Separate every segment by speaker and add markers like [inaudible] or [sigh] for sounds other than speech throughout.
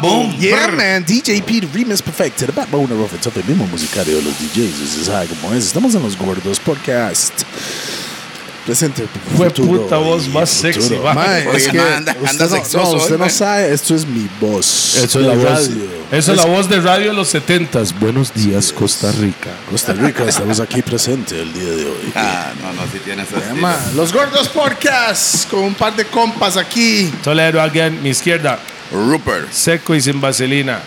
Speaker 1: Oh,
Speaker 2: Yeah, man. DJ Pete Remix Perfected, backbone of el top el mismo musicario de los DJs. Es sabe como es. Estamos en los Gordos Podcast. Presente.
Speaker 1: Fue
Speaker 2: futuro
Speaker 1: puta voz
Speaker 2: y
Speaker 1: más
Speaker 2: futuro.
Speaker 1: sexy, va.
Speaker 2: Mae,
Speaker 3: Oye,
Speaker 2: es que
Speaker 3: ma, anda-
Speaker 2: usted
Speaker 3: anda
Speaker 2: no-
Speaker 3: sexoso
Speaker 2: No,
Speaker 3: hoy,
Speaker 2: usted no
Speaker 3: mae.
Speaker 2: sabe. Esto es mi voz.
Speaker 1: Eso es la
Speaker 2: De
Speaker 1: voz.
Speaker 2: radio.
Speaker 1: Eso es la voz de radio de los 70 Buenos días, Costa Rica.
Speaker 2: Costa Rica, estamos aquí presente el día de
Speaker 1: [laughs]
Speaker 2: hoy.
Speaker 3: Ah, no, no, si tienes
Speaker 2: Eh, ma, los Gordos Podcast con un par de compas aquí.
Speaker 1: Toledo, again, mi izquierda,
Speaker 3: Rupert.
Speaker 1: seco y sin vaselina.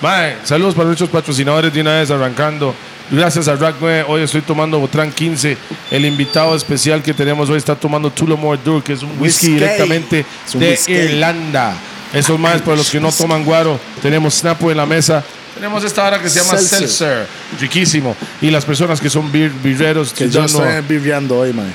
Speaker 1: Mae, saludos para nuestros patrocinadores de una vez arrancando. Gracias a Rack 9, hoy estoy tomando Botran 15. El invitado especial que tenemos hoy está tomando Tullamore Dew, que es un whisky
Speaker 2: Whisky.
Speaker 1: directamente
Speaker 2: Es un
Speaker 1: de
Speaker 2: whisky.
Speaker 1: Irlanda. Esos más para los que no toman guaro. Tenemos Snapo en la mesa. Tenemos esta hora que se llama
Speaker 2: Seltzer.
Speaker 1: Seltzer. Riquísimo. Y las personas que son bir birreros, que
Speaker 2: Que yo
Speaker 1: ya no...
Speaker 2: estoy viviendo hoy, man.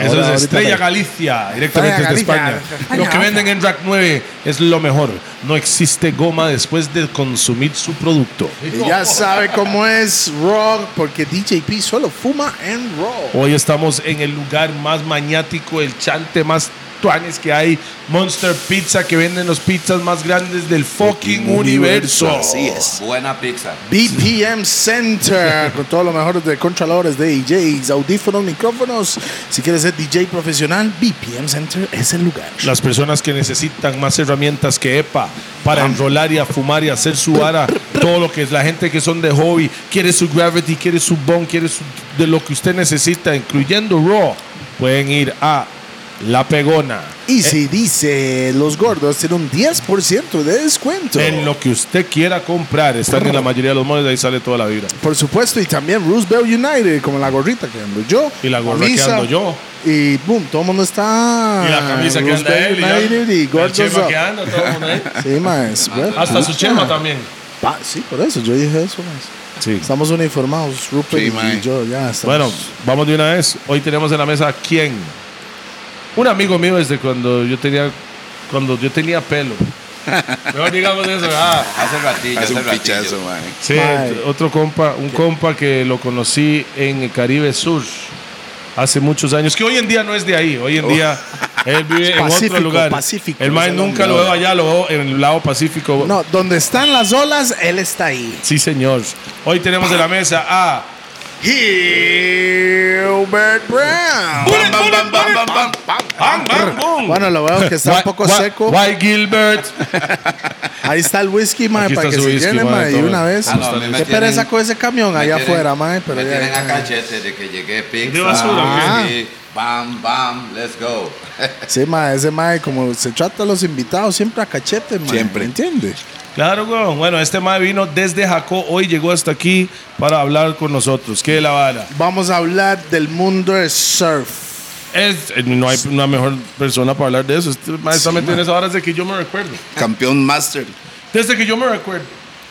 Speaker 1: Eso es Estrella Galicia, directamente
Speaker 2: Estrella
Speaker 1: desde España.
Speaker 2: Galicia.
Speaker 1: Lo que venden en Rack 9 es lo mejor. No existe goma después de consumir su producto.
Speaker 2: Y ya sabe cómo es Raw, porque DJP solo fuma en Raw.
Speaker 1: Hoy estamos en el lugar más mañático, el chante más tuanes que hay. Monster Pizza, que venden los pizzas más grandes del fucking universo.
Speaker 2: Así es.
Speaker 3: Oh, Buena pizza.
Speaker 2: BPM Center, con todos los mejores de controladores de DJs, audífonos, micrófonos. Si quieres ser DJ profesional, BPM Center es el lugar.
Speaker 1: Las personas que necesitan más herramientas que EPA para enrolar y a fumar y hacer su ara, todo lo que es la gente que son de hobby, quiere su Gravity, quiere su Bone, quiere su, de lo que usted necesita, incluyendo Raw, pueden ir a La Pegona.
Speaker 2: Y si dice los gordos, tienen un 10% de descuento.
Speaker 1: En lo que usted quiera comprar, están en la mayoría de los modos, de ahí sale toda la vida.
Speaker 2: Por supuesto, y también Roosevelt United, como la gorrita que ando yo.
Speaker 1: Y la gorra que
Speaker 2: camisa,
Speaker 1: ando yo.
Speaker 2: Y boom, todo el mundo está.
Speaker 1: Y la camisa que anda
Speaker 2: Roosevelt
Speaker 1: él. Y ya-
Speaker 2: United Ah, y
Speaker 1: el
Speaker 2: gordos.
Speaker 1: chema que anda, todo el mundo [laughs] ahí.
Speaker 2: Sí, más.
Speaker 1: Hasta su chema también.
Speaker 2: Sí, por eso yo dije eso, más. Estamos uniformados, Rupert
Speaker 3: Sí,
Speaker 2: y-
Speaker 3: mae.
Speaker 2: y yo, ya estamos.
Speaker 1: Bueno, vamos de una vez. Hoy tenemos en la mesa a quién. Un amigo mío desde cuando yo tenía cuando yo
Speaker 2: [laughs]
Speaker 1: tenía pelo. Mejor digamos eso. Ah,
Speaker 3: Hace ratillo,
Speaker 4: Hace
Speaker 3: hace
Speaker 4: un
Speaker 3: ratillo.
Speaker 4: pichazo, man.
Speaker 1: sí,
Speaker 2: Mae.
Speaker 1: otro compa, un compa que lo conocí en el Caribe Sur hace muchos años, que hoy en día no es de ahí, hoy en día él vive en
Speaker 2: Pacífico,
Speaker 1: otro lugar.
Speaker 2: Pacífico,
Speaker 1: el mae
Speaker 2: es el
Speaker 1: nunca lo
Speaker 2: nombre.
Speaker 1: veo allá, lo veo en el lado Pacífico.
Speaker 2: No, donde están las olas, él está ahí.
Speaker 1: Sí, señor. Hoy tenemos en la mesa a
Speaker 2: Gilbert Brown.
Speaker 3: Bam, bam, bam, bam, bam, bam.
Speaker 1: Bang Bang Boom.
Speaker 2: Bueno, lo veo que está
Speaker 1: Why-
Speaker 2: un poco
Speaker 1: why-
Speaker 2: seco.
Speaker 1: why Gilbert.
Speaker 2: Ahí está el whisky, mae,
Speaker 1: Aquí
Speaker 2: para
Speaker 1: está
Speaker 2: que
Speaker 1: su
Speaker 2: se
Speaker 1: whisky,
Speaker 2: llene,
Speaker 1: mae,
Speaker 2: mae, de
Speaker 1: todo.
Speaker 2: una vez.
Speaker 3: Ah, no, a mí me
Speaker 2: Qué
Speaker 3: tienen-
Speaker 2: pereza con ese camión
Speaker 3: me
Speaker 2: allá
Speaker 3: tienen-
Speaker 2: afuera, mae, pero
Speaker 3: me
Speaker 2: ya-
Speaker 3: tienen a cachete de que llegué pizza.
Speaker 1: De basura,
Speaker 3: Ah.
Speaker 2: ¿qué?
Speaker 3: Sí, Bam, bam, let's go.
Speaker 2: Sí, mae, ese mae, como se trata a los invitados, siempre a cachete, mae.
Speaker 4: Siempre.
Speaker 2: ¿Entiende?
Speaker 1: Claro, weón. Bueno, este mae vino desde Jacó, hoy llegó hasta aquí para hablar con nosotros. ¿Qué la vara?
Speaker 2: Vamos a hablar del mundo del surf.
Speaker 1: Es, eh, no hay una mejor persona para hablar de eso. Este mae está metido en esa vara desde que yo me recuerdo.
Speaker 4: Campeón Master.
Speaker 1: Desde que yo me recuerdo.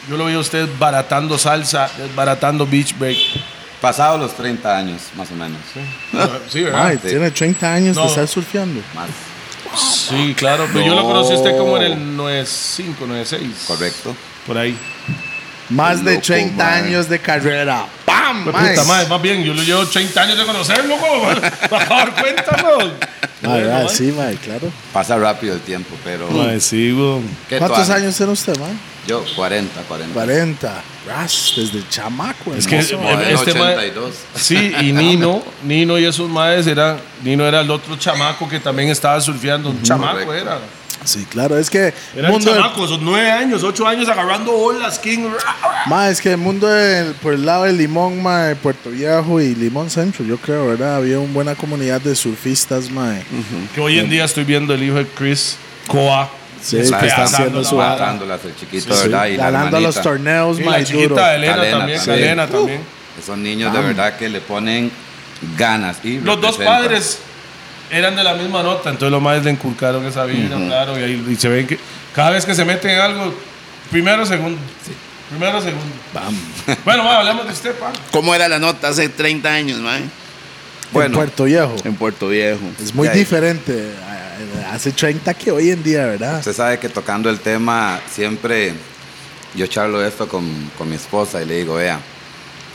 Speaker 1: Yo lo vi a usted baratando salsa, baratando beach break.
Speaker 3: Pasado los 30 años, más o menos.
Speaker 1: Sí, ¿verdad?
Speaker 2: Mae,
Speaker 3: Ah, sí.
Speaker 2: tiene 30 años
Speaker 1: No.
Speaker 2: de estar surfeando.
Speaker 3: Más,
Speaker 1: Sí, claro. Pero yo lo
Speaker 3: No.
Speaker 1: conocí a usted como en el 95, 96.
Speaker 3: correcto.
Speaker 1: Por ahí.
Speaker 2: Más de
Speaker 4: loco,
Speaker 2: 30
Speaker 4: mae.
Speaker 2: años de carrera. ¡Pam!
Speaker 1: Pues, puta
Speaker 2: mae.
Speaker 1: madre, más bien, yo le llevo 30 años de conocerlo, weón. [laughs] Para dar cuenta, weón.
Speaker 2: Mae,
Speaker 1: Bueno,
Speaker 2: ah,
Speaker 1: mae.
Speaker 2: sí, mae, claro.
Speaker 3: Pasa rápido el tiempo, pero.
Speaker 1: Mae, sí, weón.
Speaker 3: ¿qué
Speaker 2: ¿Cuántos
Speaker 3: tuana?
Speaker 2: años tiene usted, mae?
Speaker 3: Yo, 40, 40.
Speaker 2: 40. Ras, desde chamaco,
Speaker 1: Es que
Speaker 2: hermoso, mae.
Speaker 1: eh,
Speaker 3: Modelo
Speaker 1: este mae,
Speaker 3: 82.
Speaker 1: sí, y Nino, Nino y esos maes eran, Nino era el otro chamaco que también estaba surfeando, un chamaco
Speaker 3: Correcto.
Speaker 1: era.
Speaker 2: Sí, claro, es que...
Speaker 1: Era un chamaco, esos nueve años, ocho años agarrando olas, King.
Speaker 2: Ma, es que el mundo del- por el lado de Limón, ma, de Puerto Viejo y Limón Centro, yo creo, ¿verdad? Había una buena comunidad de surfistas, ma.
Speaker 1: Que hoy en día estoy viendo el hijo de Chris Coa.
Speaker 2: Sí, que está
Speaker 1: despedazando
Speaker 2: haciendo
Speaker 1: la
Speaker 2: su
Speaker 1: vara.
Speaker 2: vara.
Speaker 3: Matándolas el chiquito, ¿verdad? Y la
Speaker 2: Ganando los
Speaker 3: hermanita.
Speaker 2: torneos,
Speaker 1: Y
Speaker 2: ma,
Speaker 1: la
Speaker 2: y
Speaker 1: chiquita
Speaker 2: duro.
Speaker 1: Elena
Speaker 3: Elena
Speaker 1: también,
Speaker 3: también.
Speaker 1: Elena también.
Speaker 3: Esos niños de verdad que le ponen ganas. Y
Speaker 1: Los dos
Speaker 3: representan.
Speaker 1: padres eran de la misma nota, entonces los maes le inculcaron esa vida, claro, y, ahí, y se ven que cada vez que se meten en algo, primero, segundo. Primero, segundo. Bueno, mae, hablemos de usted, pa.
Speaker 4: ¿Cómo era la nota hace 30 años, man?
Speaker 2: En Puerto Viejo.
Speaker 3: Em,
Speaker 4: En Puerto Viejo.
Speaker 2: Es muy
Speaker 3: Ya, ya.
Speaker 2: diferente a- a- hace 30 que hoy en día, ¿verdad?
Speaker 3: Usted sabe que tocando el tema, siempre yo charlo esto con, con mi esposa y le digo, vea,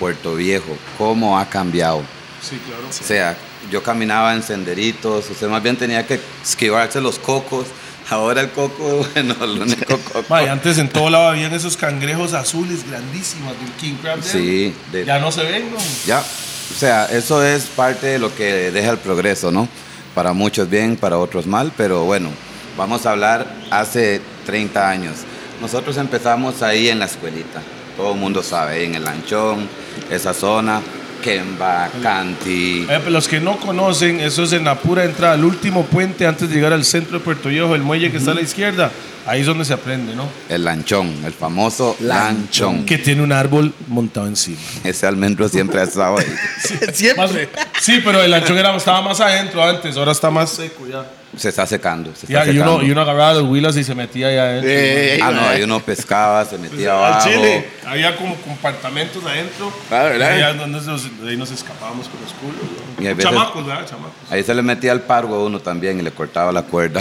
Speaker 3: Puerto Viejo, ¿cómo ha cambiado?
Speaker 1: Sí, claro.
Speaker 3: O sea, yo caminaba en senderitos, usted más bien tenía que esquivarse los cocos, Ahora el coco, [laughs] bueno, el único coco.
Speaker 1: Mae, antes en todo lado habían esos cangrejos azules grandísimos del King Crab.
Speaker 3: Sí, de-
Speaker 1: Ya no se ven, ¿no?
Speaker 3: Ya, o sea, eso es parte de lo que deja el progreso, ¿no? Para muchos bien, para otros mal, pero bueno, vamos a hablar hace 30 años. Nosotros empezamos ahí en la escuelita, todo el mundo sabe, ahí en el Lanchón, esa zona, Kemba, Canti.
Speaker 1: Eh, pero los que no conocen, eso es en la pura entrada, el último puente antes de llegar al centro de Puerto Viejo, el muelle que está a la izquierda, ahí es donde se aprende, ¿no?
Speaker 3: El Lanchón, el famoso Lanchón.
Speaker 1: Que tiene un árbol montado encima.
Speaker 3: Ese almendro siempre ha estado ahí.
Speaker 2: [laughs] Siempre.
Speaker 1: Más- sí, pero el lanchón era- estaba más adentro antes, ahora está más seco ya.
Speaker 3: Se está secando, se está
Speaker 1: [laughs] Ya, y, uno,
Speaker 3: secando.
Speaker 1: y uno agarraba los huilas y se metía allá adentro.
Speaker 4: Eh,
Speaker 3: Ah, no,
Speaker 1: [laughs]
Speaker 4: mae.
Speaker 3: ahí uno pescaba, se metía
Speaker 1: Al
Speaker 3: abajo.
Speaker 1: Chile, había como compartimentos adentro.
Speaker 4: Ah, ¿verdad?
Speaker 1: Y Ahí, donde nos, de ahí nos escapábamos con los culos. ¿no?
Speaker 3: Y hay veces-
Speaker 1: Chamacos, ¿verdad? Chamacos.
Speaker 3: Ahí se le metía el pargo a uno también y le cortaba la
Speaker 4: [laughs]
Speaker 3: cuerda.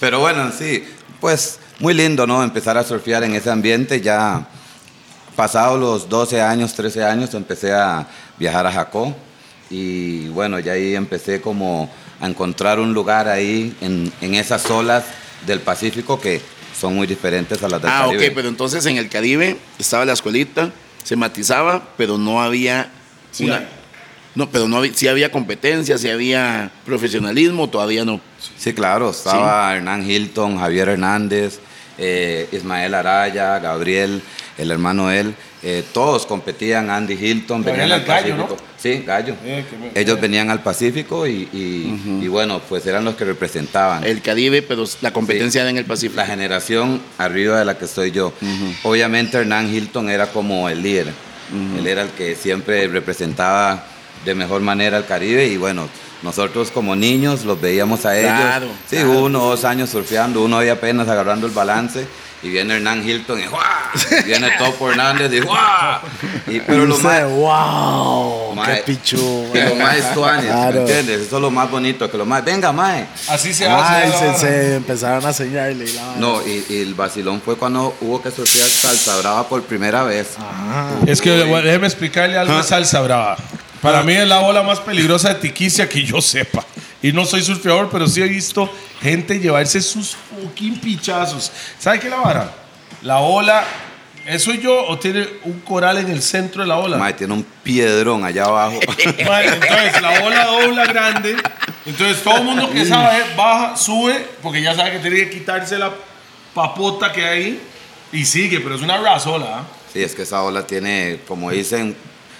Speaker 3: Pero bueno, sí, pues muy lindo, ¿no? Empezar a surfear en ese ambiente. Ya pasados los 12 años, 13 años, empecé a viajar a Jacó. Y bueno, ya ahí empecé como a encontrar un lugar ahí en, en esas olas del Pacífico que son muy diferentes a las del
Speaker 4: Ah, ok,
Speaker 3: Caribe.
Speaker 4: pero entonces en el Caribe estaba la escuelita, se matizaba, pero no había
Speaker 1: Sí
Speaker 4: una.
Speaker 1: hay.
Speaker 4: No, pero no había, sí había competencia, sí había profesionalismo, todavía no.
Speaker 3: Sí, claro, estaba Hernán Hilton, Javier Hernández, eh, Ismael Araya, Gabriel, el hermano de él, eh, todos competían, Andy Hilton,
Speaker 1: Gabriel
Speaker 3: venían al
Speaker 1: el gallo,
Speaker 3: Pacífico. Sí, Gallo.
Speaker 1: Eh, qué bueno.
Speaker 3: Ellos venían al Pacífico y, y- y bueno, pues eran los que representaban.
Speaker 4: El Caribe, pero la competencia era en el Pacífico.
Speaker 3: la generación arriba de la que estoy yo. Obviamente Hernán Hilton era como el líder. Él era el que siempre representaba de mejor manera al Caribe y bueno, nosotros como niños los veíamos a ellos.
Speaker 4: Claro,
Speaker 3: sí,
Speaker 4: claro.
Speaker 3: uno, dos años surfeando, uno ahí apenas agarrando el balance y viene Hernán Hilton y ¡guau! Y viene Topo Hernández y ¡guau! Y, pero
Speaker 4: [laughs]
Speaker 3: lo más,
Speaker 2: wow,
Speaker 3: Mae.
Speaker 2: qué pichu.
Speaker 3: y lo más es tuanis, ¿me
Speaker 2: Claro.
Speaker 3: entiendes? Eso es lo más bonito, que lo más, venga, mae.
Speaker 1: Así se
Speaker 2: Ay,
Speaker 1: hace.
Speaker 2: se,
Speaker 1: ahora.
Speaker 2: se empezaron a enseñarle. y la vara.
Speaker 3: No, y, y el vacilón fue cuando hubo que surfear salsa brava por primera vez.
Speaker 1: Ah. Es que bueno, déjeme explicarle algo de salsa brava. Para mí es la ola más peligrosa de Tiquicia que yo sepa. Y no soy surfeador, pero sí he visto gente llevarse sus fucking pichazos. ¿Sabe qué es la vara? La ola, ¿eso yo o tiene un coral en el centro de la ola?
Speaker 3: Mae, tiene un piedrón allá
Speaker 1: [laughs]
Speaker 3: abajo.
Speaker 1: Mae, entonces la ola dobla grande. Entonces todo el mundo que sabe baja, sube, porque ya sabe que tiene que quitarse la papota que hay ahí y sigue, pero es una rasola. ¿ah?
Speaker 3: Sí, es que esa ola tiene, como dicen,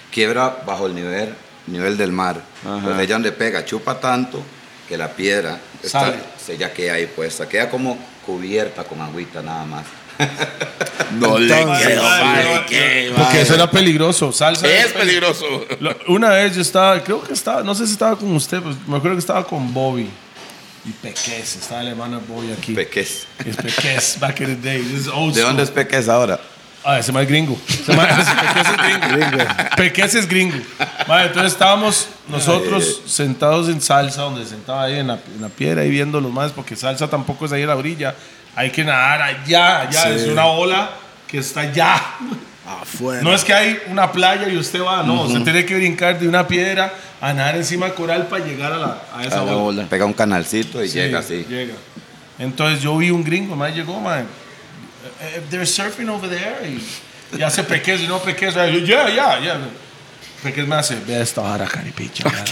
Speaker 3: quiebra bajo el nivel, nivel del mar. Pues ella donde pega, chupa tanto que la piedra está-
Speaker 1: Sale.
Speaker 3: se ya queda ahí puesta. Queda como cubierta con agüita nada más.
Speaker 4: No
Speaker 2: Entonces,
Speaker 4: creo,
Speaker 1: sí.
Speaker 4: madre, qué
Speaker 1: Porque
Speaker 4: madre.
Speaker 1: eso era peligroso. Salsa
Speaker 4: Es
Speaker 1: era peligroso.
Speaker 4: peligroso.
Speaker 1: Lo- Una vez yo estaba, creo que estaba, no sé si estaba con usted, pues, me acuerdo que estaba con Bobby. Y Pequez, estaba el hermano Bobby aquí.
Speaker 3: Peques.
Speaker 1: Es Pequez, back in the day. This is old
Speaker 3: ¿De
Speaker 1: school.
Speaker 3: dónde es Peques ahora?
Speaker 1: Ah, ese mal gringo. Ese mae- ese Pequez es gringo. Pequez es gringo. Mae, entonces estábamos nosotros sentados en salsa, donde sentaba ahí en la, en la piedra y viendo los más, porque salsa tampoco es ahí en la orilla. Hay que nadar allá, allá. Es una ola que está allá.
Speaker 2: "Ah, Afuera.
Speaker 1: No es que hay una playa y usted va, no, usted tiene que brincar de una piedra a nadar encima del coral para llegar a, la, a esa
Speaker 4: A la
Speaker 1: ola.
Speaker 4: ola.
Speaker 3: Pega un canalcito y
Speaker 1: Sí,
Speaker 3: llega así.
Speaker 1: llega. Entonces yo vi un gringo, más llegó, man. eh, eh, They're surfing over there. Y, y hace pequeño, y no pequeño. Yo, yeah, yeah, yeah. Pequeño me hace, ve esta vara, caripicha. vea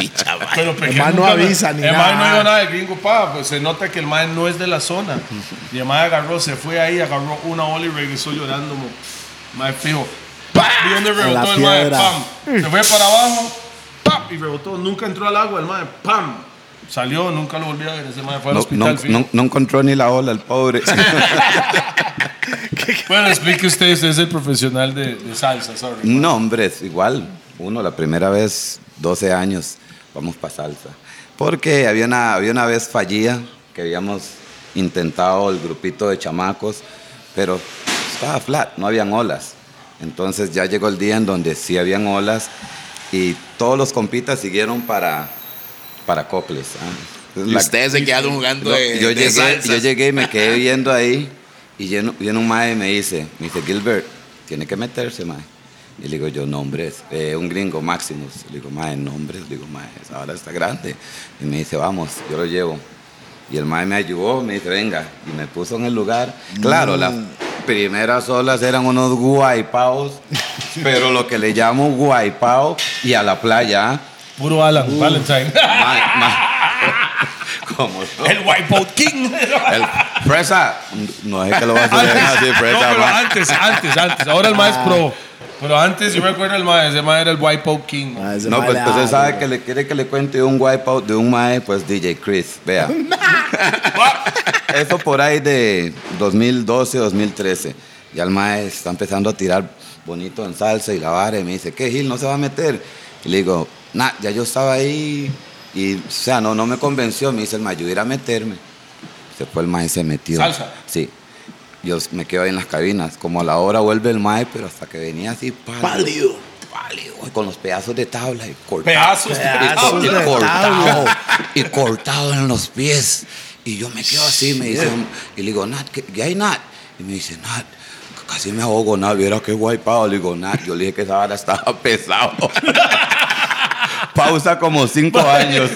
Speaker 1: esta vara". Pero Pequez
Speaker 2: El man no
Speaker 1: nunca-
Speaker 2: avisa ni
Speaker 1: el
Speaker 2: nada.
Speaker 1: man no dijo nada de gringo, pa. Pues se nota que el man no es de la zona. [laughs] Y el man agarró, se fue ahí, agarró una ola y regresó llorando, mo. Mae fijo. ¡Pam! Y donde
Speaker 2: la
Speaker 1: rebotó el mae,
Speaker 2: piedra.
Speaker 1: pam. Se fue para abajo, pam, y rebotó. Nunca entró al agua el mae, pam. Salió, nunca lo volvió a ver. Ese mae fue al
Speaker 3: No,
Speaker 1: hospital.
Speaker 3: no-
Speaker 1: fijo.
Speaker 3: no- no encontró ni la ola, el
Speaker 1: [laughs]
Speaker 3: pobre.
Speaker 1: Bueno, explique usted, usted es el profesional de, de salsa, sorry.
Speaker 3: No, hombre, es igual. Uno, la primera vez, 12 años, vamos para salsa. Porque había una, había una vez fallida que habíamos intentado el grupito de chamacos, pero estaba flat, no habían olas. Entonces ya llegó el día en donde sí habían olas y todos los compitas siguieron para, para Coples. ¿ah?
Speaker 4: [laughs] Y
Speaker 3: La-
Speaker 4: ustedes se quedaron jugando
Speaker 3: no,
Speaker 4: de,
Speaker 3: yo,
Speaker 4: de
Speaker 3: llegué,
Speaker 4: salsas.
Speaker 3: yo llegué y me quedé
Speaker 4: [laughs]
Speaker 3: viendo ahí y lleno- viene un mae y me dice, me dice, Gilbert, tiene que meterse, mae. Y le digo yo, nombres, eh, un gringo, Maximus. Le digo, mae, nombres. Le digo, mae, ahora está grande. Y me dice, vamos, yo lo llevo. Y el mae me ayudó, me dice, venga. Y me puso en el lugar. Claro, las primeras olas eran unos guaypaos, pero lo que le llamo guaypao y a la playa. ¿ah?
Speaker 1: Puro Alan
Speaker 4: Uh.
Speaker 1: Valentine.
Speaker 3: Mae, mae. Como no.
Speaker 1: el Wipeout King.
Speaker 3: El fresa, no es que lo va a
Speaker 1: [laughs]
Speaker 3: hacer así,
Speaker 1: Ah, No,
Speaker 3: fresa.
Speaker 1: pero
Speaker 3: mae.
Speaker 1: antes, antes, antes. Ahora el
Speaker 4: Ah.
Speaker 1: maestro pro. Pero antes yo me acuerdo el maestro, ese maestro era el Wipeout King. mae.
Speaker 2: Ah, ese
Speaker 3: No,
Speaker 2: mae
Speaker 3: pues
Speaker 2: le
Speaker 3: usted
Speaker 2: habla,
Speaker 3: sabe
Speaker 2: mae.
Speaker 3: que le quiere que le cuente un wipeout de un mae, pues DJ Chris,
Speaker 2: [laughs]
Speaker 3: vea. Eso por ahí de 2012, 2013. Ya el mae está empezando a tirar bonito en salsa y la vara y me dice, ¿qué Gil? ¿No se va a meter? Y le digo, nah, ya yo estaba ahí y, o sea, no, no me convenció. Me dice el mae, yo voy a ir a meterme. Se fue el mae y se metió.
Speaker 1: ¿Salsa?
Speaker 3: Sí. Yo me quedo ahí en las cabinas. Como a la hora vuelve el mae, pero hasta que venía así, pálido
Speaker 2: Pálido.
Speaker 3: pálido, y con los pedazos de tabla y cortado.
Speaker 1: Pedazos de
Speaker 4: Ah,
Speaker 2: Pedazos
Speaker 3: Y
Speaker 2: de
Speaker 3: cortado.
Speaker 2: tabla.
Speaker 3: Y cortado en los pies. Y yo me quedo así, me dice, y le digo, Nat, ¿qué, qué hay Nat? Y me dice, Nat, casi me ahogo, Nat, viera qué guaypado. Le digo, Nat, yo le dije que esa vara estaba [laughs] pesado. Pausa como cinco años.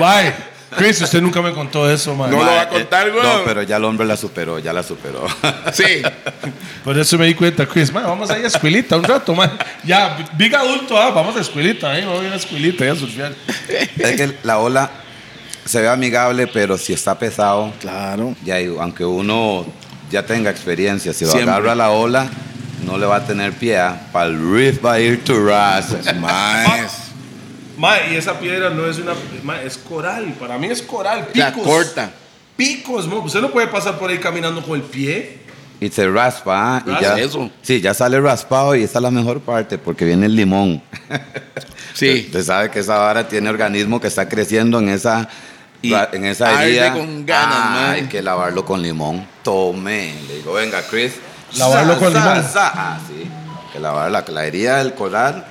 Speaker 1: Bye. Chris, usted nunca me contó eso, man.
Speaker 4: No. lo
Speaker 3: Mae,
Speaker 4: va a contar,
Speaker 3: eh,
Speaker 4: güey.
Speaker 3: No, pero ya el hombre la superó, ya la superó. [laughs]
Speaker 4: Sí.
Speaker 1: Por eso me di cuenta, Chris, man, vamos a ir a escuelita un rato, man. Ya, big adulto, ah, vamos a escuelita, eh, vamos a ir a escuelita, ya surfear.
Speaker 3: es que la ola se ve amigable, pero si está pesado,
Speaker 2: Claro.
Speaker 3: Ya, y aunque uno ya tenga experiencia, si lo
Speaker 4: Siempre.
Speaker 3: agarra la ola, no le va a tener pie. Para el riff va a ir to ras.
Speaker 4: [laughs] Más.
Speaker 1: Mae, y esa piedra no es una. mae, es coral. Para mí es coral. Picos.
Speaker 4: La corta.
Speaker 1: Picos, mo. Usted no puede pasar por ahí caminando con el pie.
Speaker 3: Y se raspa. ¿ah?
Speaker 1: Raspa
Speaker 3: y ya,
Speaker 4: eso.
Speaker 3: Sí, ya sale raspado y esa es la mejor parte porque viene el limón.
Speaker 4: Sí.
Speaker 3: Usted sabe que esa vara tiene organismo que está creciendo en esa,
Speaker 4: Y
Speaker 3: ra- en esa
Speaker 4: arde
Speaker 3: herida.
Speaker 4: con ganas,
Speaker 3: Ah,
Speaker 4: man.
Speaker 3: Hay que lavarlo con limón. Tome. Le digo, venga, Chris.
Speaker 1: Lavarlo
Speaker 3: Sa,
Speaker 1: con
Speaker 3: sa,
Speaker 1: limón.
Speaker 3: sa. Ah, sí. Que lavar la, la herida del coral.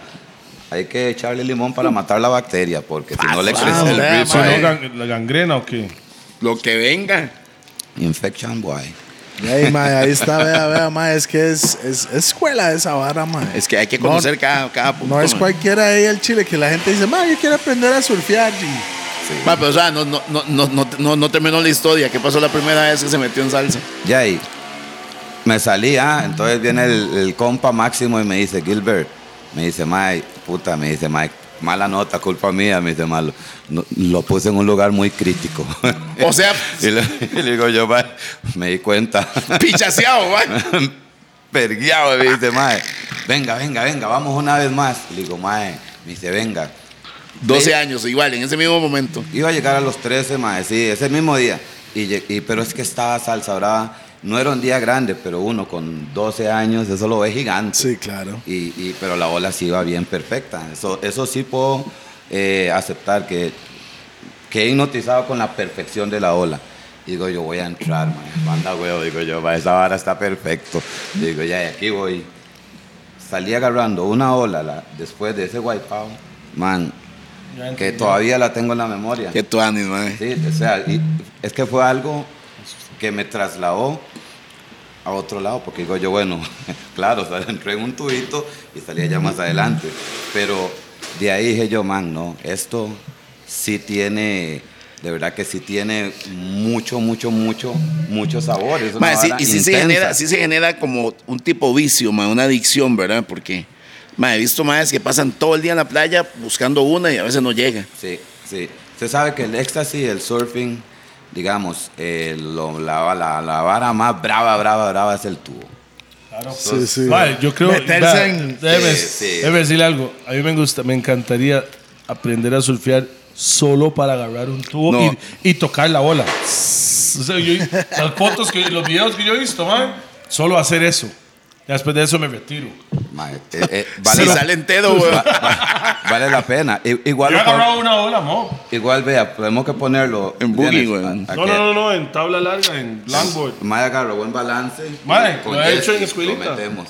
Speaker 3: Hay que echarle limón para matar la bacteria, porque si no le
Speaker 2: Pasado,
Speaker 3: crece el
Speaker 2: vea,
Speaker 3: riff
Speaker 2: man.
Speaker 3: ahí.
Speaker 1: ¿La gangrena o qué?
Speaker 4: Lo que venga.
Speaker 3: Infection boy.
Speaker 2: Ey, mae, ahí está, vea, vea, mae, es que es, es, es escuela esa vara, mae.
Speaker 4: Es que hay que conocer cada, cada punto.
Speaker 2: No es
Speaker 4: man.
Speaker 2: cualquiera ahí el chile que la gente dice, mae, yo quiero aprender a surfear. y-
Speaker 4: Ma, pero, o sea, no, no, no, no, no, no- no terminó la historia. ¿Qué pasó la primera vez que se metió en salsa?
Speaker 3: Ya ahí me salí, ah, entonces viene el, el compa máximo y me dice, Gilbert, me dice, Mike, puta, me dice, Mike, mala nota, culpa mía, me dice, malo. No- lo puse en un lugar muy crítico.
Speaker 4: O sea,
Speaker 3: [laughs] y, le, y le digo yo, Mike, me di cuenta. [laughs]
Speaker 4: pichaseado, [laughs] man.
Speaker 3: Pergueado, me dice, Mike, venga, venga, venga, vamos una vez más. Le digo, Mike, me dice, venga.
Speaker 4: 12 años, igual, en ese mismo momento.
Speaker 3: Iba a llegar a los 13, mae, sí, ese mismo día. Y, lle- y- pero es que estaba salsa brava. No era un día grande, pero uno con 12 años, eso lo ve gigante.
Speaker 2: Sí, claro.
Speaker 3: Y, y- pero la ola sí iba bien perfecta. Eso, eso sí puedo eh, aceptar que que he hipnotizado con la perfección de la ola. Y digo, yo voy a entrar, man. Manda huevo, digo yo, "ma, esa vara está perfecto. Y digo, ya, y aquí voy. Salí agarrando una ola la- después de ese wipeout, man, que todavía la tengo en la memoria.
Speaker 4: Qué tuanis, man.
Speaker 3: Sí, o sea, y es que fue algo que me trasladó a otro lado, porque digo yo, bueno, [laughs] claro, o sea, entré en un tubito y salía ya más adelante, pero de ahí dije yo, man, no, esto sí tiene, de verdad que sí tiene mucho, mucho, mucho, mucho sabor. es una
Speaker 4: Ma, sí,
Speaker 3: vara
Speaker 4: y sí se,
Speaker 3: intensa.
Speaker 4: genera, sí se genera como un tipo vicio, man, una adicción, ¿verdad? Porque, ma, he visto madres que pasan todo el día en la playa buscando una y a veces no llega.
Speaker 3: Sí, sí. Usted sabe que el éxtasis, el surfing, digamos, eh, lo- la, la- la vara más brava, brava, brava es el tubo.
Speaker 1: Claro.
Speaker 2: Sí, sí.
Speaker 1: Mae, yo creo.
Speaker 2: Meterse
Speaker 1: vea,
Speaker 2: en-
Speaker 1: Déjeme,
Speaker 3: Sí, sí.
Speaker 1: déjeme decirle algo. A mí me gusta, me encantaría aprender a surfear solo para agarrar un tubo
Speaker 4: No.
Speaker 1: y, y tocar la bola. O sea, yo- las fotos, que, los videos que yo he visto, man, solo hacer eso. Ya Después de eso me retiro.
Speaker 3: Ma, eh, eh,
Speaker 4: Vale, Pues,
Speaker 3: vale,
Speaker 4: si
Speaker 3: la,
Speaker 4: sale entero, weón.
Speaker 3: vale la pena. I- igual,
Speaker 1: Yo he
Speaker 3: lo pon-
Speaker 1: agarrado una ola, mo.
Speaker 3: igual, vea, podemos que ponerlo.
Speaker 4: En boogie,
Speaker 3: ¿Tienes?
Speaker 4: güey.
Speaker 3: A- a
Speaker 1: No,
Speaker 3: que-
Speaker 1: no, no, no, en tabla larga, en longboard.
Speaker 3: Mae agarró buen balance.
Speaker 1: Mae, lo he
Speaker 3: jet
Speaker 1: hecho en
Speaker 3: ski,
Speaker 1: escuelita.
Speaker 3: Lo metemos.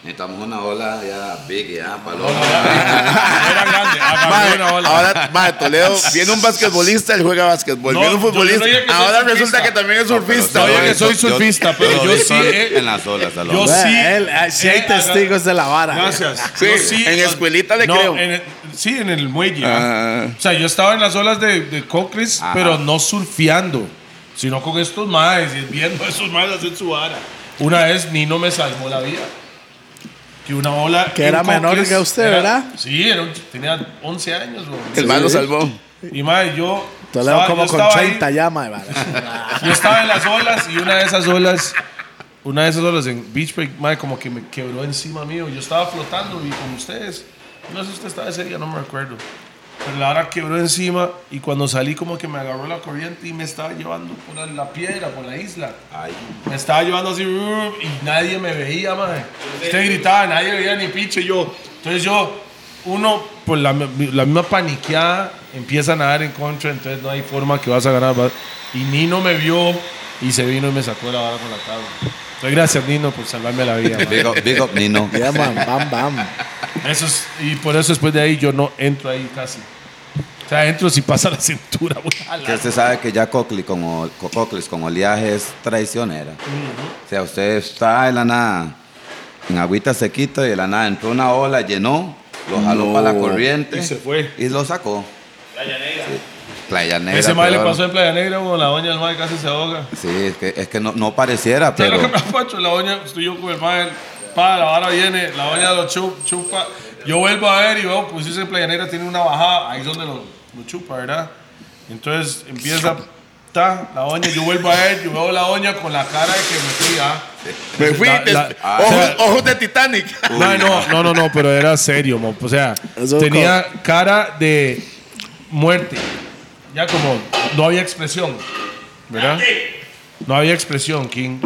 Speaker 3: Necesitamos una ola ya big, ya, paloma. [laughs]
Speaker 1: Era grande. agarró
Speaker 4: Mae,
Speaker 1: una ola.
Speaker 4: ahora, mae, Toledo, [laughs] viene un basquetbolista, él juega basquetbol.
Speaker 1: No,
Speaker 4: viene un
Speaker 1: yo- yo
Speaker 4: futbolista,
Speaker 1: no dije que soy
Speaker 4: ahora
Speaker 1: surfista.
Speaker 4: resulta que también es surfista.
Speaker 1: No,
Speaker 4: mae.
Speaker 1: yo que soy surfista, pero yo sí, eh,
Speaker 3: En las olas, al
Speaker 1: yo
Speaker 3: hombre.
Speaker 1: sí.
Speaker 2: Él, ah, sí hay
Speaker 1: Eh,
Speaker 2: testigos de la vara.
Speaker 1: Gracias.
Speaker 4: Sí,
Speaker 1: Yo
Speaker 4: en escuelita le creo.
Speaker 1: en el- sí, en el muelle.
Speaker 4: Ah.
Speaker 1: O sea, yo estaba en las olas de, de Cocris,
Speaker 3: Ajá.
Speaker 1: pero no surfeando, sino con estos maes y viendo a esos maes hacer su vara. Una vez Nino me salvó la vida. Que una ola.
Speaker 2: Que
Speaker 1: en
Speaker 2: era menor
Speaker 1: Cocres
Speaker 2: que usted,
Speaker 1: era-
Speaker 2: ¿verdad?
Speaker 1: Sí, era un- tenía 11 años. bro.
Speaker 4: El man lo salvó.
Speaker 1: Y mae, yo.
Speaker 2: Toledo
Speaker 1: estaba-
Speaker 2: como
Speaker 1: yo
Speaker 2: con
Speaker 1: estaba ahí-
Speaker 2: 30 ya, mae,
Speaker 1: [laughs]
Speaker 2: vara.
Speaker 1: yo estaba en las olas y una de esas olas, una de esas olas en Beach Break, mae, como que me quebró encima mío. Yo estaba flotando y con ustedes, no sé si usted estaba ese día, no me recuerdo. Pero la hora quebró encima y cuando salí como que me agarró la corriente y me estaba llevando por la, la piedra, por la isla.
Speaker 3: Ay,
Speaker 1: Me estaba llevando así brr, y nadie me veía, mae. Usted gritaba, nadie veía ni picho. y yo, entonces yo, uno, por la, la misma paniqueada, empieza a nadar en contra, entonces no hay forma que vas a ganar. va- Y Nino me vio y se vino y me sacó la vara con la tabla. Entonces, gracias, Nino, por salvarme la vida. mae.
Speaker 3: big up, big up, Nino.
Speaker 2: Ya, man, bam, bam.
Speaker 1: Eso es- y por eso después de ahí yo no entro ahí casi. O sea, entro si pasa la cintura. voy a la-
Speaker 3: Que usted sabe que ya Cocli con, ol- co- Cocles con oleaje es traicionera. O sea, usted está de la nada, en agüita sequito y de la nada entró una ola, llenó, lo jaló
Speaker 4: No.
Speaker 3: para la corriente.
Speaker 1: Y se fue.
Speaker 3: Y lo sacó. Playa Negra. Playa Negra.
Speaker 1: Ese mae le
Speaker 3: peor.
Speaker 1: pasó en Playa Negra, bueno, la doña del mae casi se ahoga.
Speaker 3: Sí, es que, es que no, no pareciera,
Speaker 1: ¿Sabes
Speaker 3: pero [laughs]
Speaker 1: lo que me ha hecho? La doña, estoy yo con el madre, pa, la vara viene, la doña lo chup- chupa. Yo vuelvo a ver y veo, pues ese playanera tiene una bajada, ahí es donde lo, lo chupa, ¿verdad? Entonces empieza, ta, la doña, yo vuelvo a ver, yo veo la doña con la cara de que me fui, ah.
Speaker 4: Me fui.
Speaker 1: La-
Speaker 4: des-
Speaker 1: la-
Speaker 3: ah,
Speaker 4: ojos,
Speaker 1: o sea-
Speaker 4: ojos de Titanic.
Speaker 1: Mae, no, no, no, no, pero era serio, mo. o sea,
Speaker 2: Eso
Speaker 1: tenía cara de muerte. Ya como no había expresión, ¿verdad? No había expresión, King.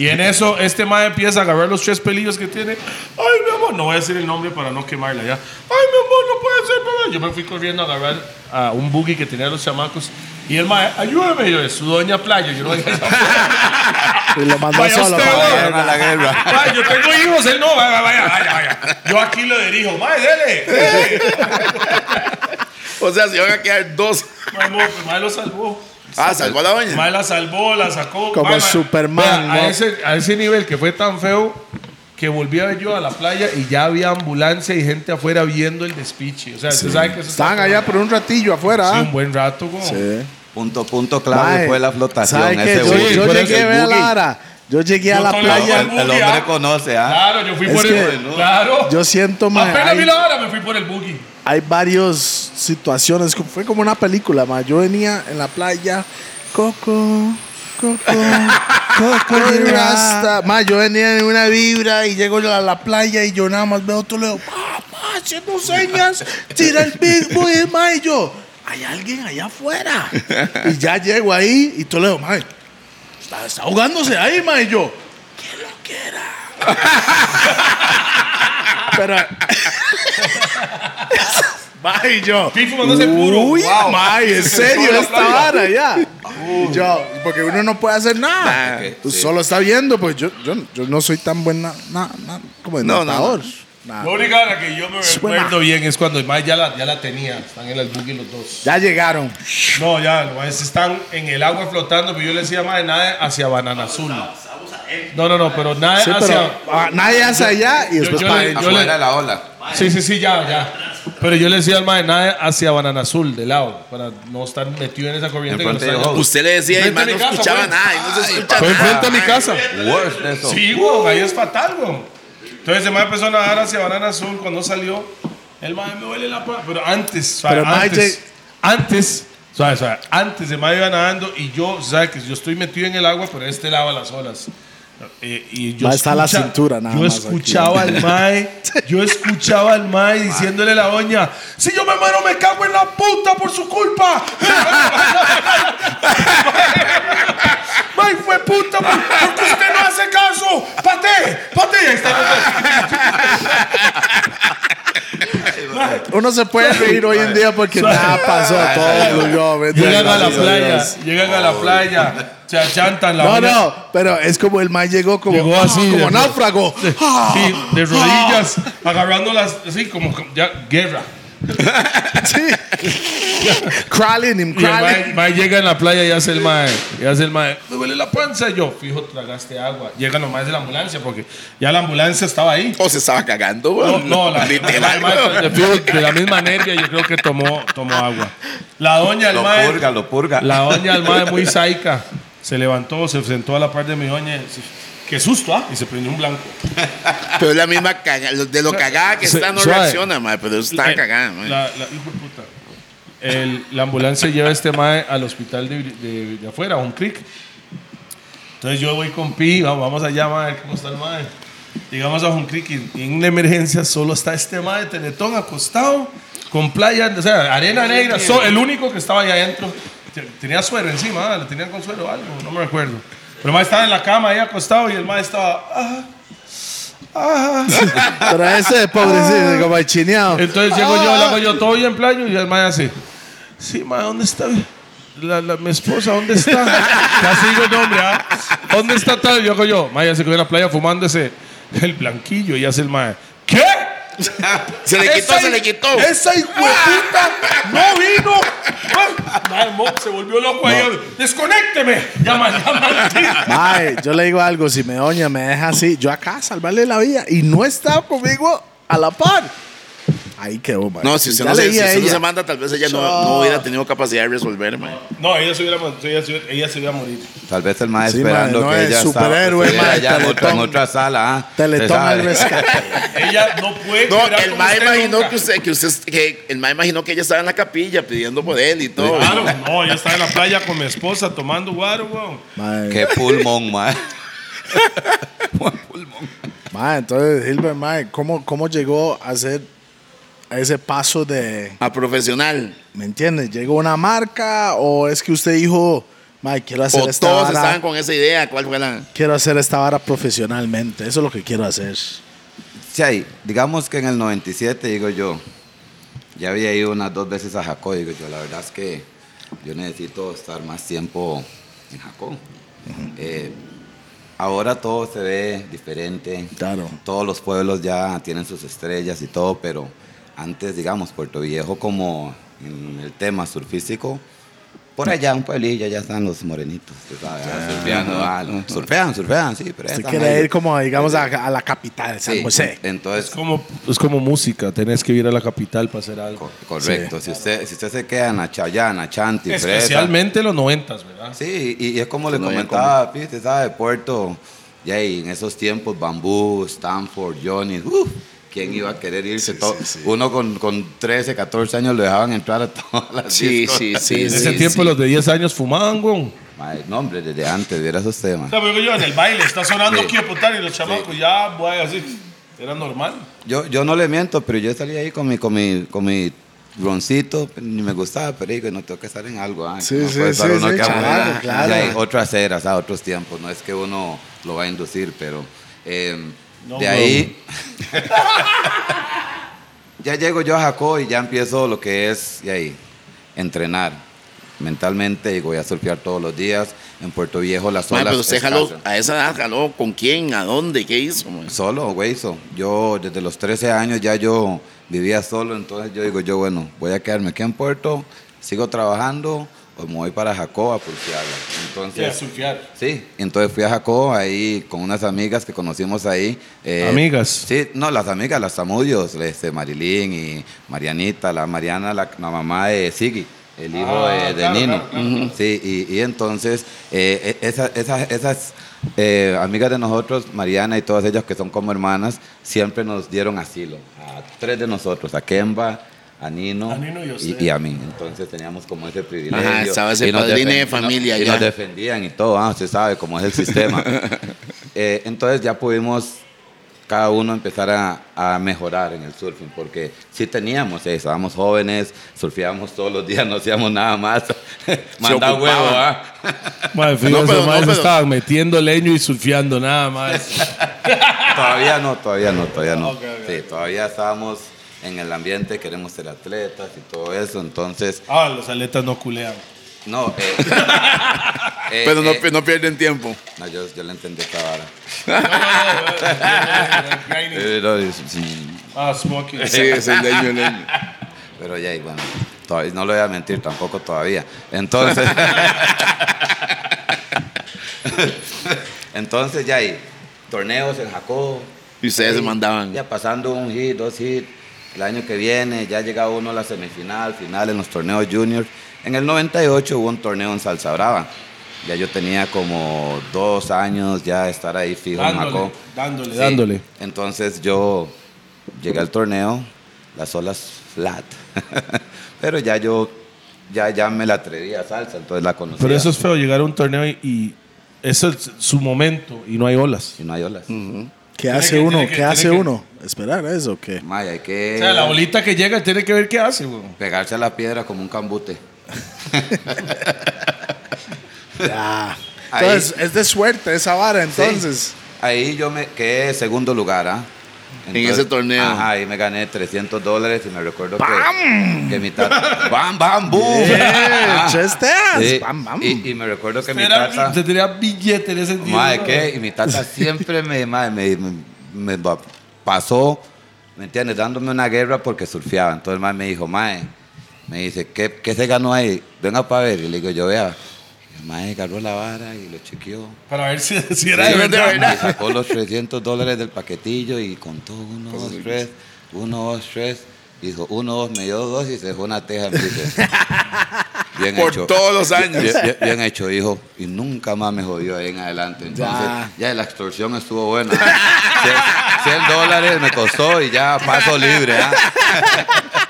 Speaker 1: Y en eso, este mae empieza a agarrar los tres pelillos que tiene. Ay, mi amor, no voy a decir el nombre para no quemarla ya. Ay, mi amor, no puede ser, mamá. Yo me fui corriendo a agarrar a un buggy que tenía los chamacos. Y el mae, ayúdame, yo, es su doña playa. Yo no voy
Speaker 2: Y lo mandó
Speaker 1: Vaya
Speaker 2: solo.
Speaker 1: usted,
Speaker 2: mae.
Speaker 1: weón.
Speaker 3: fueron a la guerra.
Speaker 1: Ma, yo tengo hijos, él no, vaya, vaya, vaya, vaya. Yo aquí lo dirijo, mae, dele.
Speaker 4: O sea, se van a quedar dos.
Speaker 1: Mae, mo, pues, mae lo salvó.
Speaker 4: Ah, salvó a la doña.
Speaker 1: Mae la salvó, la sacó.
Speaker 2: Como
Speaker 1: mae, mae.
Speaker 2: Superman,
Speaker 1: Vea, a,
Speaker 2: ¿no?
Speaker 1: ese, a ese nivel que fue tan feo que volví a ver yo a la playa y ya había ambulancia y gente afuera viendo el despiche. O sea, usted sabe que eso
Speaker 2: Estaban
Speaker 1: está-
Speaker 2: allá por un ratillo afuera.
Speaker 1: Sí,
Speaker 2: ¿ah?
Speaker 1: un buen rato, como.
Speaker 3: Punto, punto clave
Speaker 2: Mae,
Speaker 3: fue la flotación.
Speaker 2: ¿sabe qué?
Speaker 3: Ese
Speaker 2: Yo,
Speaker 3: buggy.
Speaker 2: yo
Speaker 1: por eso
Speaker 2: llegué
Speaker 1: el
Speaker 2: a ver a
Speaker 1: buggy.
Speaker 2: Lara. Yo llegué a
Speaker 1: Yo
Speaker 2: la
Speaker 1: solo hago
Speaker 2: playa.
Speaker 1: el buggy,
Speaker 3: El
Speaker 1: ah.
Speaker 3: hombre conoce, ¿ah?
Speaker 1: Claro, yo fui
Speaker 2: Es
Speaker 1: por
Speaker 2: que-
Speaker 1: el. Claro.
Speaker 2: Yo siento, mae,
Speaker 1: Apenas vi
Speaker 2: hay-
Speaker 1: la hora, me fui por el buggy.
Speaker 2: hay varias situaciones. como- Fue como una película, ma. Yo venía en la playa, Coco, [laughs] Coco, Coco y Rasta. Ma, yo venía en una vibra y llego yo a la playa y yo nada más veo todo leo, mamá, haciendo señas, tira el big boy, ma. Y yo, hay alguien allá afuera. Y ya llego ahí y todo leo, ma, está, está ahogándose ahí, ma. Y yo, ¿quién lo quiera? "Ah, Pero [laughs] May, yo.
Speaker 1: Fui fumándose puro.
Speaker 2: Uy,
Speaker 1: Wow.
Speaker 2: may, en serio,
Speaker 1: Toda la
Speaker 2: esta
Speaker 1: playa.
Speaker 2: vara ya. Y yo, porque uno no puede hacer
Speaker 3: Nah,
Speaker 2: nada.
Speaker 3: ok,
Speaker 2: Tú
Speaker 3: sí.
Speaker 2: solo está viendo, pues yo, yo, yo no soy tan buen na- na- na- como de
Speaker 4: No, no,
Speaker 2: nadador.
Speaker 4: no.
Speaker 2: Nah.
Speaker 1: La única hora que yo me
Speaker 2: Suena.
Speaker 1: recuerdo bien es cuando el mae ya la, ya la tenía. Están en el buggy los dos.
Speaker 2: Ya llegaron.
Speaker 1: No, ya, los maes están en el agua flotando, pero yo le decía, madre, nada hacia Banana Azul. No, no, no, pero nada
Speaker 2: Sí, pero
Speaker 1: hacia...
Speaker 2: ah, nadie hace allá y después
Speaker 1: yo
Speaker 2: para
Speaker 1: le-
Speaker 2: adentro.
Speaker 1: yo le-
Speaker 3: Afuera de la ola.
Speaker 1: Sí, sí, sí, ya, ya. Pero yo le decía al madre, nada hacia Banana Azul, de lado, para no estar metido en esa corriente. que lo
Speaker 3: Enfrente de
Speaker 1: está-
Speaker 3: Joe.
Speaker 4: Usted le decía, y el
Speaker 1: Frente a
Speaker 4: man
Speaker 1: mi
Speaker 4: no
Speaker 1: casa,
Speaker 4: escuchaba
Speaker 1: güey.
Speaker 4: nada. y no se escucha
Speaker 1: Fue
Speaker 4: nada,
Speaker 1: enfrente a mi
Speaker 4: mae.
Speaker 1: casa.
Speaker 3: Worst de eso.
Speaker 1: Sí, güey, ahí es fatal, güey. Entonces el mae empezó a nadar hacia Banana Azul cuando salió. El mae me huele la pa- Pero antes, suave,
Speaker 2: Pero el mae
Speaker 1: antes,
Speaker 2: lleg-
Speaker 1: antes, suave, suave, antes el mae iba nadando y yo, ¿sabes que Yo estoy metido en el agua, pero este lava las olas. Eh, y yo
Speaker 2: Mae, está la
Speaker 1: escucha-
Speaker 2: cintura nada
Speaker 1: Yo
Speaker 2: más
Speaker 1: escuchaba al mae, yo escuchaba al mae diciéndole a la doña, si yo me muero me cago en la puta por su culpa. [laughs] Mae fue puta, por- porque usted no hace caso. Pate, pate, ahí está.
Speaker 2: Uno se puede reír hoy en día porque nada pasó. Todo fluyó.
Speaker 1: Llegan a la
Speaker 2: gracias a
Speaker 1: playa,
Speaker 2: Dios.
Speaker 1: llegan a la playa. Sí, se achantan la
Speaker 2: No,
Speaker 1: vara.
Speaker 2: no, pero es como el man llegó como,
Speaker 1: Llegó así,
Speaker 2: como
Speaker 1: de-
Speaker 2: náufrago.
Speaker 1: Sí, de rodillas, agarrándolas así como como ya, guerra.
Speaker 2: Sí. Crawling him,
Speaker 1: Y el mae,
Speaker 2: crawling.
Speaker 1: mae llega en la playa y hace el mae, y hace el mae, me duele la panza. Y yo, fijo, tragaste agua. Llegan los maes de la ambulancia porque ya la ambulancia estaba ahí.
Speaker 4: O se estaba cagando,
Speaker 3: Oh,
Speaker 1: No,
Speaker 4: weón.
Speaker 1: no, la,
Speaker 4: Literal,
Speaker 1: la- la-
Speaker 4: weón.
Speaker 1: de fijo, de la misma nervia yo creo que tomó, tomó agua. La doña, el
Speaker 3: Lo
Speaker 1: mae,
Speaker 3: purga, lo purga.
Speaker 1: La doña Almada muy saica. Se levantó, se sentó a la par de mi doña. se- Qué susto, ¿ah? Y se prendió un blanco.
Speaker 4: Pero es la misma caga, lo- de lo cagada que
Speaker 1: Se-
Speaker 4: está no
Speaker 1: suave.
Speaker 4: reacciona, mae, pero Pues está
Speaker 1: Eh,
Speaker 4: cagada, mae.
Speaker 1: La, la- hijo de puta. El- la ambulancia lleva a este mae al hospital de, de- de afuera, a un cric. Entonces yo voy con Pi, vamos, vamos allá, mae, a ver cómo está el mae. Llegamos a un cric y, y en una emergencia solo está este mae de Teletón acostado, con playa, o sea, arena negra, so- el único que estaba ahí adentro. Te- Tenía suero encima, ah, le tenían con suero o algo, no me recuerdo. Pero el mae estaba en la cama ahí acostado y el mae estaba. "Ah".
Speaker 2: Pero ese pobrecito, como el
Speaker 1: [laughs]
Speaker 2: chineado.
Speaker 1: Entonces llego yo, le hago yo todo bien playo y el mae hace, sí, mae, ¿dónde está la, la- mi esposa? ¿Dónde [laughs] está? Casi digo el nombre, ¿ah? ¿Dónde está tal? Yo hago yo, mae, ya se quedó en la playa fumándose el blanquillo y hace el mae, ¿qué?
Speaker 4: Se le quitó,
Speaker 1: Esa
Speaker 4: se
Speaker 1: hi-
Speaker 4: le quitó.
Speaker 1: Esa hijueputa no vino. Mae, [laughs] Mae, el mo- se volvió loco ahí. Desconécteme. Llama, llama.
Speaker 2: Mae, yo le digo algo, si me doña me deja así, yo acá a salvarle la vida y no está conmigo a la par. Ahí quedó, mae.
Speaker 4: No, si usted,
Speaker 2: Ya
Speaker 4: no se,
Speaker 2: leí
Speaker 4: si
Speaker 2: a
Speaker 4: usted no
Speaker 2: ella.
Speaker 4: se manda, tal vez ella no,
Speaker 2: Chao.
Speaker 4: no hubiera tenido capacidad de resolver, mae.
Speaker 1: No, ella se hubiera, ella se hubiera- ella se hubiera morido.
Speaker 3: Tal vez el mae
Speaker 2: Sí,
Speaker 3: esperando
Speaker 2: mae, no
Speaker 3: que
Speaker 2: es
Speaker 3: ella estaba-
Speaker 2: superhéroe,
Speaker 3: estuviera
Speaker 2: mae,
Speaker 3: allá en otra, en
Speaker 2: Teletón.
Speaker 3: otra sala. ah. Se
Speaker 2: Teletón
Speaker 3: sabe.
Speaker 2: el rescate.
Speaker 4: [laughs]
Speaker 1: Ella no puede.
Speaker 4: No,
Speaker 1: quebrar
Speaker 4: el
Speaker 1: con
Speaker 4: mae
Speaker 1: usted
Speaker 4: imaginó
Speaker 1: nunca.
Speaker 4: que usted, que usted, que el mae imaginó que ella estaba en la capilla pidiendo por él y todo.
Speaker 1: Claro, no, ya estaba en la playa con mi esposa tomando guaro, weón.
Speaker 2: Mae,
Speaker 3: Qué pulmón, mae. Buen pulmón.
Speaker 2: mae, entonces, Hilbert, mae, ¿cómo, ¿cómo llegó a hacer a ese paso de,
Speaker 4: A profesional.
Speaker 2: ¿me entiendes? ¿Llegó una marca o es que usted dijo, mae, quiero hacer
Speaker 4: O
Speaker 2: esta
Speaker 4: todos
Speaker 2: vara-
Speaker 4: estaban con esa idea, ¿cuál fue la?
Speaker 2: Quiero hacer esta vara profesionalmente, eso es lo que quiero hacer.
Speaker 3: Chay, digamos que en el 97, digo yo, ya había ido unas dos veces a Jacó, digo yo, la verdad es que yo necesito estar más tiempo en Jacó. Eh, ahora todo se ve diferente.
Speaker 2: Claro.
Speaker 3: Todos los pueblos ya tienen sus estrellas y todo, pero antes, digamos, Puerto Viejo como en el tema surfístico, por allá un pueblillo ya están los morenitos, tú sabes, ah, surfeando, ah, surfean, surfean, sí, pero ya
Speaker 2: Usted
Speaker 3: están
Speaker 2: quiere
Speaker 3: ahí.
Speaker 2: ir como, digamos, a, a la capital, San
Speaker 3: Sí,
Speaker 2: José.
Speaker 3: Entonces,
Speaker 1: Es como, es como música, tenés que ir a la capital para hacer algo.
Speaker 3: Co- Correcto. Si, usted, si usted se queda en Achayán,
Speaker 1: [laughs]
Speaker 3: Achanti, Fresa.
Speaker 1: Especialmente los noventas, ¿verdad?
Speaker 3: Sí, y, y es como le
Speaker 4: No había
Speaker 3: comentaba, pi, usted sabe, Puerto, y ahí en esos tiempos, Bambú, Stanford, Johnny, uf, ¿quién iba a querer irse? todo? Uno con, con 13, 14 años lo dejaban entrar a todas las
Speaker 4: Sí,
Speaker 3: discos.
Speaker 4: sí, sí.
Speaker 1: en
Speaker 4: sí,
Speaker 1: ese tiempo
Speaker 4: sí.
Speaker 1: los de 10 años fumaban, weón.
Speaker 3: Madre, no, hombre, desde antes, viera esos temas.
Speaker 1: yo en el baile, está sonando
Speaker 3: Sí.
Speaker 1: aquí a putar y los chamacos ya, voy así. Era normal.
Speaker 3: Yo, yo no le miento, pero yo salí ahí con mi, con mi, con mi roncito, ni me gustaba, pero digo, no tengo que estar en algo. ah,
Speaker 2: Sí,
Speaker 3: no
Speaker 2: sí,
Speaker 3: puede estar
Speaker 2: sí,
Speaker 3: uno
Speaker 2: sí,
Speaker 3: que afuera.
Speaker 2: claro, claro.
Speaker 3: Ya hay otras eras, ah, otros tiempos, no es que uno lo va a inducir, pero eh,
Speaker 1: No,
Speaker 3: de
Speaker 1: huevo.
Speaker 3: ahí [laughs] ya llego yo a Jacó y ya empiezo lo que es y ahí, entrenar. Mentalmente, digo, voy a surfear todos los días. En Puerto Viejo las
Speaker 4: Mae,
Speaker 3: olas
Speaker 4: pero usted jaló,
Speaker 3: escasan.
Speaker 4: a esa edad jaló con quién, a dónde, qué hizo, mae?
Speaker 3: Solo, güey, so. yo desde los 13 años ya yo vivía solo, entonces yo digo, yo bueno, voy a quedarme aquí en Puerto, sigo trabajando o me voy para Jacoba por Fiala.
Speaker 1: Ya,
Speaker 3: Entonces,
Speaker 1: surfear.
Speaker 3: sí, entonces fui a Jacoba ahí con unas amigas que conocimos ahí. eh,
Speaker 1: Amigas.
Speaker 3: Sí, no, las amigas, las Samudios, este, Marilyn y Marianita, la Mariana, la, la mamá de Siggy. El hijo
Speaker 1: Ah,
Speaker 3: de, de
Speaker 1: claro,
Speaker 3: Nino.
Speaker 1: claro, claro,
Speaker 3: Ujú.
Speaker 1: claro.
Speaker 3: Sí, y, y entonces eh, e- esa- esa- esas eh, amigas de nosotros, Mariana y todas ellas que son como hermanas, siempre nos dieron asilo. A tres de nosotros, a Kemba, a Nino,
Speaker 1: A Nino y a usted.
Speaker 3: y, a mí. Entonces teníamos como ese privilegio.
Speaker 4: Ajá, estaba ese
Speaker 3: Y nos
Speaker 4: padrino
Speaker 3: defen-
Speaker 4: de
Speaker 3: y nos-
Speaker 4: familia
Speaker 3: Y
Speaker 4: ya.
Speaker 3: nos defendían y todo, ah, usted sabe cómo es el sistema.
Speaker 4: [laughs]
Speaker 3: Eh, entonces ya pudimos cada uno empezar a, a mejorar en el surfing, porque sí teníamos eso, estábamos jóvenes, surfeábamos todos los días, [laughs] no hacíamos nada más, manda huevo,
Speaker 4: ocupaban.
Speaker 3: ¿ah?
Speaker 1: Madre,
Speaker 4: No, pero no, pero-
Speaker 1: estaban metiendo leño y surfeando nada [laughs] más.
Speaker 3: Todavía no, todavía no, todavía
Speaker 4: [laughs]
Speaker 3: no.
Speaker 1: Ok, ok.
Speaker 3: Sí, todavía estábamos en el ambiente, queremos ser atletas y todo eso, entonces
Speaker 1: [laughs] ah, los aletas no culean.
Speaker 3: No, eh, eh,
Speaker 4: [laughs] Pero no,
Speaker 3: eh,
Speaker 4: pi- no pierden tiempo.
Speaker 3: no, yo, yo le entendí esta vara.
Speaker 1: Ah,
Speaker 3: Eh, no, es- sí.
Speaker 1: smoking.
Speaker 4: Sí, es el leño, el
Speaker 1: [laughs]
Speaker 4: leño.
Speaker 3: Pero ya, y bueno, todavía- no lo voy a mentir tampoco todavía. Entonces, [laughs] entonces ya hay torneos en Jacobo.
Speaker 4: Y ustedes se
Speaker 3: Sí,
Speaker 4: mandaban.
Speaker 3: Ya pasando un hit, dos hits. El año que viene ya llega uno a la semifinal, final en los torneos juniors. En el 98 hubo un torneo en Salsa Brava. Ya yo tenía como dos años ya de estar ahí fijo en
Speaker 1: Dándole,
Speaker 3: Jacobo.
Speaker 1: dándole,
Speaker 3: Sí.
Speaker 1: dándole.
Speaker 3: Entonces yo llegué al torneo, las olas flat. [laughs] Pero ya yo, ya, ya me la atreví a salsa, entonces la conocí.
Speaker 1: Pero eso es feo, llegar a un torneo y, y eso es su momento y no hay olas.
Speaker 3: Y no hay olas.
Speaker 1: Mm.
Speaker 2: ¿Qué hace
Speaker 1: que-
Speaker 2: uno?
Speaker 1: tiene que-
Speaker 2: ¿Qué hace
Speaker 1: tiene que-
Speaker 2: uno? ¿Esperar a eso?
Speaker 3: [laughs]
Speaker 2: ¿Qué?
Speaker 3: May, hay que
Speaker 1: O sea, la bolita que llega tiene que ver qué hace, weón.
Speaker 3: pegarse a la piedra como un cambute.
Speaker 2: Ya.
Speaker 3: Ahí.
Speaker 2: Entonces, es de suerte esa vara, entonces.
Speaker 3: Sí. Ahí yo me quedé segundo lugar, ¿ah?
Speaker 4: En ese torneo.
Speaker 3: Ajá, ahí me gané 300 dólares y me recuerdo que, que mi tata... ¡Bam, bam,
Speaker 1: [laughs]
Speaker 3: boom!
Speaker 2: Yeah, chest dance.
Speaker 3: Sí,
Speaker 2: Bam, bam.
Speaker 3: Y, y me recuerdo que mi
Speaker 1: Era-
Speaker 3: tata...
Speaker 1: Te tenía billete en ese sentido.
Speaker 3: Madre,
Speaker 1: weón.
Speaker 3: ¿qué? Y mi tata siempre me, madre, me, me- me va- pasó, ¿me entiendes? Dándome una guerra porque surfeaba. Entonces, madre me dijo, madre, me dice, ¿qué, qué se ganó ahí? Venga para ver. Y le digo, yo vea. Y el madre agarró la vara y lo chequeó.
Speaker 1: Para ver si, si era de
Speaker 4: Sí,
Speaker 1: verdad. [laughs]
Speaker 4: de verdad.
Speaker 3: Y sacó los 300 dólares del paquetillo y contó uno, dos, tres, uno, dos, tres. Dijo, uno, dos, me dio dos y se dejó una teja. me dice. Bien
Speaker 4: Por
Speaker 3: hecho.
Speaker 4: todos los años.
Speaker 3: Bien, bien- bien hecho, hijo. Y nunca más me jodió ahí en adelante. Entonces,
Speaker 2: Ya.
Speaker 3: ya, la extorsión estuvo buena. 100, dólares me costó y ya paso libre. ¿ah?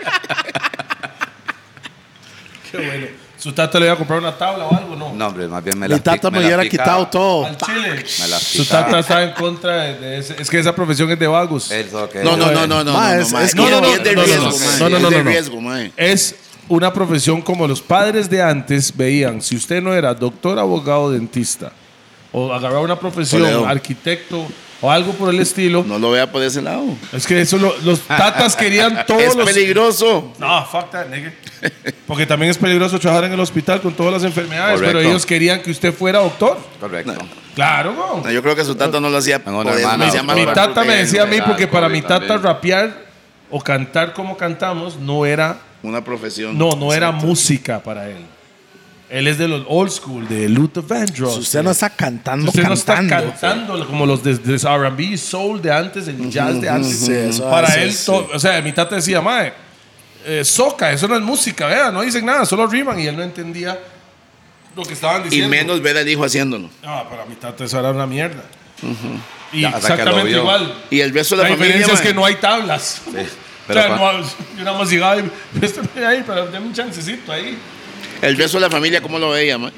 Speaker 1: Qué bueno. ¿Su tata le iba a comprar una tabla o algo? No.
Speaker 3: No, hombre, más bien me la
Speaker 2: Mi tata me hubiera quitado todo.
Speaker 1: Al chile.
Speaker 3: Me las
Speaker 1: Su
Speaker 3: picaba.
Speaker 1: tata está en contra de, de ese- Es que esa profesión es de vagos.
Speaker 4: No, no, no, no, no,
Speaker 2: Ma,
Speaker 4: no,
Speaker 2: es-
Speaker 4: no,
Speaker 2: es
Speaker 4: ma. Y es-
Speaker 2: como-
Speaker 4: y es de
Speaker 1: no, no,
Speaker 4: riesgo,
Speaker 1: no,
Speaker 4: ma.
Speaker 1: no, no,
Speaker 4: Es
Speaker 1: no,
Speaker 4: de
Speaker 1: no, no.
Speaker 4: riesgo, ma.
Speaker 1: Es una profesión como los padres de antes veían. Si usted no era doctor, abogado, dentista, o agarraba una profesión,
Speaker 4: Toledo.
Speaker 1: arquitecto, o algo por el estilo,
Speaker 4: No lo vea por ese lado.
Speaker 1: es que eso lo- los tatas [laughs] querían todos
Speaker 4: Es
Speaker 1: los.
Speaker 4: peligroso.
Speaker 1: No, fuck that, nigga. Porque también es peligroso trabajar en el hospital con todas las enfermedades, pero
Speaker 3: Correcto.
Speaker 1: ellos querían que usted fuera doctor.
Speaker 3: Correcto.
Speaker 1: Claro, weón.
Speaker 4: No, Yo creo que su tata no lo hacía.
Speaker 3: Tengo una
Speaker 4: por eso,
Speaker 3: hermana,
Speaker 4: me llama
Speaker 3: doctora.
Speaker 1: Mi
Speaker 4: por
Speaker 1: tata me decía a mí,
Speaker 3: era
Speaker 1: porque para mi
Speaker 3: COVID
Speaker 1: tata
Speaker 3: también.
Speaker 1: rapear o cantar como cantamos no era,
Speaker 4: Una profesión.
Speaker 1: no, no era
Speaker 4: Exacto.
Speaker 1: música para él. Él es de los old school, de Luther Vandross.
Speaker 2: Si usted no está cantando,
Speaker 1: Usted no está
Speaker 2: cantando.
Speaker 1: cantando como los de, de R&B y soul de antes, el jazz de antes.
Speaker 2: ujú, sí, eso
Speaker 1: Para
Speaker 2: hace,
Speaker 1: él,
Speaker 2: sí.
Speaker 1: to- o sea, mi tata decía, mae, eh, soca, eso no es música, vea, no dicen nada, solo riman y él no entendía lo que estaban
Speaker 4: Y
Speaker 1: diciendo.
Speaker 4: menos ver al hijo haciéndolo.
Speaker 1: Ah, para mi tata eso era una mierda. Y
Speaker 3: Ya, hasta que lo
Speaker 1: exactamente
Speaker 3: vio.
Speaker 1: igual.
Speaker 4: Y el resto de
Speaker 1: La,
Speaker 4: la, familia.
Speaker 1: diferencia es
Speaker 4: ma.
Speaker 1: que no hay tablas.
Speaker 3: pero
Speaker 1: [laughs] o sea,
Speaker 3: cuan-
Speaker 1: no, yo nada más llegaba y [laughs] "Préstame ahí, pero dame un chancecito ahí.
Speaker 4: El resto de la familia, ¿cómo lo veía, ma?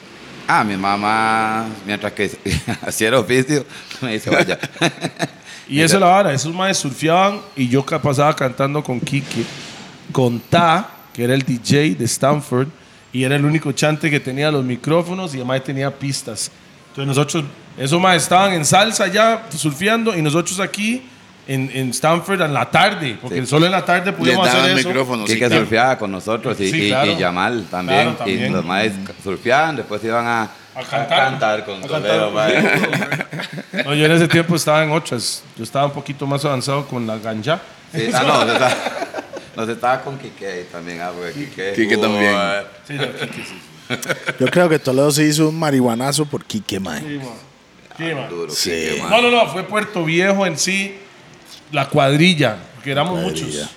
Speaker 3: Ah, mi mamá, mientras que [laughs] hacía el oficio, me dice, vaya.
Speaker 1: Y eso es la vara. Esos maes surfeaban y yo ca- pasaba cantando con Kike, con Ta, que era el DJ de Stanford, y era el único chante que tenía los micrófonos y además tenía pistas. Entonces nosotros, esos maes estaban en salsa ya surfeando y nosotros aquí en, en Stanford en la tarde, porque
Speaker 3: Sí.
Speaker 1: solo en la tarde
Speaker 4: Les
Speaker 1: pudimos hacer
Speaker 4: daban
Speaker 1: eso.
Speaker 4: micrófonos. sí,
Speaker 3: Quique
Speaker 4: claro.
Speaker 3: surfeaba con nosotros y,
Speaker 1: Sí,
Speaker 3: y-
Speaker 1: claro.
Speaker 3: y Yamal también.
Speaker 1: Claro, también.
Speaker 3: Y los más surfeaban, después se iban a,
Speaker 1: A cantar.
Speaker 3: a cantar con
Speaker 1: A
Speaker 3: Toledo,
Speaker 1: cantar
Speaker 3: mae.
Speaker 1: [laughs] con Toledo. No, yo en ese tiempo estaba en otras. Yo estaba un poquito más avanzado con la ganja.
Speaker 3: Sí, ah, no, nos estaba, [laughs] nos estaba con Quique ahí también, ah, porque Quique.
Speaker 4: Quique también.
Speaker 3: mae.
Speaker 1: Sí, yo- sí, sí,
Speaker 2: Yo creo que Toledo se hizo un marihuanazo por Quique, man.
Speaker 1: sí, man. Sí, man.
Speaker 3: Duro,
Speaker 2: Sí.
Speaker 3: Quique, mae.
Speaker 1: No, no, no, fue Puerto Viejo en sí, la cuadrilla, porque éramos
Speaker 2: Cuadrilla.
Speaker 1: muchos.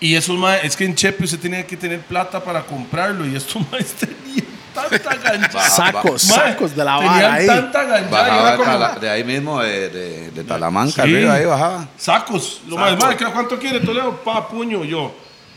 Speaker 1: Y esos maes, es que en Chepe usted tenía que tener plata para comprarlo y estos [laughs] maes tenían tanta ganja.
Speaker 2: Sacos, [laughs]
Speaker 1: Mae,
Speaker 2: sacos de la vara
Speaker 1: Tenían
Speaker 2: ahí.
Speaker 1: tanta ganja y
Speaker 3: Bajaba
Speaker 1: era
Speaker 3: de,
Speaker 1: como
Speaker 3: Tala- de ahí mismo, de, de, de Talamanca,
Speaker 1: Sí.
Speaker 3: arriba, ahí bajaba.
Speaker 1: sacos. Lo más, mae, ¿cuánto quiere Toledo? Pa, puño, yo.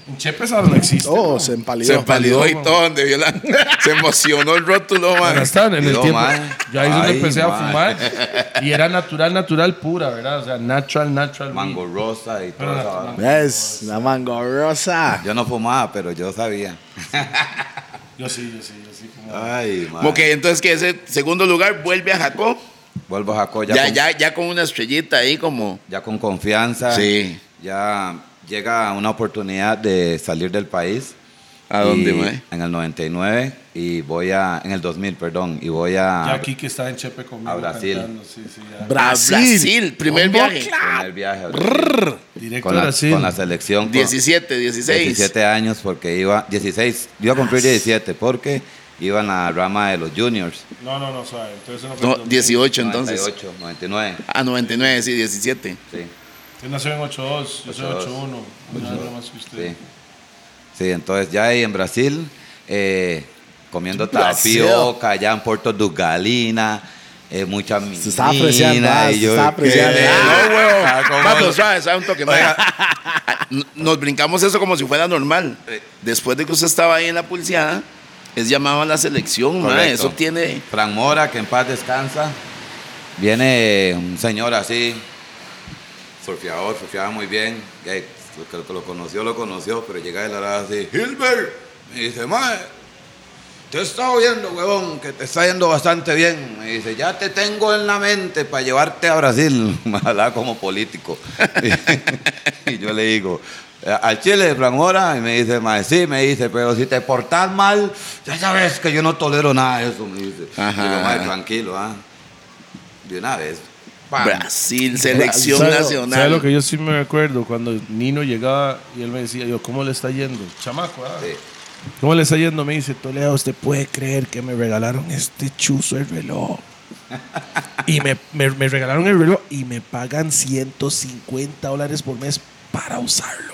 Speaker 1: En Chepe esa no existe.
Speaker 2: Oh,
Speaker 1: ¿no?
Speaker 2: se empalidó.
Speaker 4: Se empalidó y todo, donde vio la- [laughs] Se emocionó el rótulo,
Speaker 1: Ahora
Speaker 4: man.
Speaker 1: están en el
Speaker 3: Yo,
Speaker 1: tiempo.
Speaker 3: mae.
Speaker 1: Ya ahí es donde
Speaker 3: Ay,
Speaker 1: empecé a
Speaker 3: mae.
Speaker 1: fumar. Y era natural, natural pura, ¿verdad? O sea, natural, natural.
Speaker 3: Mango rosa y todo
Speaker 1: Pero la-
Speaker 3: eso.
Speaker 2: Es la mangorosa.
Speaker 3: Yo no fumaba, pero yo sabía.
Speaker 1: Yo sí, yo sí, yo sí. fumaba.
Speaker 3: Ay, mae.
Speaker 4: Ok, entonces que ese segundo lugar vuelve a Jacob.
Speaker 3: Vuelvo a Jacob ya,
Speaker 4: Ya,
Speaker 3: con-
Speaker 4: ya, ya con una estrellita ahí como.
Speaker 3: ya con confianza.
Speaker 4: Sí.
Speaker 3: Ya llega una oportunidad de salir del país.
Speaker 4: ¿A dónde,
Speaker 3: Y
Speaker 4: mae?
Speaker 3: En el 99 y voy a. En el 2000, perdón. Y voy a.
Speaker 1: Ya aquí que está en Chepe conmigo.
Speaker 3: A Ah, Brasil.
Speaker 1: cantando, sí, sí, ya.
Speaker 2: Brasil.
Speaker 4: A Brasil, primer
Speaker 2: Hombre,
Speaker 4: viaje.
Speaker 3: primer viaje a Brasil.
Speaker 1: Directo
Speaker 3: con,
Speaker 1: a
Speaker 3: la,
Speaker 1: Brasil.
Speaker 3: con la selección. con
Speaker 4: 17, 16.
Speaker 3: 17 años porque iba. 16. Yo iba a
Speaker 4: Ah,
Speaker 3: cumplir 17 porque iba en la rama de los juniors.
Speaker 1: No, no, no, suave. Entonces no fue
Speaker 4: No,
Speaker 1: en
Speaker 4: 18 entonces.
Speaker 3: 98, 99.
Speaker 4: Ah, 99, sí, 17.
Speaker 3: Sí.
Speaker 1: 2000. Él nació en 82, yo soy
Speaker 3: 82.
Speaker 1: 81. Un año más que
Speaker 3: Sí.
Speaker 1: usted.
Speaker 3: Sí, entonces ya ahí en Brasil, eh, comiendo
Speaker 4: Brasil.
Speaker 3: tapioca, ya en Puerto Dugalina, eh, mucha mina.
Speaker 2: Se está apreciando, ah, se está apreciando.
Speaker 3: ¿qué?
Speaker 2: Ah,
Speaker 3: No, huevo. Ah, ¿cómo
Speaker 4: Va, pero
Speaker 3: no?
Speaker 4: suave, suave un toque. mae. Ah, n- Nos brincamos eso como si fuera normal. Después de que usted estaba ahí en la pulseada, es llamado a la selección, mae.
Speaker 3: Correcto.
Speaker 4: Eso tiene.
Speaker 3: Fran Mora, que en paz descansa. Viene un señor así, surfeador, surfeaba muy bien. y ahí, lo que lo, que lo conoció, lo conoció, pero llega de la nada así, Hilbert, me dice, mae, te está oyendo, huevón, que te está yendo bastante bien. Me dice, ya te tengo en la mente para llevarte a Brasil, [laughs] me hablaba como político. [laughs] y yo le digo, al Chile de Fran Mora, y me dice, mae, sí, me dice, pero si te portas mal, ya sabes que yo no tolero nada de eso, me dice.
Speaker 4: Ajá.
Speaker 3: Digo, mae, tranquilo, ah. De una vez. pam.
Speaker 4: Brasil, selección
Speaker 1: ¿Sabe lo- sabe
Speaker 4: nacional.
Speaker 1: lo que yo sí me recuerdo? Cuando Nino llegaba y él me decía, yo, ¿cómo le está yendo? Chamaco, ¿ah?
Speaker 3: Sí.
Speaker 1: ¿Cómo le está yendo? Me dice, Toledo, ¿usted puede creer que me regalaron este chuzo el reloj? Y me, me- me regalaron el reloj y me pagan 150 dólares por mes para usarlo.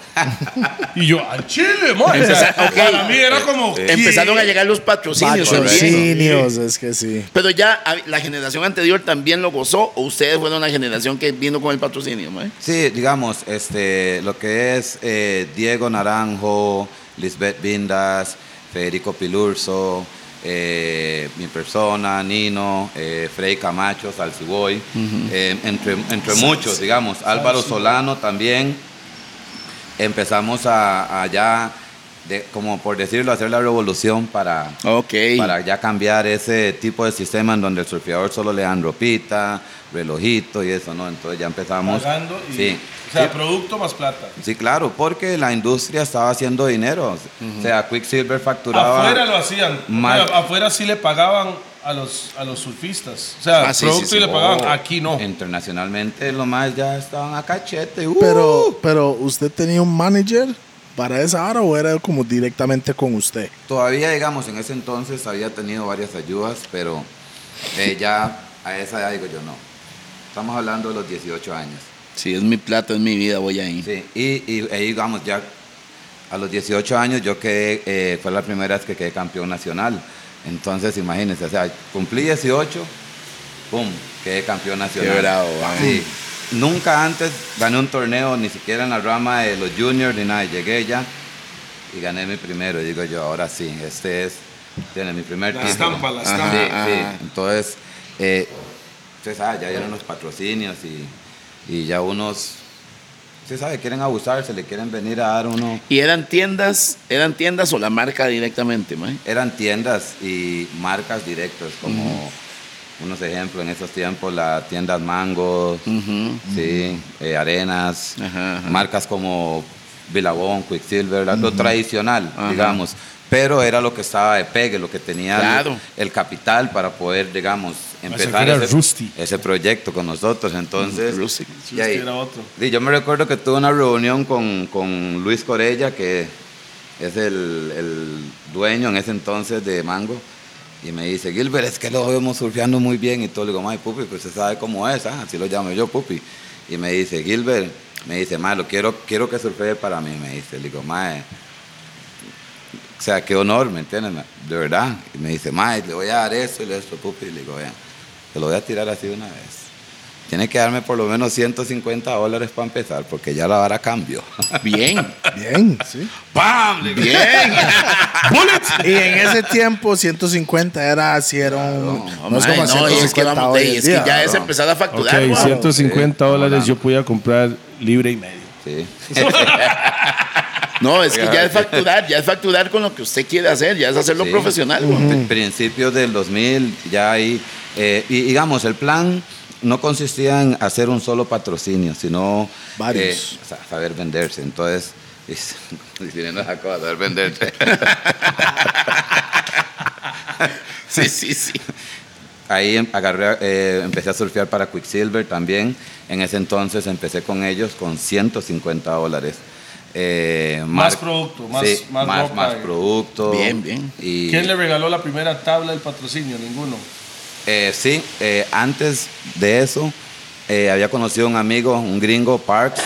Speaker 1: y yo, al chile, mae. O sea,
Speaker 4: Empeza- ok. Eh,
Speaker 1: Para mí era como...
Speaker 4: Empezaron a llegar los patrocinios. también.
Speaker 2: Patrocinios, es que sí.
Speaker 4: Pero ya hab- la generación anterior también lo gozó, o ustedes fueron la generación que vino con el patrocinio, mae?
Speaker 3: Sí, digamos, este, lo que es eh, Diego Naranjo, Lisbeth Vindas, Federico Pilurso, eh, mi persona, Nino, eh, Frey Camacho, Salsiboy, eh, entre, entre muchos, digamos, Álvaro Solano también. Empezamos a, a ya, de- como por decirlo, hacer la revolución para,
Speaker 4: Ok.
Speaker 3: para ya cambiar ese tipo de sistema en donde el surfeador solo le dan ropita, relojito y eso, ¿no? Entonces ya empezamos.
Speaker 1: Pagando y-
Speaker 3: sí.
Speaker 1: O sea,
Speaker 3: Sí,
Speaker 1: producto más plata.
Speaker 3: sí, claro, porque la industria estaba haciendo dinero. O sea, Quicksilver facturaba.
Speaker 1: Afuera lo hacían.
Speaker 3: Mal.
Speaker 1: Afuera- Afuera sí le pagaban a los, a los surfistas. O sea,
Speaker 4: Ah, sí,
Speaker 1: producto
Speaker 4: sí, sí.
Speaker 1: y le pagaban.
Speaker 3: Oh,
Speaker 1: Aquí no.
Speaker 3: Internacionalmente, lo más ya estaban a cachete. ¡uh!
Speaker 2: Pero, pero ¿usted tenía un manager para esa hora o era como directamente con usted?
Speaker 3: Todavía, digamos, en ese entonces había tenido varias ayudas, pero eh, ya a esa edad digo yo no. Estamos hablando de los 18 años.
Speaker 4: Si es mi plata, es mi vida, voy ahí.
Speaker 3: Sí, y, y ahí digamos ya a los 18 años yo quedé, eh, fue la primera vez que quedé campeón nacional. Entonces imagínense, o sea, cumplí 18, ¡pum! Quedé campeón nacional.
Speaker 4: Qué bravo, ah.
Speaker 3: Sí. Nunca antes gané un torneo, ni siquiera en la rama de los juniors ni nada. Llegué ya y gané mi primero. Y digo yo, ahora sí, este es, tiene mi primer
Speaker 1: La
Speaker 3: título.
Speaker 1: estampa, la
Speaker 3: Ajá,
Speaker 1: estampa.
Speaker 3: sí,
Speaker 4: Ajá,
Speaker 3: sí.
Speaker 4: ajá.
Speaker 3: Entonces, eh, usted sabe, ya dieron los patrocinios y, y ya unos Usted sabe, quieren abusarse, le quieren venir a dar uno.
Speaker 4: ¿Y eran tiendas, eran tiendas o la marca directamente, mae?
Speaker 3: Eran tiendas y marcas directas, como unos ejemplos en esos tiempos, la tienda Mangos,
Speaker 4: Ujú.
Speaker 3: sí, eh, Arenas,
Speaker 4: Ajá, ajá.
Speaker 3: marcas como Vilabón, Quicksilver, la- lo tradicional,
Speaker 4: Ajá.
Speaker 3: digamos. Pero era lo que estaba de pegue, lo que tenía el-
Speaker 4: Claro.
Speaker 3: el capital para poder, digamos, empezar
Speaker 1: que era
Speaker 3: ese,
Speaker 1: Rusty.
Speaker 3: ese proyecto con nosotros. Entonces,
Speaker 4: Rusty.
Speaker 3: y
Speaker 1: Rusty
Speaker 3: ahí-
Speaker 1: era otro.
Speaker 3: Sí, yo me recuerdo que tuve una reunión con, con Luis Corella, que es el, el dueño en ese entonces de Mango, y me dice, Gilbert, es que lo vemos surfeando muy bien y todo. Le digo, mae, Pupi, pues usted sabe cómo es, ah, así lo llamo yo, Pupi. Y me dice, Gilbert, me dice, mae, lo quiero, quiero que surfee para mí, me dice. Le digo, mae, o sea, qué honor, ¿me entiendes? mae? De verdad. Y me dice, mae, le voy a dar esto y le esto, Pupi. Y le digo, vea, te lo voy a tirar así de una vez. Tiene que darme por lo menos 150 dólares para empezar, porque ya la vara cambió. [laughs]
Speaker 2: [laughs]
Speaker 4: Bien,
Speaker 2: Bien, sí.
Speaker 3: ¡Pam! Le digo,
Speaker 4: bien. Ah,
Speaker 2: Y en ese tiempo, 150 era así, era un. no es
Speaker 4: Mae,
Speaker 2: como
Speaker 4: no, y es que,
Speaker 2: 150
Speaker 4: vamos,
Speaker 2: hoy
Speaker 4: ey,
Speaker 2: en
Speaker 4: es que
Speaker 2: día,
Speaker 4: ya es
Speaker 2: ¿no?
Speaker 4: empezar a
Speaker 1: Ok,
Speaker 4: facturar. guau.
Speaker 1: 150
Speaker 3: Sí,
Speaker 1: dólares
Speaker 3: hablando.
Speaker 1: yo podía comprar libre y medio.
Speaker 3: Sí.
Speaker 4: [laughs] No, es que ya es facturar, ya es facturar con lo que usted quiere hacer, ya es hacerlo
Speaker 3: Sí.
Speaker 4: profesional. guau.
Speaker 3: Pri- Principios del 2000, ya ahí. eh, y digamos, el plan no consistía en hacer un solo patrocinio, sino
Speaker 2: Varios.
Speaker 3: eh, sa- saber venderse. Entonces, Y Sirena sacó a saber venderte.
Speaker 4: [laughs] Sí, sí, sí.
Speaker 3: Ahí em- agarré, eh, empecé a surfear para Quicksilver también. En ese entonces empecé con ellos con 150 dólares. Eh,
Speaker 1: Más
Speaker 3: mar-
Speaker 1: producto, más-
Speaker 3: sí,
Speaker 1: más
Speaker 3: más,
Speaker 1: ropa
Speaker 3: más
Speaker 1: y-
Speaker 3: producto.
Speaker 4: Bien, bien.
Speaker 3: Y,
Speaker 1: ¿Quién le regaló la primera tabla del patrocinio? Ninguno.
Speaker 3: eh, sí, eh, antes de eso eh, había conocido a un amigo, un gringo, Parks,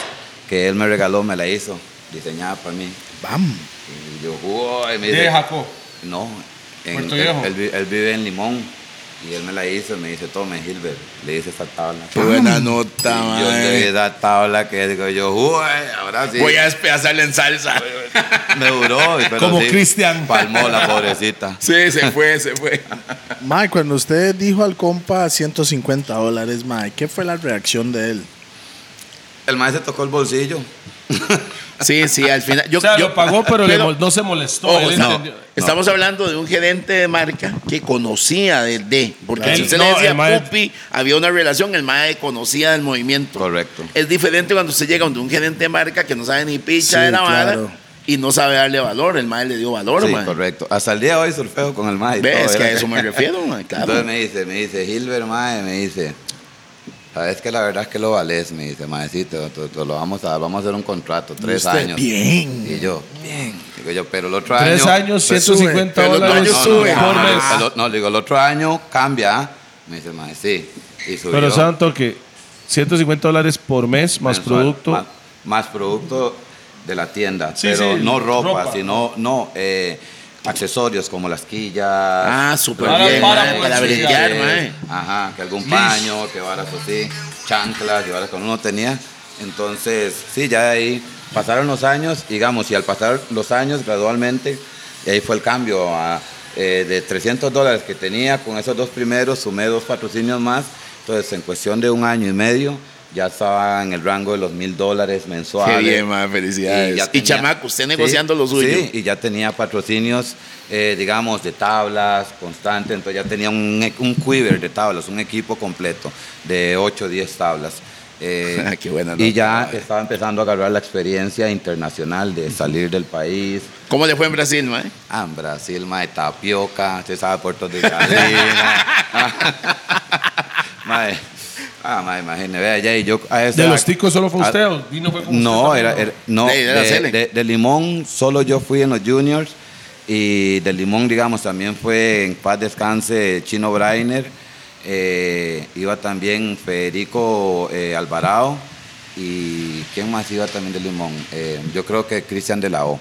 Speaker 3: que él me regaló, me la hizo, diseñada para mí.
Speaker 2: Bam.
Speaker 3: Y yo, "Uy", me dice,
Speaker 1: De Jaco.
Speaker 3: No, en-
Speaker 1: Puerto
Speaker 3: él,
Speaker 1: Viejo.
Speaker 3: él vi- él vive en Limón y él me la hizo y me dice, tome Gilbert, le hice esta tabla.
Speaker 4: Qué buena
Speaker 3: Y
Speaker 4: nota,
Speaker 3: yo le di
Speaker 4: mae.
Speaker 3: esa tabla que digo yo, "Uy, ahora sí.
Speaker 4: Voy a despedazarle en salsa.
Speaker 3: Me duró.
Speaker 4: [laughs]
Speaker 3: pero
Speaker 1: Como
Speaker 3: sí,
Speaker 1: Cristian.
Speaker 3: Palmó la pobrecita.
Speaker 4: Sí, se fue, se fue.
Speaker 2: Mae, cuando usted dijo al compa 150 dólares, mae, ¿qué fue la reacción de él?
Speaker 3: El maestro tocó el bolsillo.
Speaker 4: Sí, sí, al final. Yo,
Speaker 1: o sea,
Speaker 4: yo-
Speaker 3: [laughs]
Speaker 1: lo pagó, pero, le
Speaker 4: pero-
Speaker 1: mol- no se molestó.
Speaker 3: Oh,
Speaker 4: Ojo,
Speaker 1: él
Speaker 4: no.
Speaker 1: entendió.
Speaker 4: Estamos hablando de un gerente de marca que conocía del D. Porque
Speaker 1: Claro.
Speaker 4: si usted
Speaker 1: No,
Speaker 4: le
Speaker 1: el
Speaker 4: decía
Speaker 1: mae-
Speaker 4: Pupi, había una relación, el MAE conocía del movimiento.
Speaker 3: Correcto.
Speaker 4: Es diferente cuando usted llega donde un gerente de marca que no sabe ni picha
Speaker 2: Sí,
Speaker 4: de la vara
Speaker 2: claro.
Speaker 4: y no sabe darle valor. El MAE le dio valor,
Speaker 3: sí,
Speaker 4: mae.
Speaker 3: correcto. Hasta el día de hoy surfeo con el maestro.
Speaker 4: Ve, es que a eso
Speaker 3: [laughs]
Speaker 4: me refiero, mae, claro.
Speaker 3: Entonces me dice, me dice, Gilbert, mae, me dice, sabes que la verdad es que lo vales, me dice, maecito, te, te lo vamos a, vamos a hacer un contrato, tres
Speaker 2: Usted,
Speaker 3: años.
Speaker 2: Bien.
Speaker 3: Y yo, bien. Digo yo, pero el otro año.
Speaker 1: Tres años,
Speaker 2: Pues
Speaker 1: 150
Speaker 4: sube, pero
Speaker 1: dólares
Speaker 4: los años sube.
Speaker 1: por
Speaker 3: ajá,
Speaker 1: mes.
Speaker 3: el o- no, le digo, el otro año cambia. Me dice, mae, sí. Y subió.
Speaker 1: Pero santo que 150 dólares por mes más
Speaker 3: mensual,
Speaker 1: producto.
Speaker 3: Más, más producto de la tienda.
Speaker 1: Sí,
Speaker 3: pero
Speaker 1: sí,
Speaker 3: no ropa,
Speaker 1: ropa.
Speaker 3: sino no, eh, accesorios como las quillas. eh,
Speaker 4: Ah, súper
Speaker 3: los
Speaker 1: bien, para-
Speaker 3: guantes,
Speaker 1: para
Speaker 4: brinquear, mae.
Speaker 3: Ajá, que algún paño, que varas así, chanclas, que varas que uno tenía. Entonces, sí, ya de ahí pasaron los años, digamos, y al pasar los años gradualmente, y ahí fue el cambio a, eh, de 300 dólares que tenía con esos dos primeros, sumé dos patrocinios más. Entonces, en cuestión de un año y medio, ya estaba en el rango de los mil dólares mensuales.
Speaker 4: Qué bien, mae, felicidades. Y,
Speaker 3: ya tenía-
Speaker 4: chamaco, usted negociando
Speaker 3: Sí,
Speaker 4: lo suyo.
Speaker 3: Sí, y ya tenía patrocinios, eh, digamos, de tablas constantes, entonces ya tenía un, e- un quiver de tablas, un equipo completo de 8 o 10 tablas. eh,
Speaker 4: [laughs] Qué buena
Speaker 3: y
Speaker 4: nota,
Speaker 3: ya
Speaker 4: mae.
Speaker 3: estaba empezando a agarrar la experiencia internacional de salir del país.
Speaker 4: ¿Cómo le fue en Brasil, mae?
Speaker 3: Ah, en Brasil, mae, tapioca, usted sabe Puerto
Speaker 4: [laughs]
Speaker 3: de [laughs] Galina. mae, ah, mae, imagine, vea, ya, y yo a esa-
Speaker 1: De los ticos solo fue
Speaker 3: a-
Speaker 1: usted. ¿o? Vino fue con usted
Speaker 3: Ah, no,
Speaker 1: también,
Speaker 3: era, era- no
Speaker 4: De-
Speaker 3: de,
Speaker 4: de la Sele.
Speaker 3: de- de Limón solo yo fui en los juniors y de Limón, digamos, también fue en paz descanse Chino Brainer, eh, iba también Federico eh, Alvarado y ¿quién más iba también de Limón? Eh, yo creo que Cristian de la O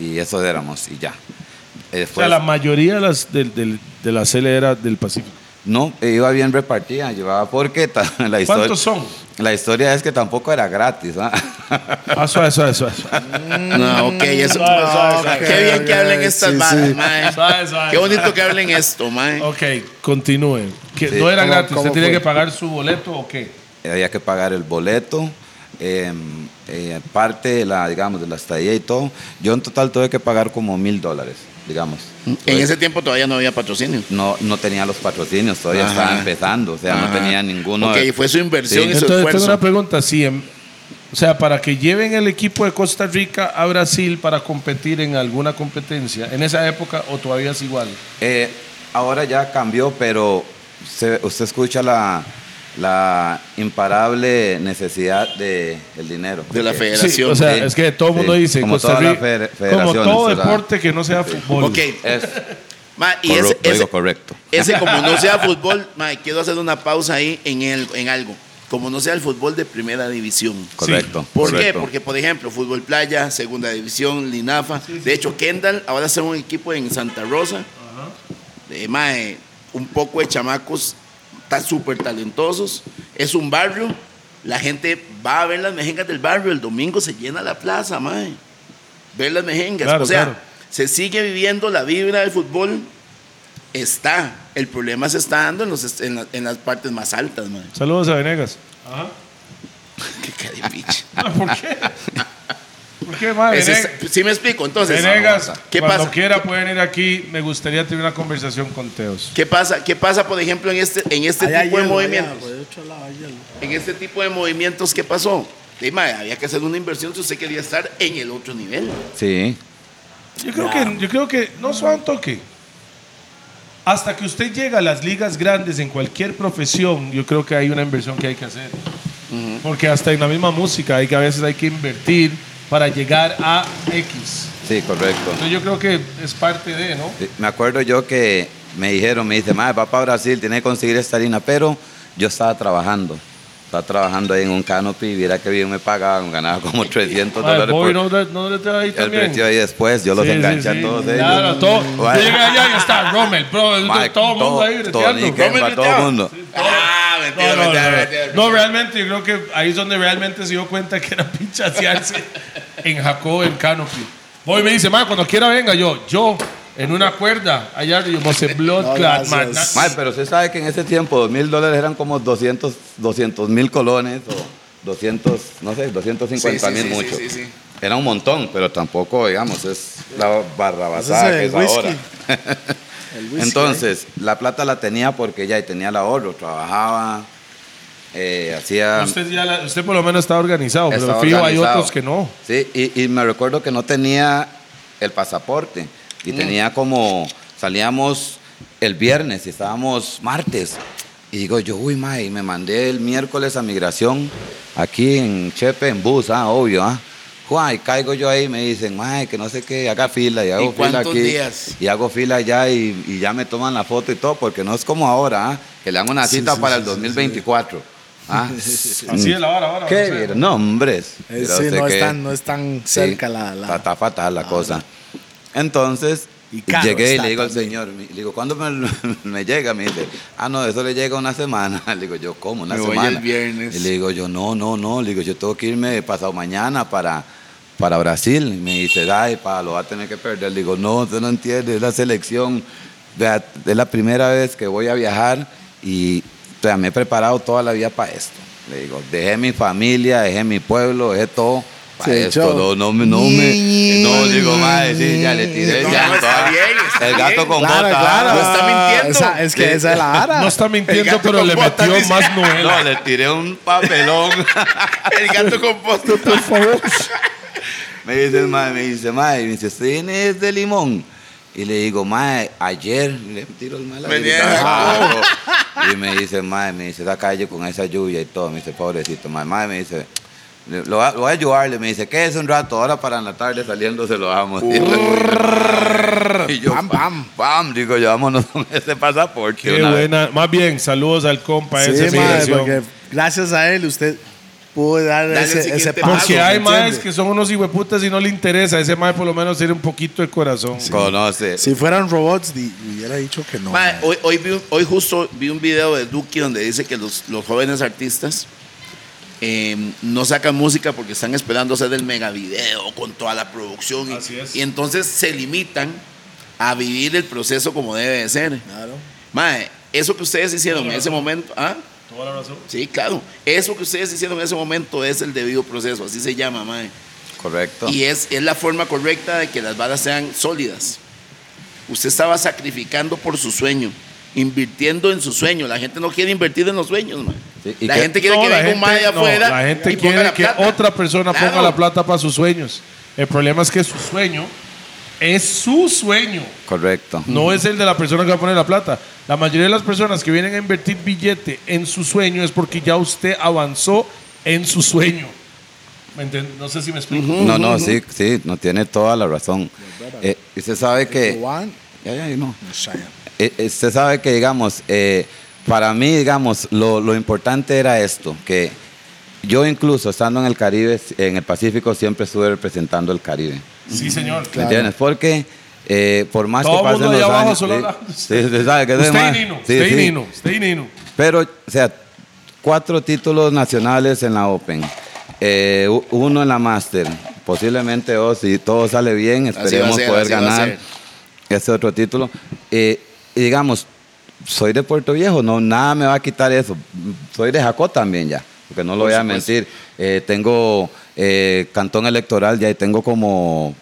Speaker 3: y esos éramos y ya. Eh,
Speaker 1: O sea,
Speaker 3: después-
Speaker 1: la mayoría de las, del- del- de la CL era del Pacífico.
Speaker 3: no, eh, iba bien repartida, llevaba porque ta- [laughs] la historia...
Speaker 1: ¿Cuántos son?
Speaker 3: La historia es que tampoco era gratis, ¿ah?
Speaker 1: Ah, suave, suave, suave.
Speaker 4: No, ok, eso.
Speaker 1: Suave, suave,
Speaker 4: no,
Speaker 1: suave.
Speaker 4: Qué bien que hablen
Speaker 2: Sí,
Speaker 4: estas
Speaker 2: sí.
Speaker 4: varas, mae.
Speaker 1: Suave, suave,
Speaker 4: Qué bonito
Speaker 1: suave.
Speaker 4: que hablen esto, mae.
Speaker 1: Ok, continúe. Que
Speaker 3: Sí,
Speaker 1: no era
Speaker 2: ¿cómo-
Speaker 1: gratis, usted
Speaker 2: cómo
Speaker 1: tenía
Speaker 2: fue?
Speaker 1: que pagar su boleto o qué.
Speaker 3: había que pagar el boleto, eh, eh, parte de la, digamos, de la estadía y todo. Yo en total tuve que pagar como mil dólares, digamos.
Speaker 4: En ese tiempo todavía no había patrocinio.
Speaker 3: No, no tenía los patrocinios, todavía
Speaker 4: Ajá.
Speaker 3: estaba empezando, o sea, no
Speaker 4: Ajá.
Speaker 3: tenía ninguno.
Speaker 4: Ok, fue su inversión
Speaker 3: Sí.
Speaker 4: y su
Speaker 1: Entonces tengo una
Speaker 4: esfuerzo.
Speaker 1: pregunta, sí. em, O sea, para que lleven el equipo de Costa Rica a Brasil para competir en alguna competencia, en esa época o todavía es igual.
Speaker 3: Eh, ahora ya cambió, pero se- usted escucha la, la imparable necesidad de- del dinero.
Speaker 4: De la
Speaker 3: Porque-
Speaker 4: federación.
Speaker 1: Sí, o sea,
Speaker 3: sí,
Speaker 1: es que todo el mundo
Speaker 3: sí,
Speaker 1: dice
Speaker 3: como
Speaker 1: Costa
Speaker 3: todas las
Speaker 1: Rica,
Speaker 3: feder-
Speaker 1: como todo
Speaker 3: federaciones, ¿verdad?
Speaker 1: deporte que no sea fútbol.
Speaker 4: Ok,
Speaker 3: Es
Speaker 4: mae, y ese,
Speaker 3: corrupto,
Speaker 4: ese,
Speaker 3: digo correcto.
Speaker 4: ese como no
Speaker 3: [laughs]
Speaker 4: sea fútbol, mae, quiero hacer una pausa ahí en, el, en algo. Como no sea el fútbol de primera división.
Speaker 3: Correcto.
Speaker 4: ¿Por qué?
Speaker 3: correcto.
Speaker 4: Porque, por ejemplo, Fútbol Playa, Segunda División, Linafa. De hecho, Kendall ahora es un equipo en Santa Rosa. Eh, mae, un poco de chamacos, están súper talentosos. Es un barrio. La gente va a ver las mejengas del barrio. El domingo se llena la plaza, mae. Ver las mejengas.
Speaker 1: Claro,
Speaker 4: o sea,
Speaker 1: claro.
Speaker 4: se sigue viviendo la vibra del fútbol. Está. El problema se está dando en, los est- en la- en las partes más altas, mae.
Speaker 1: Saludos a Venegas.
Speaker 4: Qué caripiche.
Speaker 1: Ah, [laughs] ¿Por qué? ¿Por qué, madre?
Speaker 4: Ese es- sí me explico, entonces.
Speaker 1: Ah, Venegas,
Speaker 4: ¿qué
Speaker 1: cuando
Speaker 4: pasa?
Speaker 1: quiera pueden ir aquí. Me gustaría tener una conversación con Teos.
Speaker 4: ¿Qué pasa? ¿Qué pasa, por ejemplo, en este, en este
Speaker 2: Allá
Speaker 4: tipo
Speaker 2: hielo,
Speaker 4: de
Speaker 2: allá, pues,
Speaker 4: movimientos?
Speaker 2: por el otro lado hay hielo.
Speaker 4: En este tipo de movimientos, ¿qué pasó? de, mae, había que hacer una inversión si usted quería estar en el otro nivel.
Speaker 3: Sí.
Speaker 1: Yo creo, que, yo creo que no suena un toque. Hasta que usted llega a las ligas grandes en cualquier profesión, yo creo que hay una inversión que hay que hacer. Porque hasta en la misma música hay que a veces hay que invertir para llegar a X.
Speaker 3: Sí, correcto.
Speaker 1: Entonces yo creo que es parte de, ¿no?
Speaker 3: Sí, Eh, Me acuerdo yo que me dijeron, me dice, madre, va para Brasil, tiene que conseguir esta harina, pero yo estaba trabajando. Estaba trabajando ahí en un canopy, viera que bien me pagaban, ganaba como 300
Speaker 1: Mae,
Speaker 3: dólares
Speaker 1: Bobby
Speaker 3: por
Speaker 1: no, le- no le trae ahí
Speaker 3: el
Speaker 1: también.
Speaker 3: precio ahí después, yo los
Speaker 1: Sí, sí,
Speaker 3: enganché
Speaker 1: sí.
Speaker 3: a todos ellos.
Speaker 1: Claro, todo.
Speaker 3: Bueno.
Speaker 1: Llega allá y está Rommel, bro, el-
Speaker 3: Mae,
Speaker 1: todo el mundo
Speaker 3: todo-
Speaker 1: ahí
Speaker 3: todo
Speaker 1: breteando.
Speaker 3: Nick, Para todo el mundo.
Speaker 4: Ah,
Speaker 1: No,
Speaker 4: mentira,
Speaker 1: no,
Speaker 4: mentira,
Speaker 1: no.
Speaker 4: mentira.
Speaker 1: No, realmente, yo creo que ahí es donde realmente se dio cuenta que era [laughs] pinchasearse en Jacob, en Canopy. Voy y me dice, "Mae, cuando quiera venga yo, yo, en una cuerda, allá de yo, se
Speaker 2: [laughs]
Speaker 1: Blood
Speaker 2: No,
Speaker 1: Clot,
Speaker 2: gracias.
Speaker 1: man, na-
Speaker 3: Mae, pero usted sabe que en ese tiempo 2 mil dólares eran como 200 mil colones o 200, no sé, 250 mil
Speaker 4: Sí, sí, sí,
Speaker 3: mucho.
Speaker 4: sí, sí, sí.
Speaker 3: Era un montón, pero tampoco, digamos, es la barrabasada
Speaker 2: Ese
Speaker 3: que es
Speaker 2: es el whisky.
Speaker 3: ahora.
Speaker 2: El whisky, ¿eh?
Speaker 3: Entonces, la plata la tenía porque ya tenía el ahorro, trabajaba, eh, hacía...
Speaker 1: Usted, ya la- usted por lo menos está organizado, pero
Speaker 3: estaba
Speaker 1: fijo, hay
Speaker 3: organizado.
Speaker 1: otros que no.
Speaker 3: Sí, y, y me recuerdo que no tenía el pasaporte y
Speaker 1: Mm.
Speaker 3: tenía como, salíamos el viernes y estábamos martes. Y digo yo, uy, mae, y me mandé el miércoles a migración aquí en Chepe, en bus, ah, obvio, ah. Juan, y caigo yo ahí, me dicen, mae, que no sé qué, haga fila, y hago fila
Speaker 4: cuántos
Speaker 3: aquí.
Speaker 4: días?
Speaker 3: Y hago fila allá y, y ya me toman la foto y todo, porque no es como ahora, ah, que le dan una cita para el 2024. ah.
Speaker 1: [laughs] Así es la hora, ahora.
Speaker 3: ¿Qué?
Speaker 1: no sé.
Speaker 3: Mira, No, hombres.
Speaker 2: Eh, sí, no es, tan, no es tan cerca la... la-
Speaker 3: Está, está fatal la cosa. Entonces,
Speaker 2: Y caro
Speaker 3: llegué y
Speaker 2: está
Speaker 3: le digo al señor, me- le digo, ¿cuándo me, [laughs] me llega? Me dice, ah, no, eso le llega una semana. [laughs] Le digo, yo, ¿cómo? Una
Speaker 4: Me voy
Speaker 3: semana.
Speaker 4: el viernes.
Speaker 3: Y le digo, yo, no, no, no. Le digo, yo tengo que irme pasado mañana para, para Brasil. Y me dice, ay, pa, lo va a tener que perder. Le digo, no, usted no entiende, es la selección. Vea, es la primera vez que voy a viajar y o sea, me he preparado toda la vida para esto. Le digo, dejé mi familia, dejé mi pueblo, dejé todo. pa'
Speaker 2: Sí,
Speaker 3: esto,
Speaker 2: chao.
Speaker 3: no, no, me- no me. No, digo, madre, sí, ya le tiré.
Speaker 4: No,
Speaker 3: ya,
Speaker 4: no, está
Speaker 3: toda-
Speaker 4: bien, está
Speaker 3: el
Speaker 4: bien.
Speaker 3: gato con
Speaker 2: Claro,
Speaker 3: bota.
Speaker 2: claro.
Speaker 4: No está mintiendo.
Speaker 2: Esa- es que
Speaker 3: Sí.
Speaker 2: esa es
Speaker 4: [laughs]
Speaker 2: la vara.
Speaker 1: No está mintiendo, pero
Speaker 4: con
Speaker 1: le
Speaker 4: botas,
Speaker 1: metió
Speaker 4: dice.
Speaker 1: más novela.
Speaker 3: No, le tiré un papelón.
Speaker 4: El gato con post.
Speaker 2: por favor.
Speaker 3: Me dice el mae, me dice, mae, me dice, ¿usted viene de limón? Y le digo, mae, ayer le tiro el mal a la
Speaker 4: Venía de
Speaker 3: gritar,
Speaker 4: Jacobo.
Speaker 3: "Ah, no". Y me dice, mae, me dice, esa calle con esa lluvia y todo. Me dice, pobrecito, mae, mae, me dice, le- lo, va- lo voy a ayudarle. Me dice, quédese un rato, ahora para en la tarde saliendo se lo damos. y yo, pam,
Speaker 2: Pam, pam.
Speaker 3: pam, digo, yo vámonos con ese pasaporte.
Speaker 1: Qué
Speaker 3: una vez".
Speaker 1: buena. Más bien, saludos al compa.
Speaker 2: Sí,
Speaker 1: esa
Speaker 2: mae,
Speaker 1: migración.
Speaker 2: porque gracias a él usted pudo dar
Speaker 4: Dale el
Speaker 2: ese, ese
Speaker 4: siguiente
Speaker 2: paso.
Speaker 4: paso,
Speaker 1: Porque hay
Speaker 2: ¿me
Speaker 1: maes
Speaker 2: entiende?
Speaker 1: que son unos hijueputas y no le interesa. Ese mae por lo menos tiene un poquito de corazón.
Speaker 3: Conoce.
Speaker 2: Si fueran robots, di- hubiera dicho que no.
Speaker 4: Ma,
Speaker 2: mae.
Speaker 4: hoy, hoy, vi un- hoy justo vi un video de Duki donde dice que los, los jóvenes artistas eh, no sacan música porque están esperando hacer el mega video con toda la producción. y-
Speaker 1: Así es.
Speaker 4: Y, entonces se limitan a vivir el proceso como debe de ser.
Speaker 2: Claro.
Speaker 4: Mae, eso que ustedes hicieron en ese momento, ¿ah?
Speaker 1: Toda la razón.
Speaker 4: Sí, claro. Eso que ustedes hicieron en ese momento es el debido proceso, así se llama, mae.
Speaker 3: Correcto.
Speaker 4: Y es, es la forma correcta de que las balas sean sólidas. Usted estaba sacrificando por su sueño, invirtiendo en su sueño. La gente no quiere invertir en los sueños, man.
Speaker 3: Sí, y
Speaker 4: la
Speaker 3: que-
Speaker 4: gente quiere
Speaker 1: No,
Speaker 4: que
Speaker 1: la
Speaker 4: venga un
Speaker 1: gente-
Speaker 4: mae de
Speaker 1: no,
Speaker 4: afuera.
Speaker 1: la gente
Speaker 4: y ponga
Speaker 1: quiere
Speaker 4: la
Speaker 1: que
Speaker 4: plata.
Speaker 1: otra persona ponga
Speaker 4: Claro.
Speaker 1: la plata para sus sueños. El problema es que su sueño es su sueño.
Speaker 3: Correcto.
Speaker 1: No es el de la persona que va a poner la plata. La mayoría de las personas que vienen a invertir billete en su sueño es porque ya usted avanzó en su sueño. ¿Me entiende? No sé si me explico.
Speaker 3: No, no, sí, sí, no tiene toda la razón. Eh, y se sabe que...
Speaker 2: Juan,
Speaker 3: Ya, ya, no.
Speaker 2: Shia.
Speaker 3: Eh, eh, usted sabe que, digamos, eh, para mí, digamos, lo, lo importante era esto, que yo incluso estando en el Caribe, en el Pacífico, siempre estuve representando el Caribe.
Speaker 1: Sí, señor.
Speaker 3: ¿Me entiendes? Porque eh, por más
Speaker 1: Todo
Speaker 3: que pasen
Speaker 1: mundo
Speaker 3: los
Speaker 1: allá abajo
Speaker 3: años...
Speaker 1: solo
Speaker 3: sí,
Speaker 1: hablando.
Speaker 3: sí, usted sabe que es
Speaker 1: Usted
Speaker 3: más-
Speaker 1: y Nino.
Speaker 3: sí,
Speaker 1: usted y
Speaker 3: sí.
Speaker 1: Nino. Usted y Nino.
Speaker 3: Pero, o sea, cuatro títulos nacionales en la Open, eh, u- uno en la Master, posiblemente dos, si todo sale bien,
Speaker 4: va a
Speaker 3: esperemos
Speaker 4: ser,
Speaker 3: poder
Speaker 4: así va a
Speaker 3: ganar
Speaker 4: ser.
Speaker 3: ese otro título. Eh, y digamos, soy de Puerto Viejo, no, nada me va a quitar eso. Soy de Jacó también ya, porque no lo voy a
Speaker 4: supuesto.
Speaker 3: mentir. Eh, tengo eh, cantón electoral ya y tengo como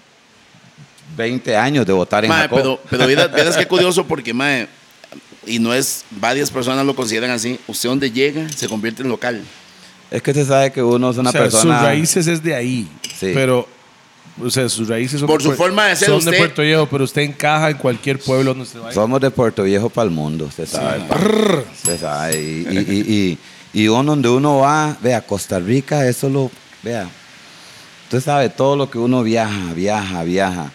Speaker 3: 20 años de votar en
Speaker 4: Mae,
Speaker 3: Jacó.
Speaker 4: pero, pero mira, verás
Speaker 1: [laughs]
Speaker 4: qué curioso porque, mae, y no es, varias personas lo consideran así. Usted donde llega se convierte en local.
Speaker 3: Es que se sabe que uno es una
Speaker 1: o sea,
Speaker 3: persona.
Speaker 1: sus raíces es de ahí.
Speaker 3: Sí.
Speaker 1: Pero, o sea, sus raíces son,
Speaker 4: Por
Speaker 1: de
Speaker 4: su
Speaker 1: Puer-
Speaker 4: forma de ser
Speaker 1: son de
Speaker 4: usted.
Speaker 1: Puerto Viejo, pero usted encaja en cualquier pueblo donde usted vaya.
Speaker 3: Somos de Puerto Viejo para el mundo, usted sabe. pa. Usted sabe. Y, y, y, y, y uno donde uno va, vea, Costa Rica, eso lo, vea. Usted sabe, todo lo que uno viaja, viaja, viaja.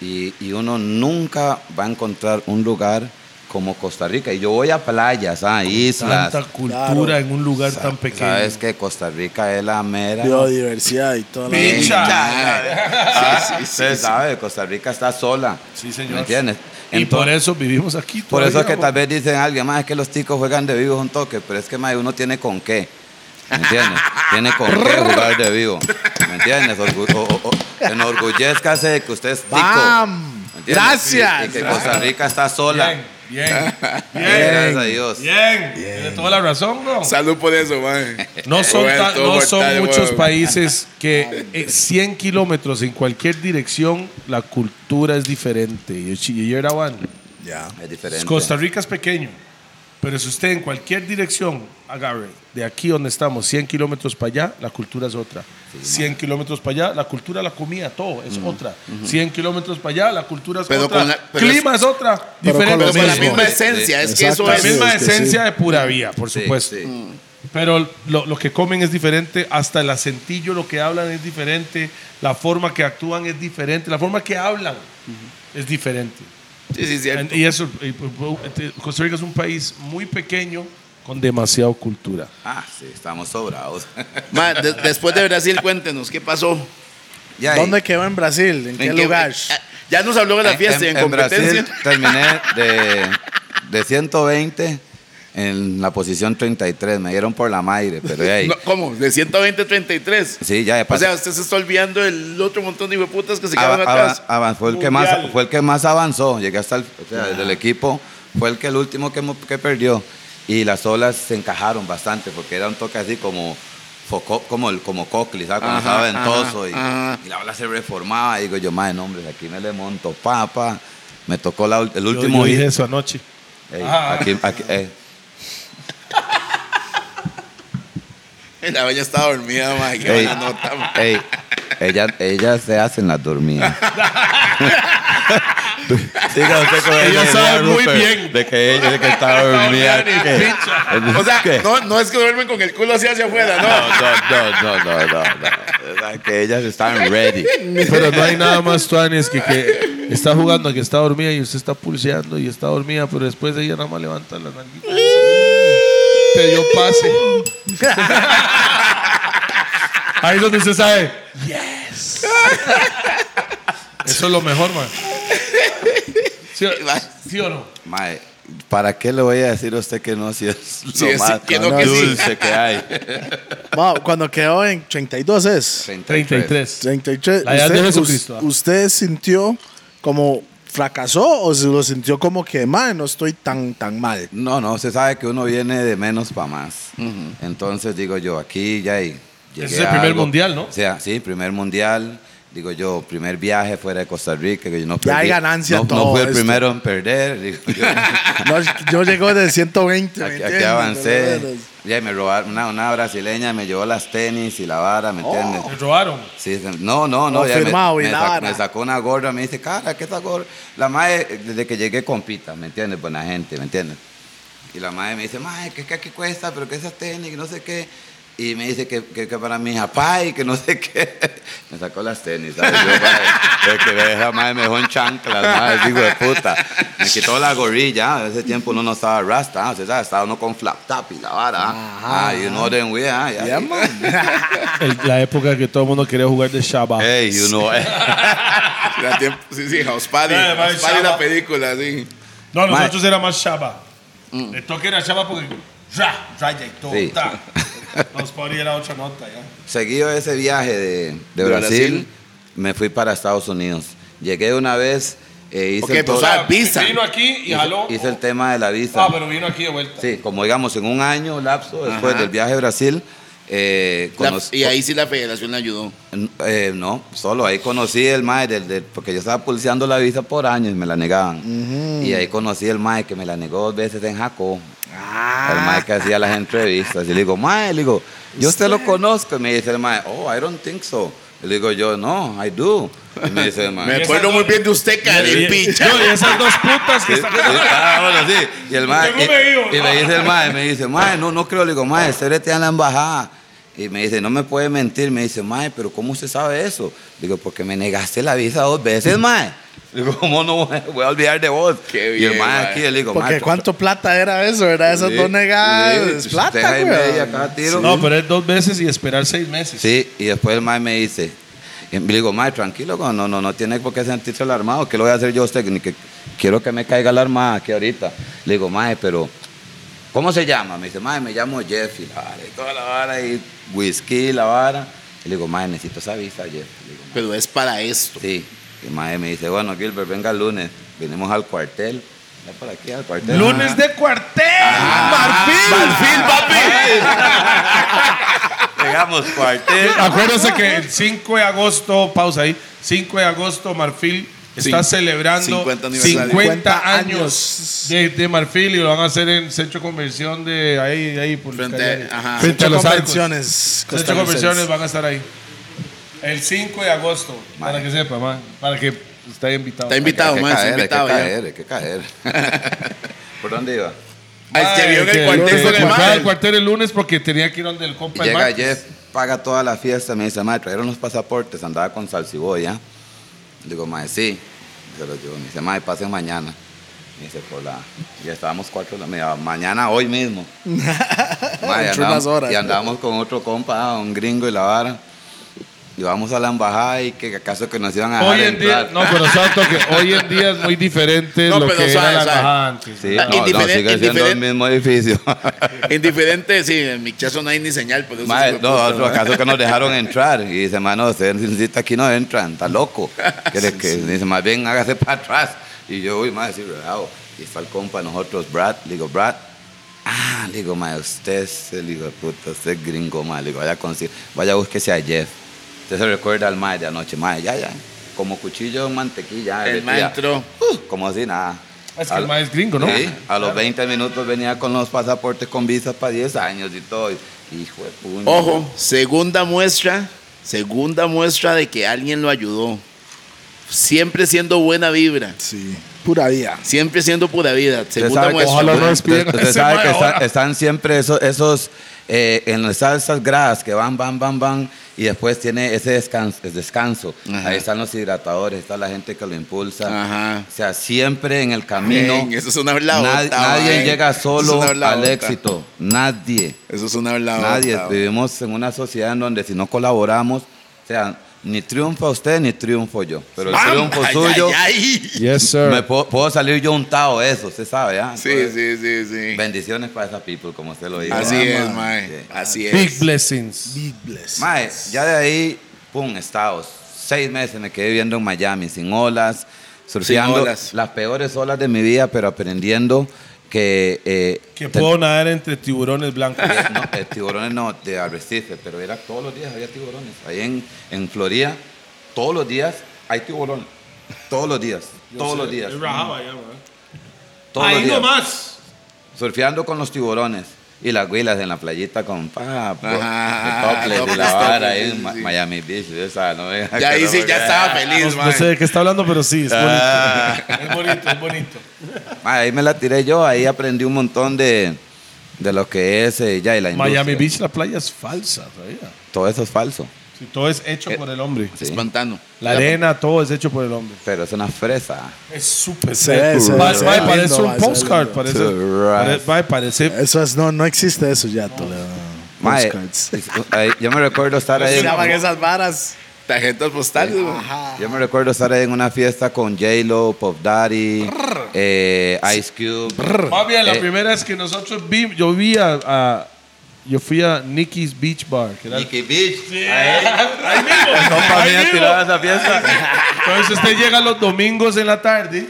Speaker 3: Y, y uno nunca va a encontrar un lugar como Costa Rica. Y yo voy a playas, a islas.
Speaker 1: Tanta cultura
Speaker 2: Claro.
Speaker 1: en un lugar
Speaker 3: Sa-
Speaker 1: tan pequeño.
Speaker 3: Sabes que Costa Rica es la mera.
Speaker 2: Biodiversidad y todo.
Speaker 1: Picha.
Speaker 3: Ah, Usted sabe, Costa Rica está sola.
Speaker 1: Sí, señor.
Speaker 3: ¿Me entiendes?
Speaker 1: y por
Speaker 3: Entonces-
Speaker 1: eso vivimos aquí.
Speaker 3: Por eso es
Speaker 1: todavía,
Speaker 3: que
Speaker 1: güey.
Speaker 3: tal vez dicen alguien más, es que los ticos juegan de vivo un toque, pero es que más uno tiene con qué. ¿Me
Speaker 1: [laughs]
Speaker 3: entiendes? Tiene con qué jugar de vivo. ¿Me entiendes? Orgu- o- o- o- enorgullezcase de que usted es tico.
Speaker 2: ¡Bam!
Speaker 3: ¿me entiendes?
Speaker 2: Gracias.
Speaker 3: Y, y que Costa Rica está sola.
Speaker 1: Bien, bien,
Speaker 3: [laughs]
Speaker 1: bien,
Speaker 3: Gracias a Dios.
Speaker 1: bien. Tiene toda la razón, bro.
Speaker 4: Salud por eso, [laughs] man.
Speaker 1: No son,
Speaker 4: Bueno,
Speaker 1: tan-
Speaker 4: todo
Speaker 1: no
Speaker 4: mortal,
Speaker 1: son
Speaker 4: bueno.
Speaker 3: [laughs]
Speaker 1: muchos países que eh, 100 kilómetros en cualquier dirección la cultura es diferente. You sh- you hear that one?
Speaker 2: Ya.
Speaker 3: Es diferente.
Speaker 1: Costa Rica es pequeño, pero si usted en cualquier dirección agarre de aquí donde estamos 100 kilómetros para allá, la cultura es otra. 100 kilómetros para allá, la cultura, la comida, todo es otra. 100 kilómetros para allá, la cultura es
Speaker 4: Pero
Speaker 1: otra.
Speaker 4: con la- pero
Speaker 1: Clima es, otra.
Speaker 2: Pero con
Speaker 1: Diferente.
Speaker 4: Pero con la
Speaker 2: mismo.
Speaker 4: misma esencia, es que
Speaker 2: Exacto.
Speaker 4: eso
Speaker 1: La
Speaker 4: es.
Speaker 1: misma
Speaker 2: Sí, es que
Speaker 1: esencia de pura vía, por
Speaker 3: Sí,
Speaker 1: supuesto.
Speaker 3: sí.
Speaker 4: Mm.
Speaker 1: Pero lo, lo que comen es diferente, hasta el acentillo, lo que hablan es diferente, la forma que actúan es diferente, la forma que hablan es diferente.
Speaker 4: Sí, sí, cierto.
Speaker 1: Y eso, y, pues, pues, Costa Rica es un país muy pequeño con demasiada cultura.
Speaker 3: Ah, sí, estamos sobrados. [laughs]
Speaker 4: Ma, de- después de Brasil, cuéntenos, ¿qué pasó?
Speaker 3: Y ahí-
Speaker 2: ¿Dónde quedó en Brasil? ¿En qué lugar?
Speaker 4: eh, Ya nos habló de la fiesta en, competencia.
Speaker 3: Brasil
Speaker 4: [laughs]
Speaker 3: terminé de, de 120 en la posición 33. Me dieron por la madre, pero hey,
Speaker 4: No, ¿Cómo? ¿De 120 a 33?
Speaker 3: sí, ya de
Speaker 4: O
Speaker 3: paso-
Speaker 4: sea, usted se está olvidando el otro montón de putas que se
Speaker 3: Ava-
Speaker 4: quedaron
Speaker 3: ava-
Speaker 4: atrás.
Speaker 3: avan- fue, el que más,
Speaker 1: Mundial.
Speaker 3: fue el que más avanzó. Llegué hasta el, o sea, desde el equipo. Fue el que el último que, mo- que perdió. Y las olas se encajaron bastante porque era un toque así como foco, como el como cocli, ¿sabes? Como
Speaker 4: Ajá,
Speaker 3: estaba ventoso
Speaker 4: ajá,
Speaker 3: y,
Speaker 4: ajá.
Speaker 3: y la ola se reformaba. Y digo yo, madre, no, hombre, aquí me le monto papa. Me tocó la ul- el
Speaker 1: Yo-
Speaker 3: último
Speaker 1: yo
Speaker 3: hit.
Speaker 1: dije eso anoche.
Speaker 3: Ey,
Speaker 1: Ah.
Speaker 3: aquí, aquí, eh.
Speaker 4: [laughs] La bella está dormida, ma. Qué
Speaker 3: Ey,
Speaker 4: buena nota, ma.
Speaker 3: ey, ella, ella se hacen las
Speaker 4: [laughs]
Speaker 3: dormidas. Siga usted con
Speaker 1: Ella
Speaker 3: idea,
Speaker 1: sabe muy
Speaker 3: Rupert,
Speaker 1: bien.
Speaker 3: De que ella de que está dormida.
Speaker 1: Ni
Speaker 3: que-
Speaker 1: picha.
Speaker 4: O sea,
Speaker 3: ¿Qué?
Speaker 4: no, no es que duermen con el culo así hacia afuera,
Speaker 3: [laughs] No,
Speaker 4: no.
Speaker 3: no, no, no, no, no, no. O sea, Que ellas están ready.
Speaker 1: Pero no hay nada más tuanes que que está jugando, que está dormida y usted está pulseando y está dormida, pero después ella nada más levanta la nalguita. Te dio pase. Ahí es donde usted sabe. Yes. [laughs] Eso es lo mejor, man. ¿Sí, o- sí o no?
Speaker 3: Mae, ¿para qué le voy a decir a usted que no si es lo
Speaker 4: Sí, sí,
Speaker 3: más
Speaker 4: que no, que sí.
Speaker 3: dulce que
Speaker 4: [laughs]
Speaker 3: hay?
Speaker 2: Wow, cuando quedó en 32 es.
Speaker 1: 33.
Speaker 2: 33.
Speaker 1: La edad de
Speaker 2: ¿Usted-
Speaker 1: Jesucristo. ah.
Speaker 2: us- ¿Usted sintió como fracasó o se lo sintió como que, man, no estoy tan, tan mal?
Speaker 3: No, no, se sabe que uno viene de menos para más. Entonces digo yo, aquí ya y llegué
Speaker 1: Ese es el
Speaker 3: a
Speaker 1: primer
Speaker 3: algo.
Speaker 1: mundial, ¿no?
Speaker 3: O sea, sí, primer mundial. Digo yo, primer viaje fuera de Costa Rica, que yo no
Speaker 2: Ya hay ganancia
Speaker 3: no,
Speaker 2: en
Speaker 3: No
Speaker 2: todo
Speaker 3: fui el
Speaker 2: esto.
Speaker 3: primero en perder. digo
Speaker 2: [laughs]
Speaker 3: yo,
Speaker 2: No, yo llegó de 120. ¿me
Speaker 3: aquí, aquí
Speaker 2: entiendes?
Speaker 3: avancé. Ya y me robaron, una, una brasileña me llevó las tenis y la vara, ¿me entiendes?
Speaker 1: Me robaron.
Speaker 3: Sí, se- no, no, no.
Speaker 2: Oh,
Speaker 3: ya me-
Speaker 2: firmado y
Speaker 3: me,
Speaker 2: la
Speaker 3: sac-
Speaker 2: vara.
Speaker 3: me sacó una gorra, me dice, cara, ¿qué está gorra? La madre, eh, desde que llegué, compita, ¿me entiendes? Buena gente, ¿me entiendes? Y la madre me dice, madre, ¿qué, qué, qué cuesta? Pero que esas tenis, no sé qué. Y me dice que, que, que para mi papá y que no sé [laughs] qué. Me sacó las tenis, ¿sabes? Yo, madre, es que me deja, madre, me dejó en chanclas, madre, hijo de puta. Me quitó la gorrilla. En ese tiempo uno no estaba rasta, o sea, estaba uno con flap top y la vara. Ah, you know them way, ah, ya.
Speaker 2: Ya, man.
Speaker 1: El- la época que todo el mundo quería jugar de
Speaker 3: [laughs]
Speaker 1: Shabba.
Speaker 3: Hey, you know.
Speaker 4: Era tiempo- Sí, sí, House Party.
Speaker 1: Ah,
Speaker 4: House
Speaker 1: va,
Speaker 4: Party
Speaker 1: chava.
Speaker 4: la película, sí.
Speaker 1: No,
Speaker 3: Mae.
Speaker 1: nosotros era más Shabba. El toque era Shabba porque ra, raya y todo.
Speaker 3: Mm. Sí.
Speaker 1: ta. Los Party era otra nota ya.
Speaker 3: Seguido de ese viaje de, de Brasil,
Speaker 4: Brasil?
Speaker 3: me fui para Estados Unidos. Llegué de una vez, eh, hice,
Speaker 4: Ok,
Speaker 3: el to-
Speaker 4: pues, O sea, visa.
Speaker 1: Vino aquí y
Speaker 3: hice-
Speaker 1: jaló.
Speaker 3: hice el tema de la visa.
Speaker 1: Ah, pero vino aquí de vuelta.
Speaker 3: Sí, como digamos, en un año lapso después
Speaker 4: Ajá.
Speaker 3: del viaje a Brasil, eh,
Speaker 4: La-
Speaker 3: conoc-
Speaker 4: y ahí sí la federación le ayudó.
Speaker 3: eh, no, solo ahí conocí el MAE, del, del- porque yo estaba pulseando la visa por años y me la negaban. Y ahí conocí el MAE que me la negó dos veces en Jaco. El MAE que hacía las entrevistas. Y le digo, MAE, le digo, yo usted lo conozco. Y me dice el mae, oh, I don't think so. Y le digo yo, no, I do. Y me dice el
Speaker 4: Me
Speaker 3: mae.
Speaker 4: acuerdo muy bien de usted, caripicha.
Speaker 1: No, y esas dos putas que
Speaker 3: Sí, sí,
Speaker 1: están.
Speaker 3: ah, bueno, sí. Y el mae,
Speaker 1: Tengo un
Speaker 3: y,
Speaker 1: amigo.
Speaker 3: y me dice el mae, me dice, mae, no, no creo. Le digo, mae, usted está en la embajada. Y me dice, no me puede mentir. Me dice, mae, pero ¿cómo usted sabe eso? Le digo, porque me negaste la visa dos veces, mae. Le digo, ¿cómo no voy a- voy a olvidar de vos?
Speaker 4: Qué
Speaker 3: y el
Speaker 4: bien,
Speaker 3: mae
Speaker 4: mae.
Speaker 3: aquí, le digo, mae.
Speaker 2: Porque
Speaker 3: to-
Speaker 2: cuánto plata era eso, ¿verdad? Esas
Speaker 3: Sí,
Speaker 2: dos negadas.
Speaker 3: sí,
Speaker 2: es
Speaker 3: usted
Speaker 2: plata,
Speaker 3: ahí media
Speaker 2: güey.
Speaker 3: cada tiro.
Speaker 1: No, pero es dos veces y esperar seis meses.
Speaker 3: Sí, y después el mae me dice, y le digo, mae, tranquilo, go, no, no, no tiene por qué sentirse alarmado, ¿qué lo voy a hacer yo a usted? Ni que quiero que me caiga alarmada aquí ahorita. Le digo, mae, pero, ¿cómo se llama? Me dice, mae, me llamo Jeffy, la vara, y toda la vara, y whisky, la vara. Y le digo, mae, necesito esa visa, Jeffy. Le digo,
Speaker 4: Pero es para esto.
Speaker 3: sí. Y el mae me dice, bueno, Gilbert, venga el lunes, venimos al cuartel. Ya por aquí, al cuartel.
Speaker 1: Lunes de cuartel.
Speaker 3: Ah,
Speaker 1: Marfil.
Speaker 3: [laughs] Llegamos, cuartel.
Speaker 1: Acuérdense que el 5 de agosto, pausa ahí, 5 de agosto Marfil está
Speaker 4: Cin-
Speaker 1: celebrando 50,
Speaker 4: 50 aniversario.
Speaker 2: 50
Speaker 1: años de, de Marfil y lo van a hacer en centro de conversión de ahí, ahí por
Speaker 4: Frente
Speaker 1: calle.
Speaker 4: a- ajá.
Speaker 1: Frente a los arcos. Centro
Speaker 2: convenciones.
Speaker 1: de conversiones van a estar ahí. El 5 de agosto, para
Speaker 3: Madre.
Speaker 1: que sepa, man, para que esté invitado.
Speaker 4: Está invitado,
Speaker 3: Hay que
Speaker 4: mae, está
Speaker 3: caer, hay que
Speaker 4: invitado. ya.
Speaker 3: caer, hay que caer. [laughs] ¿Por dónde iba?
Speaker 4: Ay, se vio en el cuartel
Speaker 2: lunes
Speaker 4: con
Speaker 2: de
Speaker 4: el
Speaker 2: cuartel,
Speaker 4: mae.
Speaker 1: el Ah, cuartel el lunes porque tenía que ir donde el
Speaker 4: Pues,
Speaker 1: compa el
Speaker 3: Llega
Speaker 1: martes.
Speaker 3: Jeff, paga toda la fiesta, me dice, madre, trajeron los pasaportes, andaba con salsiboya. Digo, madre, sí. Se los llevo. Me dice, madre, pasen mañana. Me dice, por la... Ya estábamos cuatro de la media, mañana, hoy
Speaker 4: [laughs]
Speaker 3: mismo. Mae,
Speaker 2: Entre
Speaker 3: andábamos-
Speaker 2: unas horas.
Speaker 3: Y andábamos con otro compa, ah, un gringo y la vara. Y vamos a la embajada y que acaso que nos iban a dejar
Speaker 1: Hoy en día,
Speaker 3: entrar.
Speaker 1: no, pero santo que hoy en día es muy diferente
Speaker 4: [laughs] No,
Speaker 1: lo
Speaker 4: pero
Speaker 1: que era
Speaker 4: suave,
Speaker 1: la
Speaker 4: suave.
Speaker 1: embajada antes.
Speaker 3: Sí,
Speaker 4: Ah,
Speaker 3: no, no,
Speaker 4: indiferente-
Speaker 3: sigue siendo el
Speaker 4: indiferente.
Speaker 3: mismo edificio. [laughs]
Speaker 4: Indiferente, sí, en mi chazo no hay ni señal, pero eso
Speaker 3: Mae,
Speaker 4: sí me
Speaker 3: no,
Speaker 4: gusta,
Speaker 3: otro
Speaker 4: mae.
Speaker 3: caso que nos dejaron entrar y dice, mano, ustedes necesitan aquí no entran, está loco.
Speaker 4: [laughs]
Speaker 3: ¿Quieres que? Dice, más bien hágase para atrás. Y yo, uy, madre, sí, relajado. Y está el compa de nosotros, Brad. Le digo, Brad, ah, le digo, madre, usted es el hijo de puta, usted es gringo, madre. Le digo, vaya, consi- vaya, búsquese a Jeff. Usted se recuerda al madre de anoche, madre, ya, ya. Como cuchillo en mantequilla.
Speaker 4: El mae
Speaker 3: derretida.
Speaker 4: entró.
Speaker 3: Uh, como así, nada.
Speaker 1: Es que
Speaker 3: Al-
Speaker 1: el mae es gringo, ¿no?
Speaker 3: Sí, a los 20 minutos venía con los pasaportes con visas para 10 años y todo. Hijo de puño.
Speaker 4: Ojo, segunda muestra, segunda muestra de que alguien lo ayudó. Siempre siendo buena vibra,
Speaker 2: Sí. Pura vida.
Speaker 4: siempre siendo pura vida.
Speaker 3: Usted
Speaker 4: Segunda
Speaker 3: sabe que-
Speaker 4: muestra.
Speaker 1: ojalá
Speaker 3: usted-
Speaker 1: no despidan
Speaker 3: usted-
Speaker 1: a
Speaker 3: usted
Speaker 1: ese
Speaker 3: sabe
Speaker 1: mae
Speaker 3: que está-
Speaker 1: ahora.
Speaker 3: están siempre esos, esos eh, en las salsas grasas que van, van, van, van, y después tiene ese descanso. el descanso.
Speaker 4: Ajá.
Speaker 3: Ahí están los hidratadores, está la gente que lo impulsa.
Speaker 4: Ajá.
Speaker 3: O sea, siempre en el camino.
Speaker 4: Ven, eso es una verdad
Speaker 3: nad-
Speaker 4: bota,
Speaker 3: nadie
Speaker 4: mae.
Speaker 3: llega
Speaker 4: Eso es una
Speaker 3: solo
Speaker 4: verdad
Speaker 3: al
Speaker 4: bota.
Speaker 3: éxito. Nadie.
Speaker 4: Eso es una verdad.
Speaker 3: Nadie.
Speaker 4: bota,
Speaker 3: Vivimos en una sociedad en donde si no colaboramos, o sea, ni triunfa usted ni triunfo yo. Pero el
Speaker 4: mae.
Speaker 3: triunfo
Speaker 4: Ay,
Speaker 3: suyo,
Speaker 4: ay, ay.
Speaker 1: Yes,
Speaker 3: me puedo, puedo salir yo untado de eso, usted sabe, ¿ah?
Speaker 4: Sí, sí, sí, sí.
Speaker 3: Bendiciones para esa people, como usted lo dijo.
Speaker 4: Así
Speaker 3: Ah,
Speaker 4: es,
Speaker 3: ma.
Speaker 4: mae.
Speaker 3: Sí.
Speaker 4: Así
Speaker 1: Big
Speaker 4: es.
Speaker 1: blessings.
Speaker 2: Big bless.
Speaker 3: Mae, ya de ahí, pum, Estados. Seis meses me quedé viviendo en Miami, sin olas, surfeando
Speaker 4: olas.
Speaker 3: las peores olas de mi vida, pero aprendiendo que... eh,
Speaker 1: Que
Speaker 3: ten-
Speaker 1: puedo nadar entre tiburones blancos.
Speaker 3: eh, no, eh, tiburones no, de arrecife, pero era todos los días había tiburones. Ahí en, en Florida, todos los días hay tiburones. Todos los días, [laughs] todos los días. Todos los
Speaker 1: Ahí
Speaker 3: días.
Speaker 1: nomás.
Speaker 3: surfeando con los tiburones y las güilas en la playita con pa, po-
Speaker 4: Ajá,
Speaker 3: el topless y la
Speaker 4: topless,
Speaker 3: vara
Speaker 4: topless,
Speaker 3: ahí
Speaker 4: sí,
Speaker 3: en Ma-
Speaker 4: sí.
Speaker 3: Miami Beach, ya sabes, ¿no? [laughs]
Speaker 4: Ya ahí sí, ya estaba feliz,
Speaker 1: No, no
Speaker 4: mae.
Speaker 1: sé de qué está hablando, pero sí, es bonito.
Speaker 3: Ah.
Speaker 1: Es bonito,
Speaker 3: [laughs]
Speaker 1: es bonito.
Speaker 3: Ma, Ahí me la tiré yo, ahí aprendí un montón de, de lo que es eh, ya y la industria.
Speaker 1: Miami Beach, la playa es falsa todavía.
Speaker 3: Todo eso es falso.
Speaker 1: Si todo es hecho por el hombre.
Speaker 3: Eh, sí.
Speaker 4: Espantando.
Speaker 1: La arena, todo es hecho por el hombre.
Speaker 3: Pero es una fresa.
Speaker 1: Es súper
Speaker 2: Se ve, se ve,
Speaker 1: Va-
Speaker 2: se
Speaker 1: va-
Speaker 2: ve
Speaker 1: Parece
Speaker 2: lindo,
Speaker 1: un
Speaker 2: va, se ve
Speaker 1: postcard.
Speaker 2: lindo.
Speaker 1: Parece,
Speaker 3: To the
Speaker 1: pare-
Speaker 3: right. Eh,
Speaker 1: va, parece
Speaker 2: Eso es, no, no existe eso ya, Toledo.
Speaker 3: Ma, eh,
Speaker 2: Postcards.
Speaker 3: es- ahí- yo me recuerdo estar ahí.
Speaker 2: Se
Speaker 3: en-
Speaker 2: llaman esas varas.
Speaker 4: Tarjetas postales, güey.
Speaker 3: Yo me recuerdo estar ahí en una fiesta con J-Lo, Pop Daddy, eh, Ice Cube.
Speaker 1: Más bien, la
Speaker 3: Eh,
Speaker 1: primera vez que nosotros vi, yo vi a, a- yo fui a Nicky's Beach Bar, que era
Speaker 3: Nicky Beach.
Speaker 1: ahí mismo,
Speaker 3: Compa
Speaker 1: ahí
Speaker 3: mía
Speaker 1: mismo.
Speaker 3: tirada esa fiesta.
Speaker 1: Entonces usted llega los domingos en la tarde,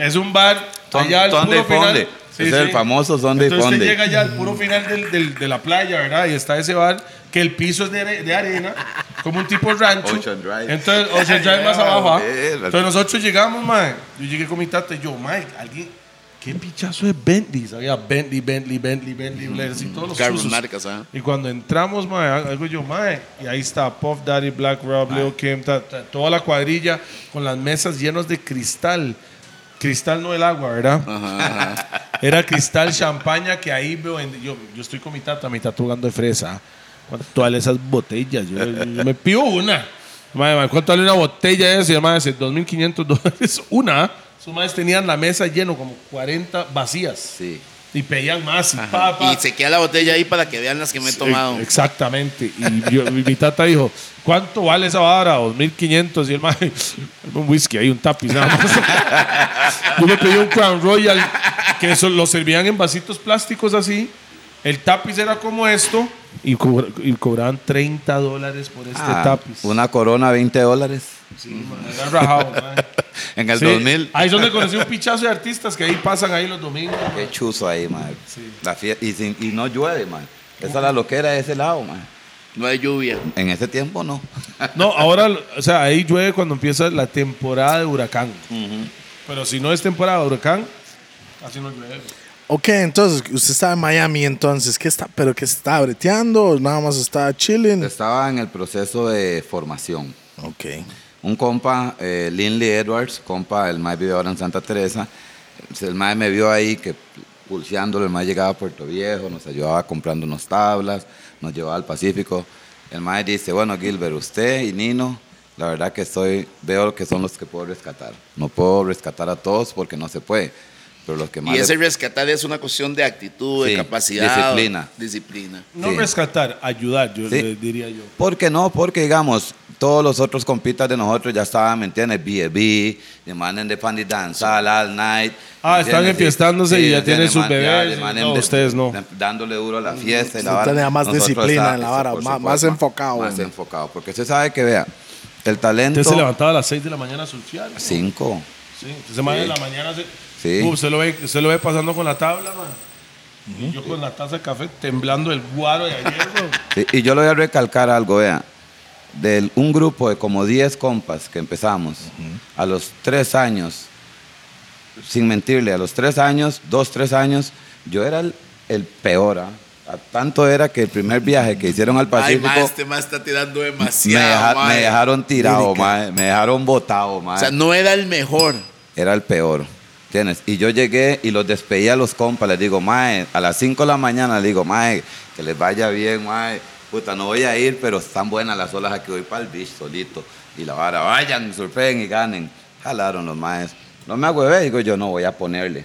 Speaker 1: es un bar
Speaker 3: Son-
Speaker 1: allá al
Speaker 3: son
Speaker 1: puro
Speaker 3: de
Speaker 1: final.
Speaker 3: fonde. Ese es el famoso son de
Speaker 1: Entonces
Speaker 3: fonde.
Speaker 1: usted llega allá al puro final del- del- de la playa, ¿verdad? Y está ese bar que el piso es de, are- de arena, como un tipo rancho.
Speaker 3: Ocean Drive.
Speaker 1: Entonces Ocean Drive más abajo. ¿ah?
Speaker 3: Eh, la-
Speaker 1: Entonces nosotros llegamos, man. Yo llegué con mi tata y yo, Mike, alguien que qué pichazo de Bentley. Había Bentley, Bentley, Bentley, Bentley, Blares y todos los
Speaker 4: Carlos
Speaker 1: chuzos.
Speaker 4: Marcas, ¿ah?
Speaker 1: Y cuando entramos, mae, algo yo, mae, y ahí está Puff Daddy, Black Rob, Leo Kim, ta- ta- toda la cuadrilla con las mesas llenas de cristal. Cristal no el agua, ¿verdad? [laughs] Era cristal champaña que ahí veo. en- yo, yo estoy con mi tata, mi tata jugando de fresa. ¿Cuánto valen esas botellas? Yo, yo me pido una. Mae, mae, ¿Cuánto vale una botella de eso? Y el mae dice, 2.500 dólares. [laughs] Una. Sus madres tenían la mesa lleno, como 40 vacías.
Speaker 3: Sí.
Speaker 1: Y pedían más. Y, pa, pa.
Speaker 4: Y se queda la botella ahí para que vean las que me he tomado.
Speaker 1: Eh, Exactamente. Y yo- mi tata dijo, ¿cuánto vale esa vara? 2.500. Y el mae, un whisky, hay un tapiz nada más. [laughs] yo me pedí un Crown Royal, que eso lo servían en vasitos plásticos así. El tapiz era como esto. Y, cobra- y cobraban 30 dólares por este
Speaker 3: Ah,
Speaker 1: tapiz.
Speaker 3: Una corona, 20 dólares.
Speaker 1: Era rajado, mae.
Speaker 3: [laughs] En el
Speaker 1: Sí,
Speaker 3: 2000.
Speaker 1: Ahí es donde conocí un pichazo de artistas que ahí pasan ahí los domingos.
Speaker 3: Qué chuzo ahí, man. La fie- y, sin- y no llueve, man. Esa es la loquera de ese lado, man.
Speaker 4: No hay lluvia.
Speaker 3: En ese tiempo
Speaker 1: [laughs]
Speaker 3: no.
Speaker 1: No, ahora, o sea, ahí llueve cuando empieza la temporada de huracán. Pero si no es temporada de huracán, así no llueve.
Speaker 2: Ok, entonces, usted está en Miami, entonces, ¿qué está? ¿Pero qué está breteando? ¿O nada más está chilling?
Speaker 3: Estaba en el proceso de formación.
Speaker 2: Ok.
Speaker 3: Un compa, eh, Linley Edwards, compa, el más vive ahora en Santa Teresa. El más me vio ahí que pulseándolo, el más llegaba a Puerto Viejo, nos ayudaba comprando unas tablas, nos llevaba al Pacífico. El más dice, bueno, Gilbert, usted y Nino, la verdad que estoy, veo que son los que puedo rescatar. No puedo rescatar a todos porque no se puede, pero los que más...
Speaker 4: Y
Speaker 3: le-
Speaker 4: ese rescatar es una cuestión de actitud, de
Speaker 3: Sí,
Speaker 4: capacidad.
Speaker 3: disciplina.
Speaker 4: Disciplina.
Speaker 1: No
Speaker 3: Sí.
Speaker 1: rescatar, ayudar, yo
Speaker 3: Sí.
Speaker 1: le diría yo.
Speaker 3: ¿Por qué no? Porque, digamos, todos los otros compitas de nosotros ya estaban, ¿me entiendes? B&B, de manen de Pandy Dance, Last Night.
Speaker 1: Ah,
Speaker 3: ¿me
Speaker 1: están
Speaker 3: entiendes?
Speaker 1: enfiestándose y
Speaker 3: ¿me
Speaker 1: ya
Speaker 3: entiendes?
Speaker 1: tienen sus
Speaker 3: Man- ya,
Speaker 1: bebés,
Speaker 3: de manen
Speaker 1: no,
Speaker 3: de-
Speaker 1: ustedes no.
Speaker 3: de- dándole duro a la fiesta y la
Speaker 2: Mm, Usted
Speaker 3: vara.
Speaker 2: tenía más
Speaker 3: Nosotros
Speaker 2: disciplina en la
Speaker 3: eso,
Speaker 2: vara,
Speaker 3: por
Speaker 2: ma- más enfocado,
Speaker 3: Más
Speaker 2: bueno.
Speaker 3: enfocado, porque usted sabe que, vea, el talento...
Speaker 1: Usted se levantaba a las 6 de la mañana a surfear. ¿no?
Speaker 3: Cinco.
Speaker 1: Sí, Usted se maneja en la mañana. Se,
Speaker 3: Sí.
Speaker 1: Uh, se, lo ve, se lo ve pasando con la tabla, man. Y yo con la taza de café temblando el guaro de ayer,
Speaker 3: [laughs]
Speaker 1: bro.
Speaker 3: Sí, Y yo le voy a recalcar algo, vea. De un grupo de como 10 compas que empezamos, a los 3 años, sin mentirle, a los 3 años, 2, 3 años, yo era el, el peor. ¿ah? A- Tanto era que el primer viaje que hicieron al
Speaker 4: Ay,
Speaker 3: Pacífico
Speaker 4: ma, este más está tirando
Speaker 3: me,
Speaker 4: demasiado.
Speaker 3: deja-
Speaker 4: ma.
Speaker 3: me dejaron tirado, mae, me dejaron botado. mae.
Speaker 4: O sea, no era el mejor.
Speaker 3: Era el peor. ¿Entiendes? Y yo llegué y los despedí a los compas. Les digo, mae, a las 5 de la mañana, les digo, mae, que les vaya bien, mae. Puta, no voy a ir, pero están buenas las olas aquí. Voy para el beach solito. Y la vara, vayan, surfeen y ganen. Jalaron los maes. No me agüevé, digo yo, no voy a ponerle.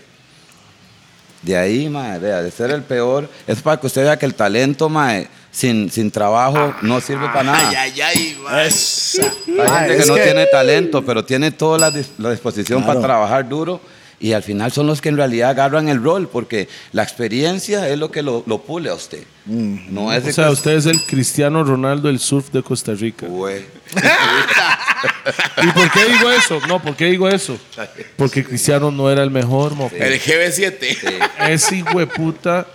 Speaker 3: De ahí, mae, vea, de ser el peor, es para que usted vea que el talento, mae, sin, sin trabajo Ah, no sirve para
Speaker 4: [laughs]
Speaker 3: nada.
Speaker 4: Ay, ay, ay, ma.
Speaker 3: Hay
Speaker 2: Ah,
Speaker 3: gente
Speaker 2: es
Speaker 3: que no
Speaker 2: que-
Speaker 3: tiene talento, pero tiene toda la, dis- la disposición
Speaker 2: Claro.
Speaker 3: para trabajar duro y al final son los que en realidad agarran el rol porque la experiencia es lo que lo, lo pule a usted.
Speaker 4: Mm.
Speaker 3: No es de
Speaker 1: O sea,
Speaker 3: que-
Speaker 1: usted es el Cristiano Ronaldo del surf de Costa Rica.
Speaker 3: Güey.
Speaker 1: ¿Y por qué digo eso? No, ¿por qué digo
Speaker 3: [laughs]
Speaker 1: eso? Porque Cristiano no era el mejor, mofe.
Speaker 4: El GB7.
Speaker 1: Ese hijo de puta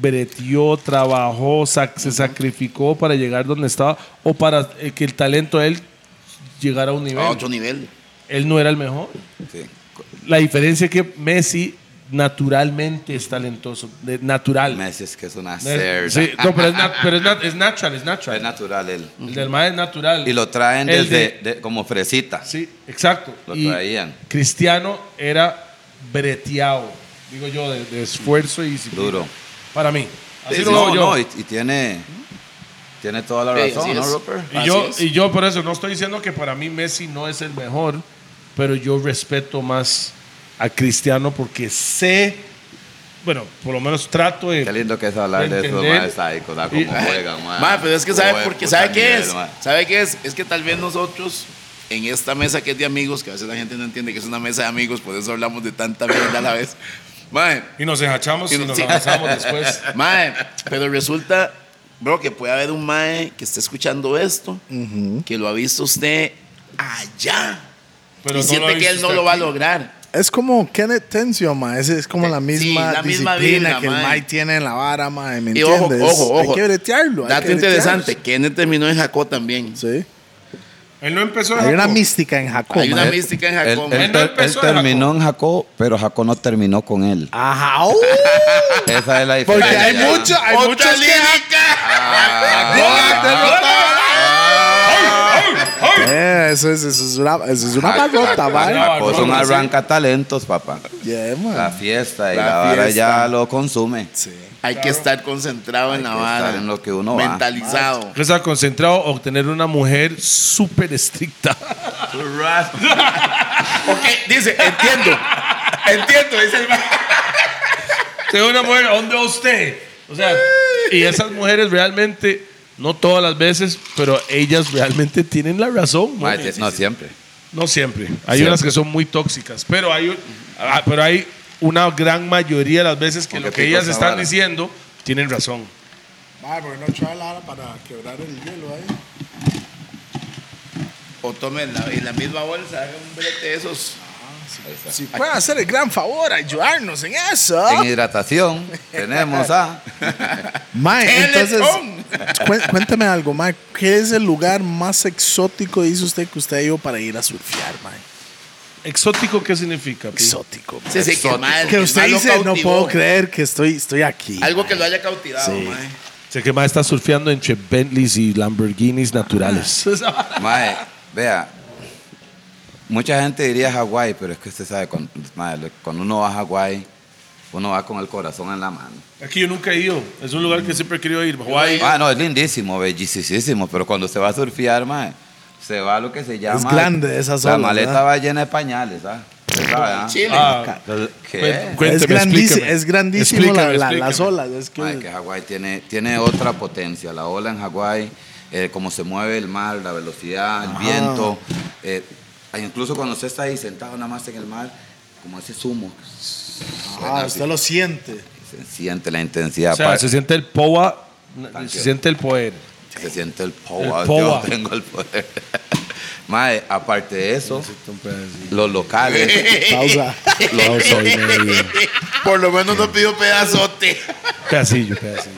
Speaker 1: breteó, trabajó, sac- se sacrificó para llegar donde estaba o para eh, que el talento de él llegara a un nivel.
Speaker 4: [laughs] A
Speaker 3: Ah,
Speaker 4: otro nivel.
Speaker 1: Él no era el mejor.
Speaker 3: Sí.
Speaker 1: La diferencia es que Messi naturalmente es talentoso, de- natural.
Speaker 3: Messi es que es una cerda. Ah,
Speaker 1: Eh, sí, no, pero es, nat- pero es nat- es natural, es
Speaker 3: Es
Speaker 1: natural.
Speaker 3: natural él.
Speaker 1: El del más es natural.
Speaker 3: Y lo traen
Speaker 1: El de-
Speaker 3: desde de- como fresita.
Speaker 1: Sí, exacto.
Speaker 3: Lo
Speaker 1: Y
Speaker 3: traían.
Speaker 1: Cristiano era breteado, digo yo, de, de esfuerzo y disciplina.
Speaker 3: Duro.
Speaker 1: Para mí. Así
Speaker 3: Sí,
Speaker 1: lo
Speaker 3: no,
Speaker 1: veo yo.
Speaker 3: no, y, y tiene, tiene toda la
Speaker 4: Sí,
Speaker 3: razón,
Speaker 4: así
Speaker 3: ¿no,
Speaker 4: es.
Speaker 3: Rupert?
Speaker 1: Y
Speaker 4: Así
Speaker 1: yo,
Speaker 4: es.
Speaker 1: y yo por eso no estoy diciendo que para mí Messi no es el mejor, pero yo respeto más a Cristiano porque sé, bueno, por lo menos trato de...
Speaker 3: Qué lindo que es hablar de eso,
Speaker 1: Entender.
Speaker 3: mae, sádico, da
Speaker 1: Y-
Speaker 3: como juegan, mae.
Speaker 4: Ma, pero es que sabe
Speaker 3: Joder,
Speaker 4: porque
Speaker 3: puta
Speaker 4: sabe qué
Speaker 3: nivel,
Speaker 4: es.
Speaker 3: mae.
Speaker 4: ¿Sabe qué es? Es que tal vez nosotros en esta mesa que es de amigos, que a veces la gente no entiende que es una mesa de amigos, por eso hablamos de tanta mierda a la vez. Mae,
Speaker 1: Y nos enjachamos y
Speaker 4: Y no-
Speaker 1: nos
Speaker 4: sí.
Speaker 1: abrazamos
Speaker 4: [laughs]
Speaker 1: después.
Speaker 4: Pues, mae, pero resulta, bro, que puede haber un mae que esté escuchando esto, que lo ha visto usted allá
Speaker 1: Pero
Speaker 4: y
Speaker 1: no
Speaker 4: siente
Speaker 1: lo
Speaker 4: que él
Speaker 1: viste
Speaker 4: no lo va a
Speaker 1: aquí.
Speaker 4: lograr.
Speaker 2: Es como Kenneth Tensio, ma. Es, es como la
Speaker 4: Sí,
Speaker 2: misma
Speaker 4: la misma
Speaker 2: disciplina
Speaker 4: vibra,
Speaker 2: que el
Speaker 4: ma.
Speaker 2: Mike tiene en la vara, ma. ¿Me
Speaker 4: Y ojo,
Speaker 2: entiendes?
Speaker 4: ojo,
Speaker 2: Hay
Speaker 4: ojo.
Speaker 2: que bretearlo. hay que
Speaker 4: Dato
Speaker 2: bretearlo.
Speaker 4: interesante, Kenneth terminó en Jacó también.
Speaker 2: Sí.
Speaker 1: Él no empezó en
Speaker 2: Hay una
Speaker 1: Jacob.
Speaker 2: mística en Jacob.
Speaker 4: Hay una
Speaker 2: mae.
Speaker 4: mística en
Speaker 3: Él,
Speaker 4: Jacón.
Speaker 3: él
Speaker 1: Él no
Speaker 3: ter- él
Speaker 1: empezó en
Speaker 3: terminó en Jacob, pero Jacob no terminó con él.
Speaker 2: [laughs] Ajá. uh,
Speaker 3: Esa es la
Speaker 2: porque
Speaker 3: diferencia.
Speaker 2: hay mucho, hay
Speaker 4: Otra Ah,
Speaker 2: muchos que. Eh, eso, es, eso es una, eso es una barrota, mae.
Speaker 1: barrota.
Speaker 3: Jacob pues, son arranca talentos, papá.
Speaker 2: Yeah, mae.
Speaker 4: Ah.
Speaker 3: La fiesta y
Speaker 4: La
Speaker 3: la, vara
Speaker 4: fiesta.
Speaker 3: ya lo consume.
Speaker 2: Sí.
Speaker 4: Hay que estar concentrado en la
Speaker 3: que
Speaker 4: vara.
Speaker 3: estar en lo que uno va.
Speaker 4: Mentalizado.
Speaker 1: Que está concentrado o tener una mujer súper
Speaker 4: [laughs]
Speaker 1: estricta.
Speaker 4: ok, dice, entiendo. entiendo, dice el ma-
Speaker 1: Tengo una mujer, ¿dónde va usted? O sea, y esas mujeres realmente, no todas las veces, pero ellas realmente tienen la razón.
Speaker 3: Ma,
Speaker 1: No,
Speaker 3: te- no siempre.
Speaker 1: No siempre. Hay
Speaker 3: Siempre.
Speaker 1: unas que son muy tóxicas, pero hay, un- ah, pero hay una gran mayoría de las veces que
Speaker 3: Porque
Speaker 1: lo que
Speaker 3: pico
Speaker 1: ellas
Speaker 3: esa
Speaker 1: están
Speaker 3: vara.
Speaker 1: diciendo tienen razón.
Speaker 2: Mae, porque no echaba la para quebrar el hielo ahí.
Speaker 4: O tomen la, en la misma bolsa, hagan un brete de esos.
Speaker 2: Si pueden hacer el gran favor, ayudarnos en eso.
Speaker 3: En hidratación tenemos a
Speaker 2: Mae, entonces, [laughs]
Speaker 4: ¡Teletón!
Speaker 2: cué- cuéntame algo, Mae. ¿Qué es el lugar más exótico, dice usted, que usted ha ido para ir a surfear, Mae?
Speaker 1: ¿Exótico qué significa? Pi?
Speaker 2: Exótico. mae.
Speaker 4: Sí, sí, que, mal,
Speaker 2: Que
Speaker 4: el
Speaker 2: usted
Speaker 4: mal lo
Speaker 2: dice, no
Speaker 4: cautivó.
Speaker 2: puedo creer que estoy, estoy aquí.
Speaker 4: Algo
Speaker 2: mae".
Speaker 4: que lo haya cautivado,
Speaker 2: Sí.
Speaker 4: mae.
Speaker 1: Sé que más está surfeando entre Bentleys y Lamborghinis
Speaker 3: Ah, [laughs]
Speaker 1: naturales.
Speaker 3: Mae, vea, mucha gente diría Hawái, pero es que usted sabe, cuando, mae, lo- cuando uno va a Hawái, uno va con el corazón en la mano.
Speaker 1: Aquí yo nunca he ido. Es un lugar que siempre he querido ir. Hawaii.
Speaker 3: Ah, no, es lindísimo, bellísimo, pero cuando se va a surfear, mae, se va a lo que se llama...
Speaker 2: grande esa
Speaker 3: La
Speaker 2: zona,
Speaker 3: maleta
Speaker 2: ¿verdad?
Speaker 3: va lleena de pañales, ¿ah? Usted sabe, ¿ah?
Speaker 4: Chile.
Speaker 1: Ah,
Speaker 3: ¿Qué?
Speaker 1: cuéntame, cuéntame,
Speaker 2: es, grandísimo,
Speaker 1: explícame.
Speaker 2: es grandísimo la-
Speaker 1: Explícame,
Speaker 2: la- las
Speaker 1: explícame.
Speaker 2: olas. Es que,
Speaker 1: pues,
Speaker 3: Mae, que Hawái tiene, tiene otra potencia. La ola en Hawái, eh, cómo se mueve el mar, la velocidad, el viento. eh, incluso cuando usted está ahí sentado nada más en el mar, como ese zumo.
Speaker 2: Ah,
Speaker 3: suena así,
Speaker 2: usted lo siente.
Speaker 4: Eh,
Speaker 3: Se siente la intensidad.
Speaker 1: O sea,
Speaker 3: pa-
Speaker 1: se siente el poa,
Speaker 3: Thank
Speaker 1: se
Speaker 3: you.
Speaker 1: siente el poder.
Speaker 3: se siente el
Speaker 1: El
Speaker 3: power. Yo
Speaker 1: power.
Speaker 3: tengo el poder. [laughs] Mae, aparte de eso, los
Speaker 2: [laughs]
Speaker 3: locales.
Speaker 4: eh. [laughs]
Speaker 2: Pausa.
Speaker 4: Por lo menos no pidió pedazote.
Speaker 1: Pedacillo, pedacillo.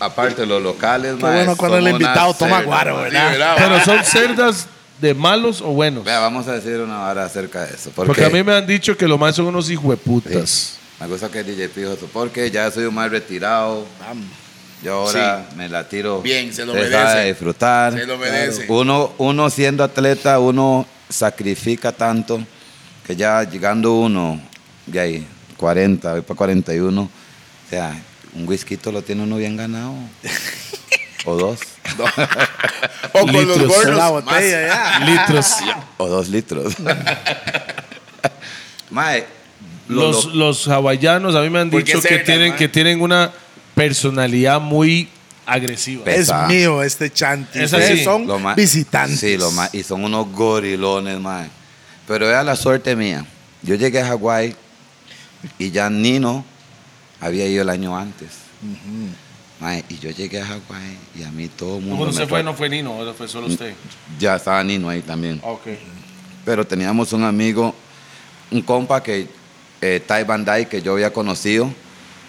Speaker 3: aparte, los locales,
Speaker 2: Qué
Speaker 3: mae,
Speaker 2: bueno cuando
Speaker 3: son
Speaker 2: el invitado
Speaker 3: unas
Speaker 2: toma
Speaker 3: cerdas,
Speaker 2: guaro,
Speaker 3: mae.
Speaker 2: ¿verdad?
Speaker 1: Pero son cerdas de malos o buenos.
Speaker 3: Ah, Vea, vamos a decir una hora acerca de eso.
Speaker 1: Porque a mí me han dicho que los más son unos hijueputas.
Speaker 3: Me gusta que DJ Pijo, eso, porque ya soy un mal retirado. Yo ahora me la tiro.
Speaker 4: Bien, se lo
Speaker 3: usted
Speaker 4: merece.
Speaker 3: sabe disfrutar.
Speaker 4: Se lo merece.
Speaker 3: Uno, uno siendo atleta, uno sacrifica tanto que ya llegando uno, de ahí, 40, voy para 41, o sea, un whisky lo tiene uno bien
Speaker 4: [laughs]
Speaker 3: ganado. o dos.
Speaker 4: O con los
Speaker 1: Litros.
Speaker 2: Con la
Speaker 4: gordos. más.
Speaker 2: botella, ya.
Speaker 3: [laughs]
Speaker 1: Litros.
Speaker 3: O dos
Speaker 4: [laughs]
Speaker 3: litros. Mae, lo-
Speaker 1: Los,
Speaker 3: lo-
Speaker 1: los hawaianos a mí me han
Speaker 4: Porque
Speaker 1: dicho
Speaker 4: es
Speaker 1: que
Speaker 4: cerda,
Speaker 1: tienen,
Speaker 4: ma.
Speaker 1: que tienen una personalidad muy agresiva.
Speaker 3: Pe-
Speaker 2: Es
Speaker 3: Pesa.
Speaker 2: mío este chanti.
Speaker 1: Es
Speaker 2: Ustedes
Speaker 1: así.
Speaker 2: son
Speaker 3: Lo ma-
Speaker 2: visitantes.
Speaker 3: Sí, lo ma- y son unos gorilones, mae. Pero era la suerte mía. Yo llegué a Hawái y ya Nino había ido el año antes. Mae, y yo llegué a Hawái y a mí todo el mundo.
Speaker 1: Cuando
Speaker 3: me
Speaker 1: se fue
Speaker 3: tra-
Speaker 1: no fue Nino, ahora fue solo usted.
Speaker 3: Ya estaba Nino ahí también.
Speaker 1: Ah, ok.
Speaker 3: Pero teníamos un amigo, un compa que, eh, Ty Van Dyke, que yo había conocido.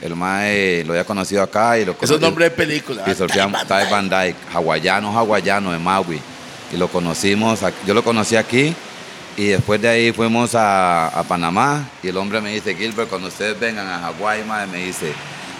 Speaker 3: El mae lo había conocido acá y lo
Speaker 4: Eso es
Speaker 3: conocí-
Speaker 4: nombre de película.
Speaker 3: y surfeamos Ty Van Dyke, hawaiano, hawaiano de Maui. Y lo conocimos, ac- yo lo conocí aquí y después de ahí fuimos a, a Panamá y el hombre me dice, Gilbert, cuando ustedes vengan a Hawái, mae", me dice,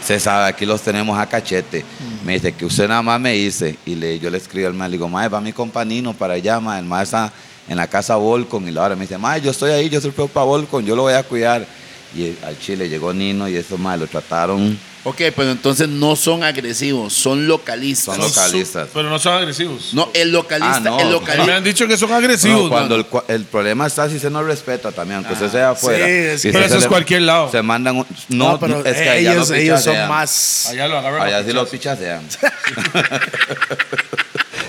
Speaker 3: se sabe, aquí los tenemos a cachete. Me dice, que usted nada más me dice. Y le, yo le escribo al mae, le digo, mae, va mi compañino para allá, mae, el mae está en la casa Volcon y la hora me dice, mae, yo estoy ahí, yo surfeo para Volcon, yo lo voy a cuidar. Y eh, al Chile llegó Nino y eso, mae, lo trataron,
Speaker 4: Ok, pero entonces no son agresivos, son localistas.
Speaker 3: Son localistas.
Speaker 1: su- Pero no son agresivos.
Speaker 4: No, el localista,
Speaker 3: Ah, no.
Speaker 1: A mí
Speaker 4: el
Speaker 1: me han
Speaker 4: localista.
Speaker 1: dicho que son
Speaker 3: No,
Speaker 1: agresivos.
Speaker 3: cuando
Speaker 1: ma.
Speaker 3: el, cua- el problema está si se no respeta también, aunque usted sea afuera.
Speaker 2: Ah, sí, es
Speaker 3: si
Speaker 2: que-
Speaker 1: Pero
Speaker 3: se
Speaker 1: eso
Speaker 3: se
Speaker 1: es
Speaker 3: le-
Speaker 1: cualquier lado.
Speaker 3: Se mandan un-
Speaker 2: No,
Speaker 3: no,
Speaker 2: pero eh,
Speaker 3: es que allá no
Speaker 2: ellos, ellos son
Speaker 3: pichasean.
Speaker 2: más.
Speaker 1: Allá lo agarran. a
Speaker 3: Allá sí
Speaker 1: pichazos.
Speaker 3: los pichasean. [laughs]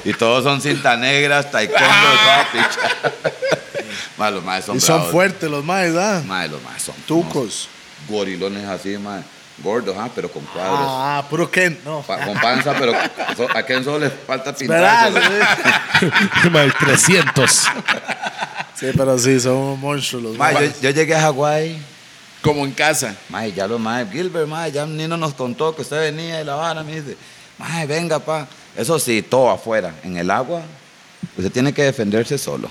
Speaker 3: y todos son cinta negras, taekwondo, todo picha. [laughs] Ma, los más son
Speaker 2: Ah. Y son
Speaker 3: bravos.
Speaker 2: fuertes los maes, ¿ah?
Speaker 3: Ma, los más son
Speaker 2: Tucos.
Speaker 3: unos Gorilones así, ma, gordos, ah, pero con cuadros.
Speaker 2: Ah, puro Ken, no.
Speaker 3: Pa- con panza, pero so- a Ken solo les falta pintar.
Speaker 2: ¿Verdad?
Speaker 1: [laughs] Ma, el 300.
Speaker 2: Sí, pero sí, son monstruos los
Speaker 3: Ma, yo,
Speaker 2: maes.
Speaker 3: yo llegué a Hawái.
Speaker 4: Como en casa.
Speaker 3: Mae, ya lo mae, Gilbert, mae, ya Nino nos contó que usted venía de La Habana, me dice, mae, venga, pa. Eso sí, todo afuera, en el agua, Usted tiene que defenderse solo.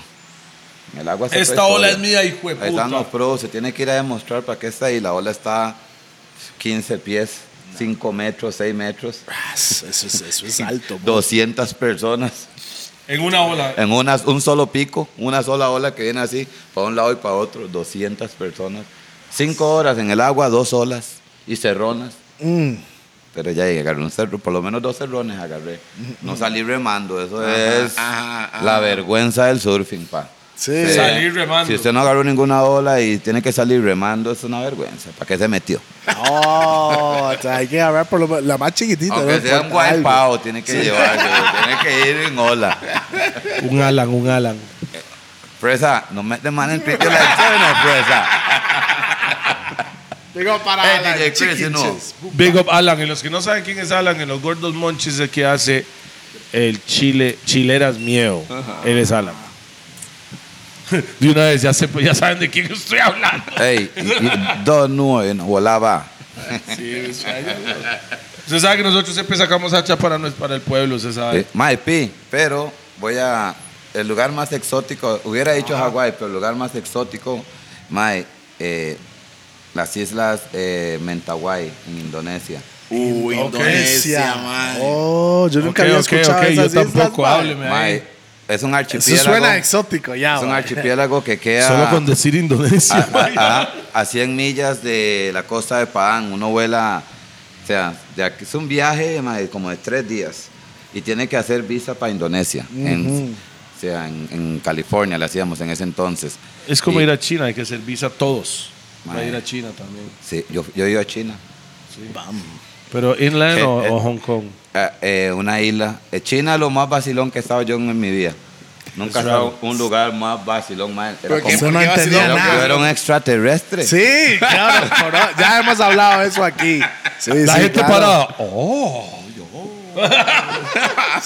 Speaker 3: El agua se fue
Speaker 1: Esta ola
Speaker 3: sola.
Speaker 1: es mía, hijo de
Speaker 3: Ahí están
Speaker 1: puta.
Speaker 3: los pros, se tiene que ir a demostrar para qué está ahí. La ola está 15 pies, 5 metros, 6 metros,
Speaker 2: Eso es,
Speaker 3: [laughs]
Speaker 2: eso es alto. mo.
Speaker 3: 200 personas
Speaker 1: En una ola.
Speaker 3: en una, un solo pico, una sola ola que viene así, para un lado y para otro, 200 personas. 5 horas en el agua, dos olas y cerronas.
Speaker 2: Mm.
Speaker 3: Pero ya llegué, agarré un cerro, por lo menos dos cerrones agarré. No salí remando, eso es
Speaker 4: ajá, ajá.
Speaker 3: la vergüenza del surfing, pa.
Speaker 2: Sí.
Speaker 3: Sí.
Speaker 1: Salir remando.
Speaker 3: Si usted no agarró ninguna ola y tiene que salir remando, es una vergüenza. ¿Para qué se metió?
Speaker 2: Oh, o sea, hay que agarrar por lo menos- la más chiquitita.
Speaker 3: Aunque
Speaker 2: ¿no?
Speaker 3: sea un
Speaker 2: Importa algo.
Speaker 3: guaypao, tiene que llevarse, tiene que ir en ola.
Speaker 1: Un Alan, un Alan.
Speaker 3: Fresa, no me demanden el la escena, Fresa.
Speaker 2: Digo,
Speaker 4: Ah,
Speaker 2: para
Speaker 3: Hey,
Speaker 2: las
Speaker 3: DJ Chris, you know.
Speaker 2: chiquiches.
Speaker 1: Big up Alan. Y los que no saben quién es Alan, en los gordos monchis el que hace el chile, chileras miedo. Él es Alan. [laughs] De una vez ya, se, ya saben de quién estoy hablando.
Speaker 3: Hey, y- y dos nubes, volaba.
Speaker 1: Usted sabe que nosotros siempre sacamos hacha para, nos- para el pueblo, usted sabe.
Speaker 3: My P, pero voy a. El lugar más exótico, hubiera dicho
Speaker 1: Ah.
Speaker 3: Hawái, pero el lugar más exótico, Mae, eh, las islas eh, Mentawai, en Indonesia.
Speaker 4: Uy,
Speaker 1: Ok.
Speaker 4: Indonesia, man.
Speaker 2: Oh, yo nunca
Speaker 1: Ok,
Speaker 2: había
Speaker 1: ok,
Speaker 2: escuchado
Speaker 1: ok,
Speaker 2: esas
Speaker 1: yo
Speaker 2: islas,
Speaker 1: tampoco,
Speaker 2: ma.
Speaker 1: hábleme ahí.
Speaker 3: Mae, eh, es un
Speaker 2: Eso
Speaker 3: archipiélago.
Speaker 2: suena exótico ya.
Speaker 3: Es un
Speaker 2: ma.
Speaker 3: archipiélago que queda
Speaker 1: eh. Solo con decir
Speaker 3: a,
Speaker 1: Indonesia.
Speaker 3: a- a- a 100 millas de la costa de Padán. Uno vuela, o sea, de aquí- es un viaje mae, como de tres días y tiene que hacer visa para Indonesia. en, o sea, en, en California le hacíamos en ese entonces.
Speaker 1: es como
Speaker 3: Y-
Speaker 1: ir a China, hay que ser visa a todos. Para
Speaker 3: Mae.
Speaker 1: ir a China también.
Speaker 3: Sí, yo, yo he ido a China.
Speaker 1: Pero Inland
Speaker 3: Eh,
Speaker 1: o,
Speaker 3: eh.
Speaker 1: o Hong Kong.
Speaker 3: Ah, eh, una isla. Eh, China es lo más vacilón que he estado yo en, mi vida. Nunca he estado en un lugar más vacilón. Más,
Speaker 4: Pero
Speaker 3: era
Speaker 4: ¿qué-
Speaker 2: Usted
Speaker 3: como,
Speaker 4: ¿por
Speaker 2: no
Speaker 4: qué
Speaker 2: entendía
Speaker 4: vaciló?
Speaker 3: era,
Speaker 2: nada.
Speaker 3: era un extraterrestre.
Speaker 2: Sí, claro, pero ya hemos hablado eso aquí. Sí,
Speaker 1: La
Speaker 2: sí,
Speaker 1: gente
Speaker 2: claro.
Speaker 1: parada. Oh.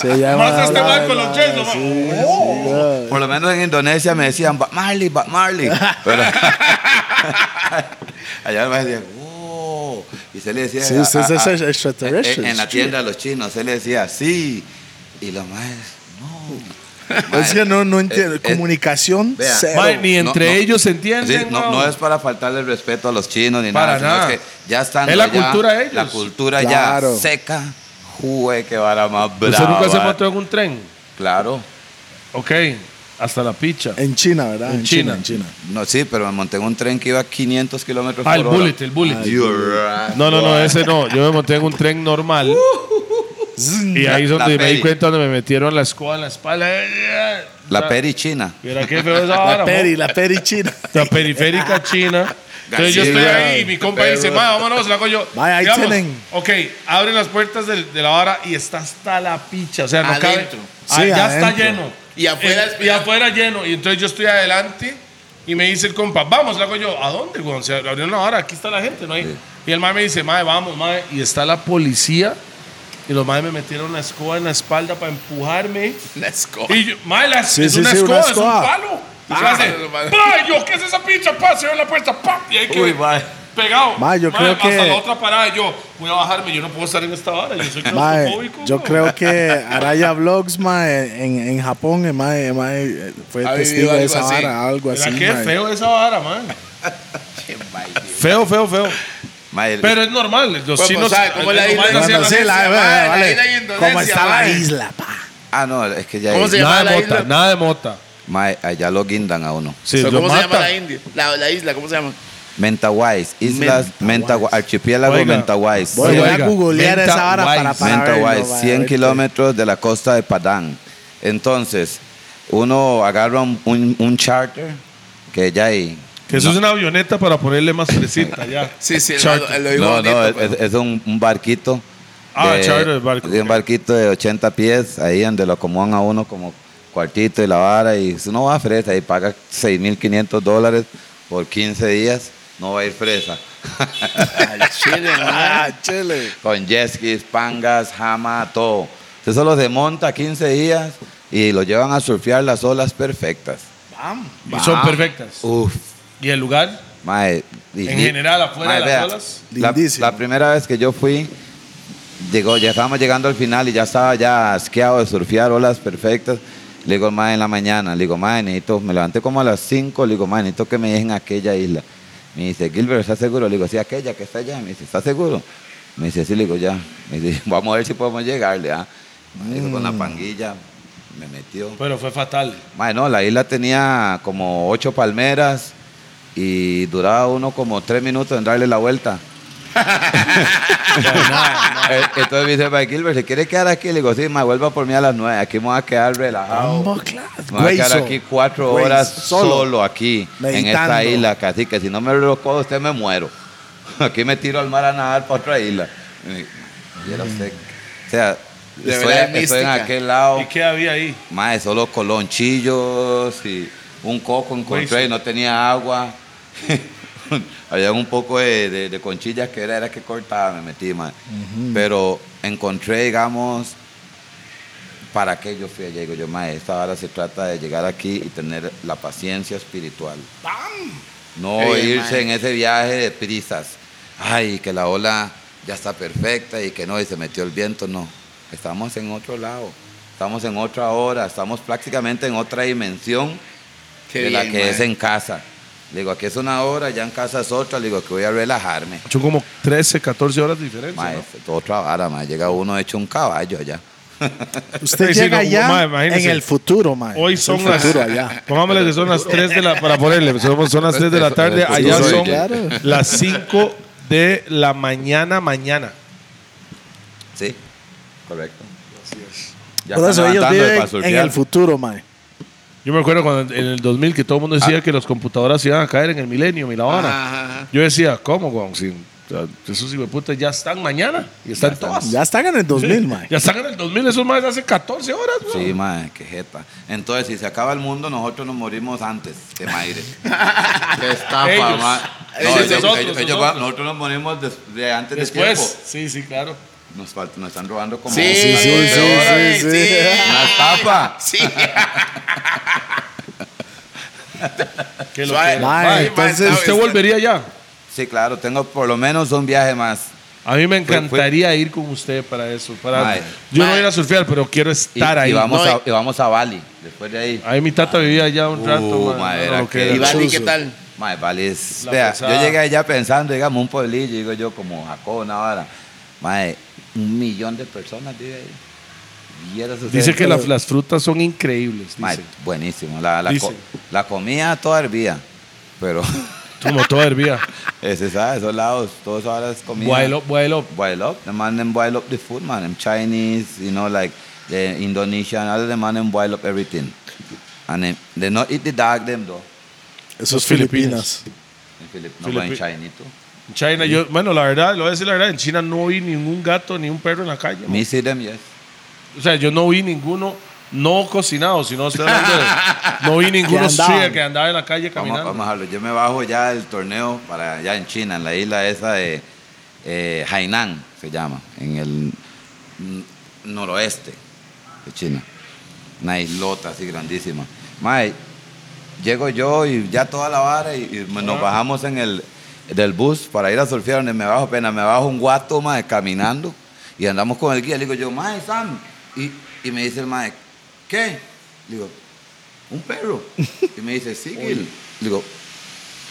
Speaker 2: Sí, ya hemos
Speaker 1: Más este
Speaker 2: hablado,
Speaker 1: man con los
Speaker 2: ya,
Speaker 1: chesnos,
Speaker 2: sí,
Speaker 1: man.
Speaker 2: sí, ya.
Speaker 3: Por lo menos en Indonesia me decían, Bob Marley, Bob Marley. Pero- [laughs] allá me decían, oh. Y se le decía, "Ah,
Speaker 2: Sí, usted es ex- extraterrestre.
Speaker 3: En, en la tienda de los chinos, se le decía, sí. Y los más, no.
Speaker 2: Es que no, no
Speaker 3: Eh,
Speaker 2: entiendo.
Speaker 3: eh,
Speaker 2: Comunicación
Speaker 3: vea.
Speaker 2: cero.
Speaker 1: Mae, ni entre
Speaker 3: No, no.
Speaker 1: ellos se entienden.
Speaker 3: Sí, no,
Speaker 1: weón.
Speaker 3: no es para faltarle el respeto a los chinos ni
Speaker 1: Para
Speaker 3: nada,
Speaker 1: nada.
Speaker 3: sino que ya están.
Speaker 1: Es la
Speaker 3: allá,
Speaker 1: cultura de ellos.
Speaker 3: La cultura
Speaker 2: Claro.
Speaker 3: ya seca. Jue, que vara más brava.
Speaker 1: ¿Usted nunca se montó en un tren?
Speaker 3: Claro.
Speaker 1: Ok, hasta la picha.
Speaker 2: En China, ¿verdad?
Speaker 1: En China.
Speaker 2: En China.
Speaker 3: No, sí, pero me monté en un tren que iba a 500 kilómetros por
Speaker 1: Ah, el
Speaker 3: hora.
Speaker 1: bullet, el bullet.
Speaker 3: You're right,
Speaker 1: No, no, no,
Speaker 3: boy.
Speaker 1: ese no. Yo me monté en un tren normal.
Speaker 2: [laughs]
Speaker 1: y ahí es
Speaker 3: La-
Speaker 1: donde
Speaker 3: la
Speaker 1: me di
Speaker 3: peli.
Speaker 1: cuenta donde me metieron la escoba en la espalda.
Speaker 3: La peri china.
Speaker 1: Mira qué feo esa
Speaker 2: La
Speaker 1: vara,
Speaker 2: peri,
Speaker 1: mo.
Speaker 2: la peri china.
Speaker 1: [laughs] La periférica china. Entonces yo
Speaker 3: Gachilla.
Speaker 1: estoy ahí y mi compa dice,
Speaker 3: Perro.
Speaker 1: "Ma, vámonos, la hago yo.
Speaker 2: Vaya, ahí
Speaker 1: Digamos,
Speaker 2: tienen.
Speaker 1: Ok, abren las puertas del- de la vara y está hasta la picha. O sea, no
Speaker 4: Adentro.
Speaker 1: cabe.
Speaker 2: Sí,
Speaker 1: Ah, ya está
Speaker 2: adentro.
Speaker 1: lleno.
Speaker 4: Y afuera-
Speaker 1: Eh, y afuera lleno. Y entonces yo estoy adelante y me dice el compa, vamos, la hago yo. ¿A dónde, weón? Se abrió una hora, aquí está la gente, ¿no? hay-". Y el mae me dice, mae, vamos, mae. Y está la policía. Y los maes me metieron la escoba en la espalda para empujarme.
Speaker 4: [laughs] Let's go.
Speaker 1: Y yo, mae, la-
Speaker 2: Sí,
Speaker 1: es
Speaker 2: sí,
Speaker 1: una
Speaker 2: sí,
Speaker 1: escoba,
Speaker 2: una
Speaker 1: es un
Speaker 2: escoba.
Speaker 1: palo. Y se
Speaker 4: Ah,
Speaker 1: hace,
Speaker 4: no, madre.
Speaker 1: "Pa", yo, ¿qué es esa pincha? Pa, se abre la puerta, pa, y hay que
Speaker 3: Uy, mae.
Speaker 1: pegado.
Speaker 2: Mae, yo creo
Speaker 1: hasta
Speaker 2: que-
Speaker 1: la otra parada, y yo voy a bajarme, yo no puedo estar en esta hora, yo soy
Speaker 2: Mae,
Speaker 1: claustrofóbico.
Speaker 2: yo
Speaker 1: weón.
Speaker 2: creo que Araya Vlogs mae, en, en Japón eh, mae, mae, eh, fue
Speaker 4: Ha vivido
Speaker 2: testigo de
Speaker 4: algo
Speaker 2: esa
Speaker 4: así.
Speaker 2: vara, algo
Speaker 1: ¿Verdad
Speaker 2: así.
Speaker 1: que
Speaker 2: mae.
Speaker 1: feo esa vara, man? feo, feo, feo.
Speaker 3: Mae, el-
Speaker 1: Pero es normal, los
Speaker 4: pues,
Speaker 1: chinos.
Speaker 4: ¿sabe cómo
Speaker 1: eh,
Speaker 4: la
Speaker 1: los
Speaker 4: isla?
Speaker 1: maes
Speaker 2: Bueno,
Speaker 1: hacían
Speaker 2: sí,
Speaker 1: así.
Speaker 2: la-
Speaker 4: Indonesia,
Speaker 2: vale,
Speaker 4: mae,
Speaker 2: vale.
Speaker 4: la isla de Indonesia,
Speaker 2: ¿Cómo está la
Speaker 4: mae?
Speaker 2: isla, pa?
Speaker 3: Ah, no, es que ya.
Speaker 4: ¿Cómo se llama
Speaker 1: Nada
Speaker 4: la
Speaker 1: de mota,
Speaker 4: isla?
Speaker 1: nada de mota.
Speaker 3: Mae, allá lo guindan a uno.
Speaker 1: Sí,
Speaker 4: So,
Speaker 1: lo
Speaker 4: ¿Cómo se llama
Speaker 1: matan.
Speaker 4: la India? La, la isla, ¿cómo se llama?
Speaker 3: Mentawais, Islas Mentawais, archipiélago
Speaker 1: Oiga.
Speaker 3: Mentawais.
Speaker 2: Voy, voy a
Speaker 1: Oiga,
Speaker 2: googlear
Speaker 1: Menta
Speaker 2: esa vara
Speaker 1: Wise,
Speaker 2: para, para pues. verlo,
Speaker 3: Mentawais,
Speaker 2: mae,
Speaker 3: 100
Speaker 2: ahorita.
Speaker 3: kilómetros de la costa de Padán. Entonces, uno agarra un, un- un charter que ya hay.
Speaker 1: Que eso es una avioneta para ponerle más presita
Speaker 4: [laughs]
Speaker 1: ya.
Speaker 4: Sí, sí,
Speaker 1: Charter.
Speaker 4: lo, lo digo
Speaker 3: No,
Speaker 4: bonito, pues.
Speaker 3: no, es,
Speaker 4: pero-
Speaker 3: es- es un, un barquito.
Speaker 1: pues. Ah, charter, barco,
Speaker 3: de un
Speaker 1: ok.
Speaker 3: barquito de 80 pies, ahí donde lo acomodan a uno como cuartito y la vara. Y si uno va a fresa y paga 6.500 dólares por 15 días, no va a ir fresa. [laughs]
Speaker 4: Al chile,
Speaker 2: Ah,
Speaker 4: man.
Speaker 2: chile.
Speaker 3: con jet skis, pangas, jama, todo. Usted solo se monta 15 días y lo llevan a surfear las olas perfectas.
Speaker 1: Y son perfectas.
Speaker 3: Uf,
Speaker 1: ¿Y el lugar?
Speaker 3: mae. y-
Speaker 1: En general, afuera de las
Speaker 3: vea,
Speaker 1: olas.
Speaker 3: la-
Speaker 2: Lindísimo.
Speaker 3: La, primera vez que yo fui, llegó, ya estábamos llegando al final y ya estaba ya asqueado de surfear olas perfectas. Le digo, mae, en la mañana. Le digo, mae, necesito, me levanté como a las 5. Le digo, mae, necesito que me dejen a aquella isla. Me dice, Gilbert, ¿estás seguro? Le digo, sí, aquella que está allá. Me dice, ¿estás seguro? Me dice, sí, le digo, ya. Me dice, [laughs] vamos a ver si podemos llegarle. ¿ah? Mae, digo, con la panguilla me metió.
Speaker 1: Pero fue fatal.
Speaker 3: Mae, no, la isla tenía como ocho palmeras y duraba uno como tres minutos en darle la vuelta. Eh, Entonces me dice, Mae Gilbert, ¿se quiere quedar aquí? Le digo, sí, mae, vuelva por mí a las nueve. Aquí me voy a quedar relajado.
Speaker 2: Vamos, claro.
Speaker 3: Me voy a quedar
Speaker 2: Grayson.
Speaker 3: aquí cuatro
Speaker 2: Grayson,
Speaker 3: horas
Speaker 2: solo.
Speaker 3: solo, aquí, en
Speaker 2: Meditando.
Speaker 3: esta isla, casi que si no me lo cojo, usted me muero. [laughs] Aquí me tiro al mar a nadar para otra isla. Y era usted- O sea,
Speaker 4: De
Speaker 3: estoy, en-
Speaker 4: verdad,
Speaker 3: estoy en
Speaker 4: mística.
Speaker 3: aquel lado.
Speaker 1: ¿Y qué había ahí?
Speaker 3: Mae, solo colonchillos y un coco encontré
Speaker 1: Güey,
Speaker 3: y no tenía agua. [laughs] Había un poco de, de- de conchillas que era, era que cortaba, me metí, mae. Pero encontré, digamos, para qué yo fui allá. Digo yo, mae, esta hora se trata de llegar aquí y tener la paciencia espiritual. No
Speaker 4: Qué bien,
Speaker 3: irse
Speaker 4: mae.
Speaker 3: en ese viaje de prisas. Ay, que la ola ya está perfecta y que no, y se metió el viento. No, estamos en otro lado. Estamos en otra hora. Estamos prácticamente en otra dimensión
Speaker 4: Qué
Speaker 3: de la
Speaker 4: bien,
Speaker 3: que
Speaker 4: mae.
Speaker 3: es en casa. Le digo, aquí es una hora, ya en casa es otra. Le digo, que voy a relajarme.
Speaker 1: Son como 13, 14 horas de diferencia.
Speaker 3: Mae,
Speaker 1: ¿no?
Speaker 3: es otra vara, mae. Llega uno hecho un caballo allá.
Speaker 2: Usted
Speaker 1: Sí, sí,
Speaker 2: llega
Speaker 1: no,
Speaker 2: allá
Speaker 1: ma, imagínese.
Speaker 2: en el futuro, mae.
Speaker 1: Hoy
Speaker 2: Es
Speaker 1: son
Speaker 2: el
Speaker 1: las.
Speaker 2: futuro allá.
Speaker 1: Pongámosle que son
Speaker 2: [laughs]
Speaker 1: las 3 de la. Para ponerle, son son las 3 de la tarde. Allá
Speaker 3: Eso,
Speaker 1: son
Speaker 2: claro.
Speaker 1: las 5 de la mañana, mañana.
Speaker 3: Sí, correcto. Ya
Speaker 2: Por eso
Speaker 3: están
Speaker 2: ellos
Speaker 3: levantando
Speaker 2: viven
Speaker 3: para surfear.
Speaker 2: en el futuro, mae.
Speaker 1: Yo me acuerdo cuando en el 2000 que todo el mundo decía que las computadoras se iban a caer en el milenio y la
Speaker 4: Ajá,
Speaker 1: hora.
Speaker 4: ajá, ajá.
Speaker 1: Yo decía, ¿cómo, weón? Si, o sea, esos hijueputas ya están mañana y están todas.
Speaker 2: Ya están en el 2000, mae.
Speaker 1: Ya están en el 2000, esos más hace 14 horas, weón.
Speaker 3: Sí, madre, qué jeta. Entonces, si se acaba el mundo, nosotros nos morimos antes que Maire.
Speaker 1: [laughs]
Speaker 3: qué estafa,
Speaker 1: Ellos.
Speaker 3: ma. No,
Speaker 1: Ellos,
Speaker 3: ellos-
Speaker 1: nosotros,
Speaker 3: ellos- ellos
Speaker 1: nosotros.
Speaker 3: van- nosotros nos morimos des- de antes de
Speaker 1: Después.
Speaker 3: tiempo.
Speaker 1: Sí, sí, claro.
Speaker 3: Nos, fal- nos están robando como...
Speaker 4: Sí,
Speaker 3: unas
Speaker 4: sí,
Speaker 3: doce horas.
Speaker 4: sí,
Speaker 2: sí,
Speaker 4: sí,
Speaker 2: sí.
Speaker 3: Una estafa.
Speaker 4: Sí.
Speaker 1: Que lo
Speaker 4: Suave.
Speaker 1: quieran.
Speaker 2: Mae,
Speaker 1: Mae,
Speaker 2: entonces-
Speaker 1: ¿Usted volvería ya?
Speaker 3: Sí, claro, tengo por lo menos un viaje más.
Speaker 1: A mí me
Speaker 3: Fue-
Speaker 1: encantaría ir con usted para eso. Para
Speaker 3: Mae.
Speaker 1: Yo no
Speaker 4: Mae.
Speaker 1: voy a ir a surfear, pero quiero
Speaker 3: Y,
Speaker 1: estar
Speaker 3: y
Speaker 1: ahí.
Speaker 3: vamos
Speaker 4: No,
Speaker 3: a, y vamos a Bali, después de ahí.
Speaker 1: Ahí mi tata vivía allá un
Speaker 3: Uh,
Speaker 1: rato. mae,
Speaker 3: mae,
Speaker 1: no
Speaker 3: era
Speaker 1: lo
Speaker 3: que-
Speaker 1: queda.
Speaker 4: ¿Y Bali qué
Speaker 2: Chuzo.
Speaker 4: tal?
Speaker 3: Mae, vale, es-
Speaker 1: La
Speaker 3: vea,
Speaker 1: pesada.
Speaker 3: yo llegué allá pensando, digamos, un pueblillo, digo yo, como Jacob, una hora. Mae, un millón de personas vive ahí. Vieras usted.
Speaker 1: Dice que las, las frutas son increíbles.
Speaker 3: Mae,
Speaker 1: Dice.
Speaker 3: buenísimo. La, la,
Speaker 1: Dice.
Speaker 3: co- la comida toda hervía. Pero [laughs]
Speaker 1: Como todo hervía.
Speaker 3: ese, ¿sabes? esos lados, todos ahora es comida.
Speaker 1: Boil up, boil up.
Speaker 3: Boil up. The man them boil up the food, man. Them Chinese, you know, like the Indonesian, all of them man them boil up everything. And they, they not eat the dog them though.
Speaker 2: Eso
Speaker 1: Los
Speaker 2: es Filipinas.
Speaker 3: In Philippines, no going
Speaker 1: Philippi-
Speaker 3: Chinese too.
Speaker 1: En China, yo, bueno, la verdad, lo voy a decir la verdad, en China no vi ningún gato ni un perro en la calle.
Speaker 3: Me see them, yes.
Speaker 1: O sea, yo no vi ninguno no cocinado, sino estoy hablando de-
Speaker 3: [laughs]
Speaker 1: no vi ninguno sí,
Speaker 2: andaban.
Speaker 1: que andaba en la calle
Speaker 3: Vamos,
Speaker 1: caminando.
Speaker 3: vamos a hablar. Yo me bajo ya del torneo para allá en China, en la isla esa de eh, Hainan, se llama, en el n- noroeste de China. Una islota así grandísima. Mae, llego yo y ya toda la vara y, y me-
Speaker 1: Ah.
Speaker 3: nos bajamos en el del bus para ir a surfear donde me bajo apenas me bajo un guato mae caminando y andamos con el guía le digo yo mae Sam y, y me dice el mae ¿qué? le digo un perro y me dice
Speaker 1: [laughs]
Speaker 3: sí Gil le digo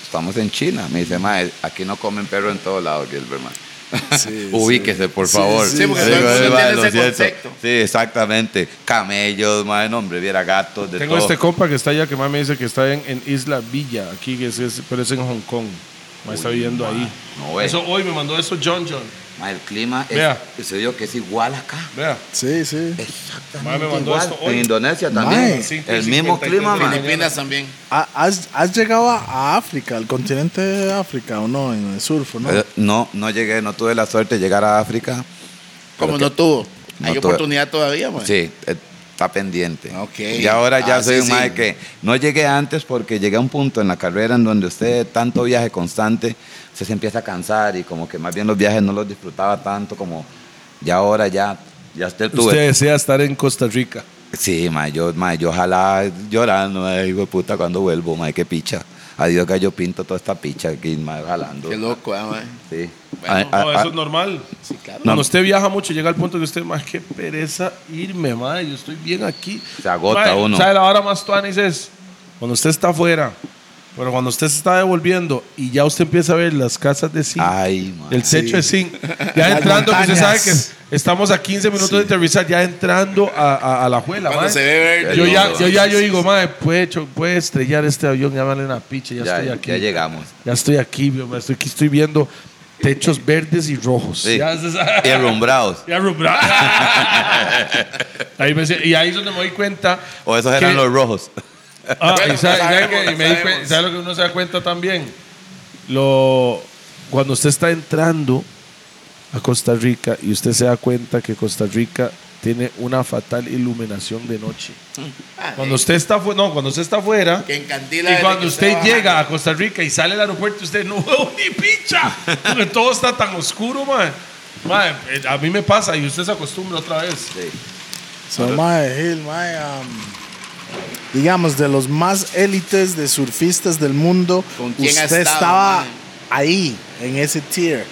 Speaker 3: estamos en China me dice mae aquí no comen perro en todos lados Gilbert
Speaker 1: [laughs]
Speaker 3: mae
Speaker 2: Sí,
Speaker 3: [laughs] ubíquese por favor
Speaker 2: sí, sí, porque
Speaker 3: Le
Speaker 2: todo el
Speaker 3: "Eh,
Speaker 4: mundo
Speaker 3: mae,
Speaker 4: tiene
Speaker 3: lo
Speaker 4: ese
Speaker 3: siento".
Speaker 4: concepto.
Speaker 3: sí exactamente camellos mae no, hombre viera gatos de
Speaker 1: Tengo
Speaker 3: todo
Speaker 1: este compa que está allá que más me dice que está en, en Isla Villa, aquí, que es, es- pero es en Hong Kong. Me está viviendo ahí.
Speaker 3: no ve.
Speaker 1: Eso hoy me mandó eso John John.
Speaker 3: Ma, el clima
Speaker 1: Vea.
Speaker 3: es, se dio que es igual acá.
Speaker 1: Vea.
Speaker 2: Sí, sí.
Speaker 1: Ma, me
Speaker 3: Exactamente
Speaker 1: mandó
Speaker 3: igual.
Speaker 1: esto hoy.
Speaker 3: En Indonesia también.
Speaker 1: Mae.
Speaker 3: El mismo
Speaker 1: 53
Speaker 3: clima, ma.
Speaker 4: Filipinas también.
Speaker 2: Ah, ¿Has, has llegado a- a África, al continente de África o no, en el surf o no?
Speaker 3: Eh, No, no llegué, no tuve la suerte de llegar a África.
Speaker 4: Como no tuvo.
Speaker 3: No
Speaker 4: Hay
Speaker 3: tuve.
Speaker 4: oportunidad todavía,
Speaker 1: Pues.
Speaker 4: man.
Speaker 3: Sí, eh, está pendiente.
Speaker 4: Ok.
Speaker 3: Y ahora ya
Speaker 4: Ah,
Speaker 3: soy
Speaker 4: sí,
Speaker 3: un
Speaker 4: sí.
Speaker 3: mae que no llegué antes porque llegué a un punto en la carrera en donde usted tanto viaje constante, usted se empieza a cansar y como que más bien los viajes no los disfrutaba tanto como ya ahora ya ya usted tuve.
Speaker 1: Usted desea estar en Costa Rica.
Speaker 3: Sí, ma, yo, ma, yo ojalá llorando, ma, hijo de puta, cuando vuelvo, ma, qué picha. Adiós Gallo Pinto, toda esta picha aquí, mae, jalando.
Speaker 4: Qué loco, ah, mae.
Speaker 3: Sí.
Speaker 4: Bueno,
Speaker 3: Ah, ah,
Speaker 1: No,
Speaker 3: ah,
Speaker 1: eso es normal.
Speaker 4: Sí, claro.
Speaker 1: Cuando usted viaja mucho, llega al punto que usted, más qué pereza irme, madre. Yo estoy bien aquí.
Speaker 3: Se agota
Speaker 1: Mae,
Speaker 3: uno.
Speaker 1: ¿Sabe la hora más tuanis es? Cuando usted está afuera, pero cuando usted se está devolviendo y ya usted empieza a ver las casas de zinc,
Speaker 3: Ay, mae.
Speaker 1: el techo de zinc, ya
Speaker 2: Las
Speaker 1: entrando, que usted sabe
Speaker 2: montañas.
Speaker 1: que estamos a 15 minutos de aterrizar, ya entrando a, a- a la juela,
Speaker 4: Cuando
Speaker 1: mae.
Speaker 4: se ve verde.
Speaker 1: Yo
Speaker 3: Sí,
Speaker 1: ya,
Speaker 3: sí,
Speaker 1: yo ya yo digo, madre, puede, cho- puede estrellar este avión, ya vale una picha, ya,
Speaker 3: Ya,
Speaker 1: estoy aquí.
Speaker 3: ya llegamos.
Speaker 1: Ya estoy aquí, yo me estoy aquí, estoy viendo techos verdes y rojos.
Speaker 3: Sí.
Speaker 1: Ya,
Speaker 3: Y
Speaker 1: [laughs]
Speaker 3: alumbrados.
Speaker 1: ya rumbrado. [laughs] ahí me, se- y ahí es donde me doy cuenta.
Speaker 3: O esos eran
Speaker 1: que-
Speaker 3: los rojos.
Speaker 1: Ah,
Speaker 4: Bueno,
Speaker 1: y sabe,
Speaker 4: ya
Speaker 1: sabe
Speaker 4: sabemos,
Speaker 1: que-
Speaker 4: ya
Speaker 1: y me di
Speaker 4: sabemos.
Speaker 1: cuen- sabe lo que uno se da cuenta también? Lo, cuando usted está entrando a Costa Rica y usted se da cuenta que Costa Rica tiene una fatal iluminación de noche.
Speaker 4: Ah,
Speaker 1: Cuando usted está afuera, no, cuando usted está afuera
Speaker 4: Que en Cantila,
Speaker 1: y
Speaker 4: desde
Speaker 1: cuando
Speaker 4: que
Speaker 1: usted
Speaker 4: va
Speaker 1: llega a Costa Rica y sale al aeropuerto, usted no [laughs] veo ni pincha, porque todo está tan oscuro, mae. Mae, eh, a mí me pasa y usted se acostumbra otra vez.
Speaker 2: So, mae, Gil, mae, um, digamos, de los más élites de surfistas del mundo,
Speaker 4: ¿Con quién ha
Speaker 2: usted
Speaker 4: estado,
Speaker 2: estaba
Speaker 4: mae?
Speaker 2: ahí, en ese tier,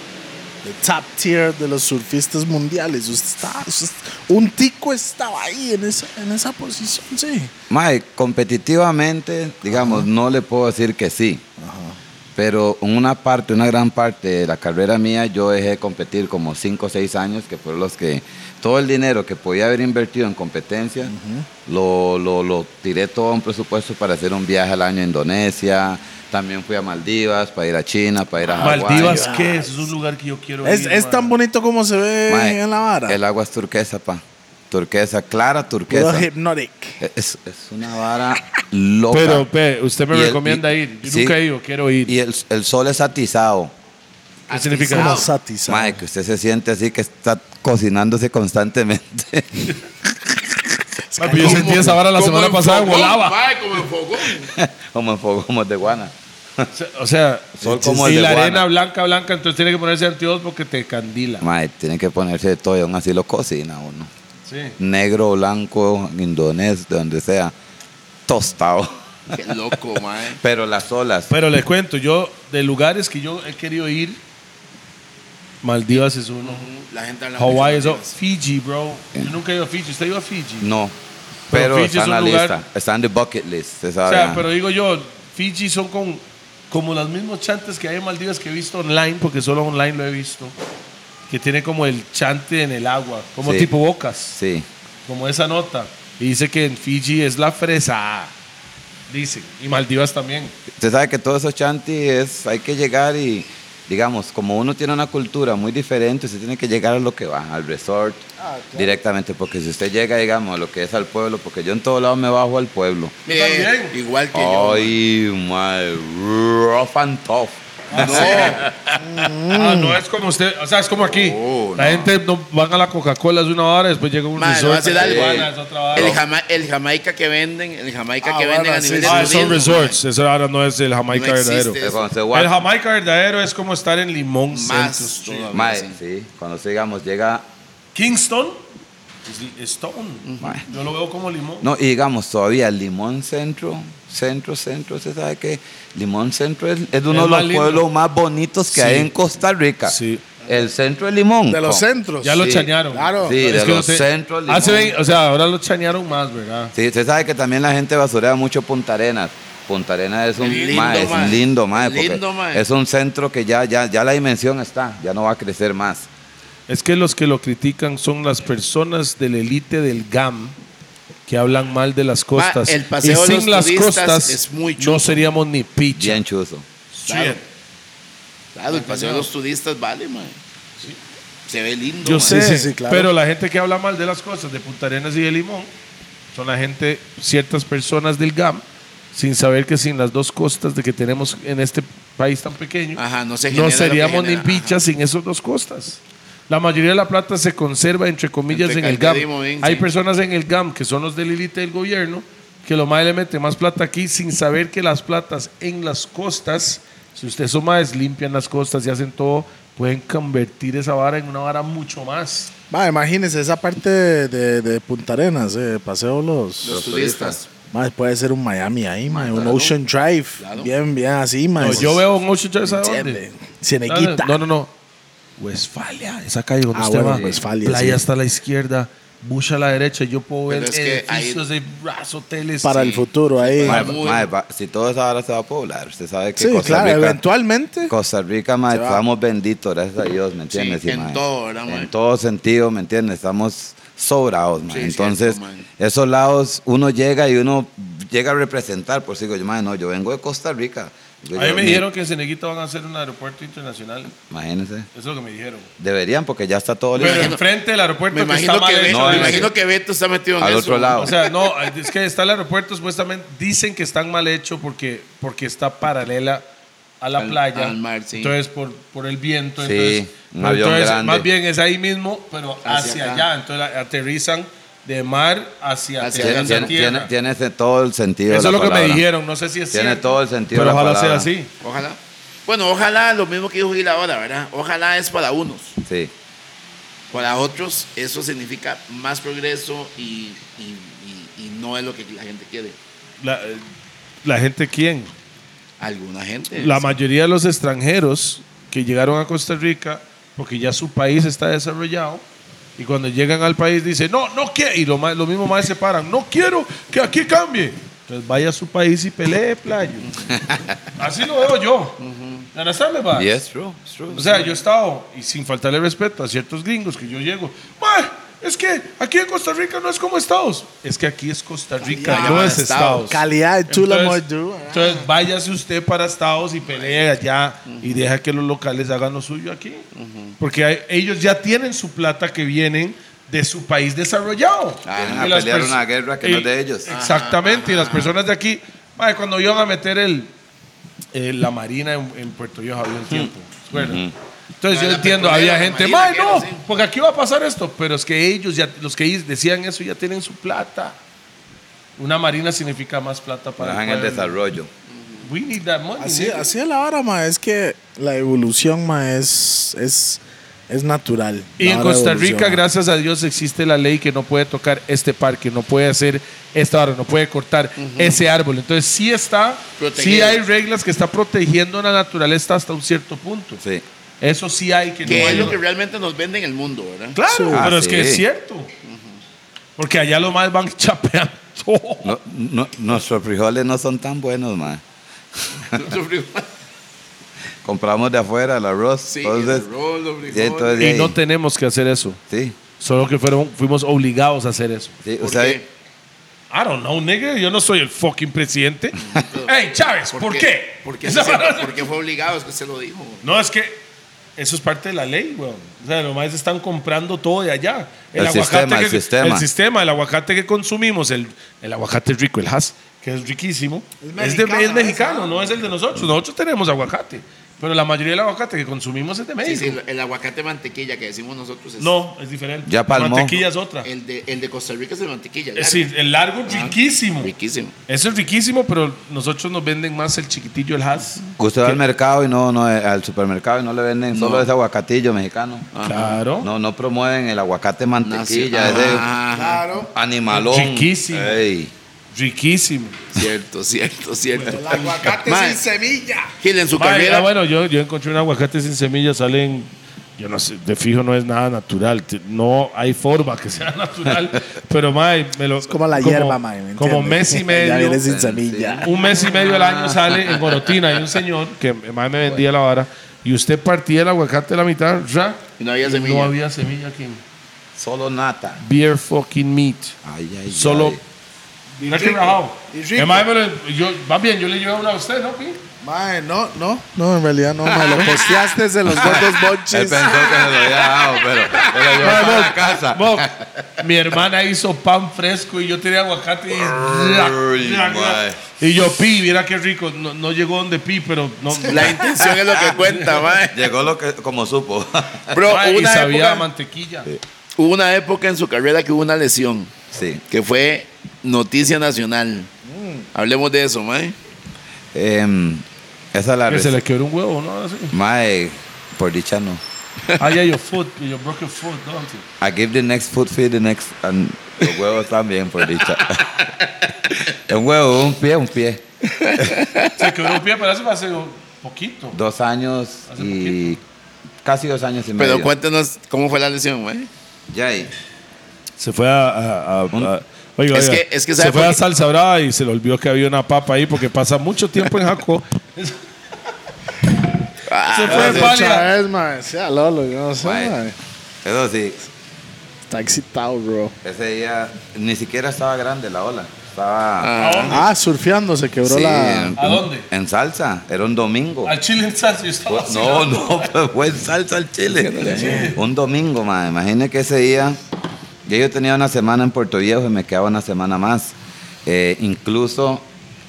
Speaker 2: el top tier de los surfistas mundiales. Usted está, usted- un tico estaba ahí, en esa, en esa posición, sí.
Speaker 3: Mae, competitivamente, digamos, no le puedo decir que sí. Pero una parte, una gran parte de la carrera mía, yo dejé de competir como 5 o 6 años, que fueron los que todo el dinero que podía haber invertido en competencia, lo, lo- lo tiré todo a un presupuesto para hacer un viaje al año a Indonesia. También fui a Maldivas, para ir a China, para ir a Hawái.
Speaker 1: Maldivas, ¿qué es? Es un lugar que yo quiero
Speaker 2: Es,
Speaker 1: ir,
Speaker 2: es
Speaker 1: mae.
Speaker 2: tan bonito como se ve
Speaker 3: Mae,
Speaker 2: en la vara.
Speaker 3: El agua es turquesa, pa. Turquesa, clara
Speaker 2: Puro
Speaker 3: turquesa.
Speaker 2: hypnotic.
Speaker 3: Es, es una
Speaker 2: [laughs]
Speaker 3: vara loca.
Speaker 1: Pero, pe, usted me
Speaker 3: Y el-
Speaker 1: recomienda
Speaker 3: y-
Speaker 1: ir. Yo
Speaker 3: sí.
Speaker 1: nunca he ido, quiero ir.
Speaker 3: Y el, el sol es atizado.
Speaker 1: ¿Qué significa?
Speaker 2: Como
Speaker 1: eso?
Speaker 2: satizado.
Speaker 3: Mae, que usted se siente así que está cocinándose constantemente. [laughs]
Speaker 1: Papi, yo sentí esa vara la
Speaker 4: Como
Speaker 1: semana
Speaker 4: en
Speaker 1: pasada en
Speaker 4: fogón,
Speaker 1: Gualaba.
Speaker 4: mae, como en fogón.
Speaker 3: como en fuego, como de guana.
Speaker 1: O sea,
Speaker 3: Sol como el
Speaker 1: y
Speaker 3: de
Speaker 1: la
Speaker 3: Guana.
Speaker 1: arena blanca, blanca, entonces tiene que ponerse anteojos porque te candila.
Speaker 3: Mae, tiene que ponerse de todo y aún así lo cocina uno.
Speaker 1: Sí.
Speaker 3: Negro, blanco, indonés, de donde sea. Tostado. [laughs]
Speaker 4: Qué loco, mae.
Speaker 3: Pero las olas.
Speaker 1: Pero les cuento, yo, de lugares que yo he querido ir, Maldivas es uno.
Speaker 4: La gente habla mucho
Speaker 1: Hawái
Speaker 4: de
Speaker 1: es otro.
Speaker 4: Maldivas.
Speaker 1: Fiji, bro. Yo nunca he ido a Fiji. ¿Usted ha ido a Fiji?
Speaker 3: No. Pero,
Speaker 1: Pero Fiji
Speaker 3: está
Speaker 1: es
Speaker 3: en la
Speaker 1: un lugar-
Speaker 3: lista. Está en the bucket list. esa
Speaker 1: O sea,
Speaker 3: vara.
Speaker 1: pero digo yo, Fiji son con, como los mismos chantes que hay en Maldivas que he visto online, porque solo online lo he visto, que tiene como el chante en el agua, como
Speaker 3: Sí.
Speaker 1: tipo bocas,
Speaker 3: Sí.
Speaker 1: como esa nota. Y dice que en Fiji es la fresa, dicen, y Maldivas también.
Speaker 3: Usted sabe que todo eso chanti es, hay que llegar y, digamos, como uno tiene una cultura muy diferente, usted tiene que llegar a lo que va, al resort directamente, porque si usted llega, digamos, a lo que es al pueblo, porque yo en todo lado me bajo al pueblo.
Speaker 4: Mire,
Speaker 1: También.
Speaker 4: igual que yo.
Speaker 3: Ay, my rough and tough. [laughs]
Speaker 4: mae. No,
Speaker 1: Ah, no es como usted, o sea, es como aquí.
Speaker 3: Oh,
Speaker 1: la gente no, van a la Coca-Cola, es una hora, después llega un
Speaker 4: Mae, le voy a
Speaker 1: resort.
Speaker 4: decir algo.
Speaker 1: Tijuana, es otra hora.
Speaker 4: el, Jama- el Jamaica que venden, el Jamaica
Speaker 2: Ah,
Speaker 4: que venden
Speaker 2: bueno,
Speaker 4: a
Speaker 2: sí,
Speaker 4: nivel de
Speaker 2: sí.
Speaker 1: Ah, son
Speaker 4: turismo,
Speaker 1: resorts. Eso ahora no es el
Speaker 4: mae.
Speaker 1: Jamaica
Speaker 4: No existe
Speaker 1: verdadero.
Speaker 4: eso.
Speaker 3: Es cuando se
Speaker 1: El
Speaker 3: guarda.
Speaker 1: Jamaica verdadero es como estar en Limón.
Speaker 4: Más
Speaker 1: Centro, sí.
Speaker 4: todavía,
Speaker 3: Mae,
Speaker 4: sí.
Speaker 3: sí, cuando se, digamos, llega
Speaker 1: Kingston es Stone.
Speaker 3: Mae.
Speaker 1: Yo lo veo como limón.
Speaker 3: No, y digamos, todavía Limón Centro, Centro, Centro, usted sabe que Limón Centro es, es uno
Speaker 1: Es
Speaker 3: de
Speaker 1: más
Speaker 3: los
Speaker 1: lindo.
Speaker 3: pueblos más bonitos que
Speaker 1: Sí.
Speaker 3: hay en Costa Rica.
Speaker 1: Sí.
Speaker 3: El centro de Limón.
Speaker 2: De los
Speaker 3: con-
Speaker 2: centros.
Speaker 1: Ya lo
Speaker 3: Sí,
Speaker 1: chanearon.
Speaker 2: claro.
Speaker 3: Sí,
Speaker 1: Es
Speaker 3: de
Speaker 1: que no
Speaker 3: los
Speaker 1: sé-
Speaker 3: centros. Limón.
Speaker 1: Hace vein- o sea, ahora lo chanearon más, ¿verdad?
Speaker 3: Sí, usted sabe que también la gente basurea mucho Punta Arenas. Punta Arenas es un
Speaker 4: Es lindo,
Speaker 3: mae, es
Speaker 4: mae.
Speaker 3: lindo, mae,
Speaker 4: Es lindo,
Speaker 3: porque
Speaker 4: mae.
Speaker 3: Es un centro que ya, ya, ya la dimensión está, ya no va a crecer más.
Speaker 1: Es que los que lo critican son las personas de la élite del GAM que hablan mal de las costas.
Speaker 4: Ah, el paseo
Speaker 1: y
Speaker 4: de
Speaker 1: sin
Speaker 4: los
Speaker 1: las
Speaker 4: turistas
Speaker 1: costas
Speaker 4: es muy chulo.
Speaker 1: no seríamos ni picha.
Speaker 3: Bien chuzo.
Speaker 4: Claro. Claro, el paseo de los turistas vale, mae. Se ve lindo,
Speaker 1: Yo
Speaker 4: mae.
Speaker 1: sé,
Speaker 2: Sí, sí, sí, claro.
Speaker 1: pero la gente que habla mal de las cosas de Punta Arenas y de Limón son la gente, ciertas personas del GAM, sin saber que sin las dos costas de que tenemos en este país tan pequeño,
Speaker 4: Ajá, no se genera
Speaker 1: no
Speaker 4: lo que
Speaker 1: seríamos ni
Speaker 4: genera,
Speaker 1: pichas sin esas dos costas. La mayoría de la plata se conserva, entre comillas,
Speaker 4: Entre
Speaker 1: en el GAM.
Speaker 4: calderismo, bien,
Speaker 1: Hay
Speaker 4: sí.
Speaker 1: personas en el GAM que son los del élite del gobierno que lo más le mete más plata aquí sin saber que las platas en las costas, si ustedes son más, limpian las costas y hacen todo, pueden convertir esa vara en una vara mucho más.
Speaker 2: Ma, imagínense esa parte de, de Punta Arenas, eh, paseo los,
Speaker 4: Los turistas.
Speaker 2: Mae, puede ser un Miami ahí, mae, un
Speaker 3: claro.
Speaker 2: Ocean Drive.
Speaker 4: Claro.
Speaker 2: Bien, bien, así, mae.
Speaker 1: No, yo veo un Ocean Drive, ¿sabe
Speaker 2: Entiende.
Speaker 1: dónde?
Speaker 2: Cieneguita.
Speaker 1: No, no, no. Westfalia, esa calle donde
Speaker 2: Ah,
Speaker 1: usted
Speaker 2: bueno,
Speaker 1: va.
Speaker 2: Westfalia,
Speaker 1: Playa
Speaker 2: sí.
Speaker 1: hasta la izquierda, Bush a la derecha. Yo puedo ver
Speaker 4: Pero es que ahí-
Speaker 1: edificios de brazos, hoteles.
Speaker 2: Para
Speaker 1: Sí.
Speaker 2: el futuro ahí.
Speaker 3: Mae,
Speaker 4: Muy-
Speaker 3: mae, va- si todo eso ahora se va a poblar, usted sabe que
Speaker 2: Sí,
Speaker 3: Costa
Speaker 2: claro,
Speaker 3: Rica-
Speaker 2: eventualmente.
Speaker 3: Costa Rica, mae,
Speaker 2: Se va.
Speaker 3: estamos benditos, gracias a Dios, ¿me entiendes?
Speaker 4: Sí, en
Speaker 3: mae?
Speaker 4: todo, ¿verdad, mae?
Speaker 3: En todo sentido, ¿me entiendes? Estamos sobrados, mae.
Speaker 4: Sí,
Speaker 3: Entonces,
Speaker 4: cierto, mae.
Speaker 3: esos lados, uno llega y uno llega a representar, por si digo, yo, mae, no, yo vengo de Costa Rica. Yo-
Speaker 1: A mí
Speaker 3: yo-
Speaker 1: me dijeron que en Ceneguita van a hacer un aeropuerto internacional.
Speaker 3: Imagínense.
Speaker 1: Eso es lo que me dijeron.
Speaker 3: Deberían, porque ya está todo
Speaker 1: Pero
Speaker 3: listo.
Speaker 1: enfrente del aeropuerto
Speaker 4: Me
Speaker 1: que está
Speaker 4: imagino
Speaker 1: mal
Speaker 4: que, Beto,
Speaker 1: hecho,
Speaker 3: No,
Speaker 4: me
Speaker 3: en
Speaker 1: dice.
Speaker 4: imagino que Beto está metido en
Speaker 3: Al
Speaker 4: eso.
Speaker 3: otro lado.
Speaker 1: O sea, no, es que está el aeropuerto supuestamente, dicen que están mal hechos porque, porque está paralela a la
Speaker 4: Al-
Speaker 1: playa.
Speaker 4: al mar, sí.
Speaker 1: Entonces, por, por el viento.
Speaker 3: Sí,
Speaker 1: entonces,
Speaker 3: un avión
Speaker 1: entonces,
Speaker 3: grande.
Speaker 1: más bien es ahí mismo, pero hacia,
Speaker 4: Hacia acá.
Speaker 1: allá. Entonces a- aterrizan de mar hacia,
Speaker 4: Hacia
Speaker 1: hacia
Speaker 3: Tiene,
Speaker 4: allá.
Speaker 1: la
Speaker 3: tiene-
Speaker 1: tierra.
Speaker 3: tiene- tiene ese- todo el sentido. de
Speaker 1: Eso es
Speaker 3: la
Speaker 1: lo que me
Speaker 3: palabra.
Speaker 1: dijeron, no sé si es
Speaker 3: Tiene
Speaker 1: cierto,
Speaker 3: todo el sentido
Speaker 1: Pero
Speaker 3: de la
Speaker 1: ojalá sea
Speaker 3: palabra.
Speaker 1: así.
Speaker 4: Ojalá. Bueno, ojalá lo mismo que dijo Gil ahora, ¿verdad? Ojalá es para unos.
Speaker 3: Sí.
Speaker 4: Para otros, eso significa más progreso y, y- y- y no es lo que la gente quiere.
Speaker 1: La, eh, la gente, ¿quién?
Speaker 4: Alguna gente.
Speaker 1: La mayoría de los extranjeros que llegaron a Costa Rica, porque ya su país está desarrollado, y cuando llegan al país dicen, no, no quiero, y lo, ma- lo mismo más se paran, no quiero que aquí cambie. Entonces vaya a su país y pelee, playo. Así lo veo yo. ¿Me understand, va?
Speaker 3: Yes, true, it's true.
Speaker 1: O sea, yo he estado, y sin faltarle respeto a ciertos gringos que yo llego, "Mae, es que aquí en Costa Rica no es como Estados. Es que aquí es Costa Rica,
Speaker 4: Calidad,
Speaker 1: no es
Speaker 4: Estados.
Speaker 1: Estados.
Speaker 2: Calidad de eh. Tula
Speaker 1: Entonces,
Speaker 2: Mordu.
Speaker 1: entonces, váyase usted para Estados y pelee allá y deja que los locales hagan lo suyo aquí. Porque hay- ellos ya tienen su plata que vienen de su país desarrollado.
Speaker 3: Ah,
Speaker 1: Y
Speaker 3: a
Speaker 1: las
Speaker 3: pelear
Speaker 1: pers-
Speaker 3: una guerra que no es de ellos.
Speaker 1: Exactamente, y las personas de aquí, mae, cuando iban a meter el, eh, la marina en, en Puerto Viejo había un tiempo. ¿se acuerdan? Entonces
Speaker 4: Ah,
Speaker 1: yo
Speaker 4: la
Speaker 1: entiendo,
Speaker 4: petrolera,
Speaker 1: había
Speaker 4: la
Speaker 1: gente,
Speaker 4: marina,
Speaker 1: mae,
Speaker 4: que era
Speaker 1: no,
Speaker 4: así".
Speaker 1: porque aquí va a pasar esto, pero es que ellos, ya, los que decían eso, ya tienen su plata. Una marina significa más plata para
Speaker 3: Trabajan en el
Speaker 1: pueblo.
Speaker 3: desarrollo.
Speaker 1: We need that money.
Speaker 2: Así,
Speaker 1: nigga.
Speaker 2: así es la hora, ma. Es que la evolución, ma, es, es, es natural.
Speaker 1: Y
Speaker 2: La
Speaker 1: en
Speaker 2: hora de
Speaker 1: Costa
Speaker 2: evolución,
Speaker 1: Rica,
Speaker 2: ma.
Speaker 1: gracias a Dios, existe la ley que no puede tocar este parque, no puede hacer esta hora, no puede cortar ese árbol. Entonces sí está,
Speaker 4: Protegido.
Speaker 1: sí hay reglas que está protegiendo la naturaleza hasta un cierto punto.
Speaker 3: Sí.
Speaker 1: Eso sí hay que
Speaker 4: que
Speaker 1: no
Speaker 4: es
Speaker 1: hay-
Speaker 4: lo que realmente nos vende en el mundo, ¿verdad?
Speaker 1: Claro,
Speaker 2: Sí.
Speaker 1: pero
Speaker 3: Ah,
Speaker 1: es que es
Speaker 3: sí.
Speaker 1: cierto. Porque allá los más van [laughs] chapeando. todo.
Speaker 3: No- no- nuestros frijoles no son tan buenos, mae.
Speaker 4: [laughs]
Speaker 3: Compramos de afuera el arroz.
Speaker 4: Sí,
Speaker 3: entonces,
Speaker 4: el arroz, los
Speaker 3: sí,
Speaker 4: frijoles.
Speaker 3: entonces,
Speaker 1: Y
Speaker 3: sí,
Speaker 1: no tenemos que hacer eso.
Speaker 3: sí,
Speaker 1: Solo que fueron, fuimos obligados a hacer eso.
Speaker 3: sí,
Speaker 4: ¿Por
Speaker 3: usted-
Speaker 4: qué?
Speaker 1: I don't know, nigga. Yo no soy el fucking
Speaker 3: [laughs]
Speaker 1: presidente. hey, Chávez, ¿por, qué? [laughs]
Speaker 4: Porque,
Speaker 1: Esa
Speaker 4: se-
Speaker 1: palabra-
Speaker 4: porque fue obligado, es que se lo dijo.
Speaker 1: No, es que eso es parte de la ley, weón. O sea, nomás están comprando todo de allá.
Speaker 3: El sistema, el
Speaker 1: que,
Speaker 3: sistema.
Speaker 1: El sistema, el aguacate que consumimos, el, el aguacate rico, el has, que es riquísimo. Es, de- es
Speaker 2: mexicano,
Speaker 1: mexicano, no es el de nosotros. Nosotros tenemos aguacate, pero la mayoría del aguacate que consumimos es de
Speaker 4: Sí,
Speaker 1: México.
Speaker 4: sí, el aguacate mantequilla que decimos nosotros es
Speaker 1: No, es diferente.
Speaker 3: Ya palmó.
Speaker 1: La mantequilla es otra.
Speaker 4: el de, el de Costa Rica es el mantequilla.
Speaker 1: Es decir, el largo es riquísimo.
Speaker 4: Riquísimo.
Speaker 1: Eso es riquísimo, pero nosotros nos venden más el chiquitillo, el has.
Speaker 3: usted va al mercado y no, no, eh, al supermercado y no le venden solo ese aguacatillo mexicano.
Speaker 4: Ah.
Speaker 1: Claro.
Speaker 3: No, no promueven el aguacate mantequilla, eh.
Speaker 4: Nacio-
Speaker 3: ese
Speaker 4: Ajá,
Speaker 2: Claro.
Speaker 3: animalón.
Speaker 1: Chiquísimo.
Speaker 3: Ey.
Speaker 1: Riquísimo.
Speaker 4: Cierto, cierto, cierto.
Speaker 2: El aguacate
Speaker 4: Ma.
Speaker 2: sin semilla.
Speaker 4: Gil, en su
Speaker 1: Mae,
Speaker 4: carrera.
Speaker 1: ah, bueno, yo, yo encontré un aguacate sin semillas, salen, yo no sé, de fijo no es nada natural, te- no hay forma que sea [laughs] natural, pero mae, me lo... Es
Speaker 2: Como la hierba, ma. ¿me
Speaker 1: Como
Speaker 2: entiendes?
Speaker 1: mes
Speaker 2: [laughs]
Speaker 1: y
Speaker 2: ya
Speaker 1: medio,
Speaker 2: viene sin semilla.
Speaker 1: un mes y medio al año sale en Gorotina, hay un señor que mae me vendía la vara, y usted partía el aguacate a la mitad, ra,
Speaker 4: Y no había
Speaker 1: y
Speaker 4: semilla.
Speaker 1: No había semilla aquí.
Speaker 3: Solo nata.
Speaker 1: Beer fucking meat.
Speaker 3: Ay, ay,
Speaker 1: Solo...
Speaker 3: ay.
Speaker 1: Mira qué rajado.
Speaker 2: y rico.
Speaker 1: Eh, mae, me lo- yo, va bien, yo le llevé una a usted, ¿no, Pi?
Speaker 2: Ma, no, no, no, en realidad [laughs] no, ma. Lo posteaste de los [laughs] gordos
Speaker 3: Él
Speaker 2: bonches.
Speaker 3: pensó que se lo había dado, pero se lo llevó para la casa.
Speaker 1: Bob, mi hermana hizo pan fresco y yo tenía aguacate. Y,
Speaker 3: Ay, mae.
Speaker 1: Y yo, Pi, mira qué rico. No, no llegó donde Pi, pero
Speaker 3: [laughs]
Speaker 1: no.
Speaker 4: La intención es lo
Speaker 1: [laughs]
Speaker 4: que cuenta, mae.
Speaker 3: Llegó lo que, como supo.
Speaker 4: Bro,
Speaker 1: Ay,
Speaker 4: hubo
Speaker 1: y
Speaker 4: una
Speaker 1: sabía a
Speaker 4: época,
Speaker 1: mantequilla.
Speaker 4: hubo una época en su carrera que hubo una lesión
Speaker 3: [laughs] sí.
Speaker 4: que fue noticia nacional.
Speaker 1: Mm.
Speaker 4: Hablemos de eso, mae.
Speaker 3: Em, esa es la
Speaker 1: Que se
Speaker 3: res-
Speaker 1: le quebró un huevo, ¿no? Así.
Speaker 3: Mae, por dicha no.
Speaker 1: Ah, yeah, your foot, your broken foot, don't you?
Speaker 3: I give the next foot feed the next. and los huevos también, por dicha. [laughs] un huevo, un pie, un pie.
Speaker 1: Se quebró un pie, pero eso hace poquito.
Speaker 3: Dos años
Speaker 1: Hace
Speaker 3: y. Casi dos años y medio.
Speaker 4: Pero cuéntenos cómo fue la lesión, güey.
Speaker 3: Ya ahí.
Speaker 1: Se fue a. a- a- a- oiga,
Speaker 4: Es
Speaker 1: oiga,
Speaker 4: que- es que
Speaker 1: se
Speaker 4: sabe
Speaker 1: fue
Speaker 4: por
Speaker 1: a
Speaker 4: qué-
Speaker 1: Salsa Brava y se le olvidó que había una papa ahí porque pasa mucho tiempo en Jaco.
Speaker 4: Ah,
Speaker 1: se fue en Palia.
Speaker 2: Otra vez, mae. Sea Lolo, yo no sé,
Speaker 3: Mae.
Speaker 2: mae.
Speaker 3: Eso sí,
Speaker 2: Está excitado, bro.
Speaker 3: ese día ni siquiera estaba grande la ola. Estaba.
Speaker 1: [laughs] ¿A dónde?
Speaker 2: Ah, surfeando se quebró
Speaker 3: sí,
Speaker 2: la.
Speaker 3: en-
Speaker 1: ¿A dónde?
Speaker 3: En salsa. Era un domingo.
Speaker 1: Al chile en salsa. Yo estaba [laughs]
Speaker 4: Pues,
Speaker 3: Fue-
Speaker 1: así,
Speaker 3: Pues, No, no, pero fue en salsa al chile. Un domingo, más. Imagine que ese día, ya yo tenía una semana en Puerto Viejo y me quedaba una semana más. Eh, incluso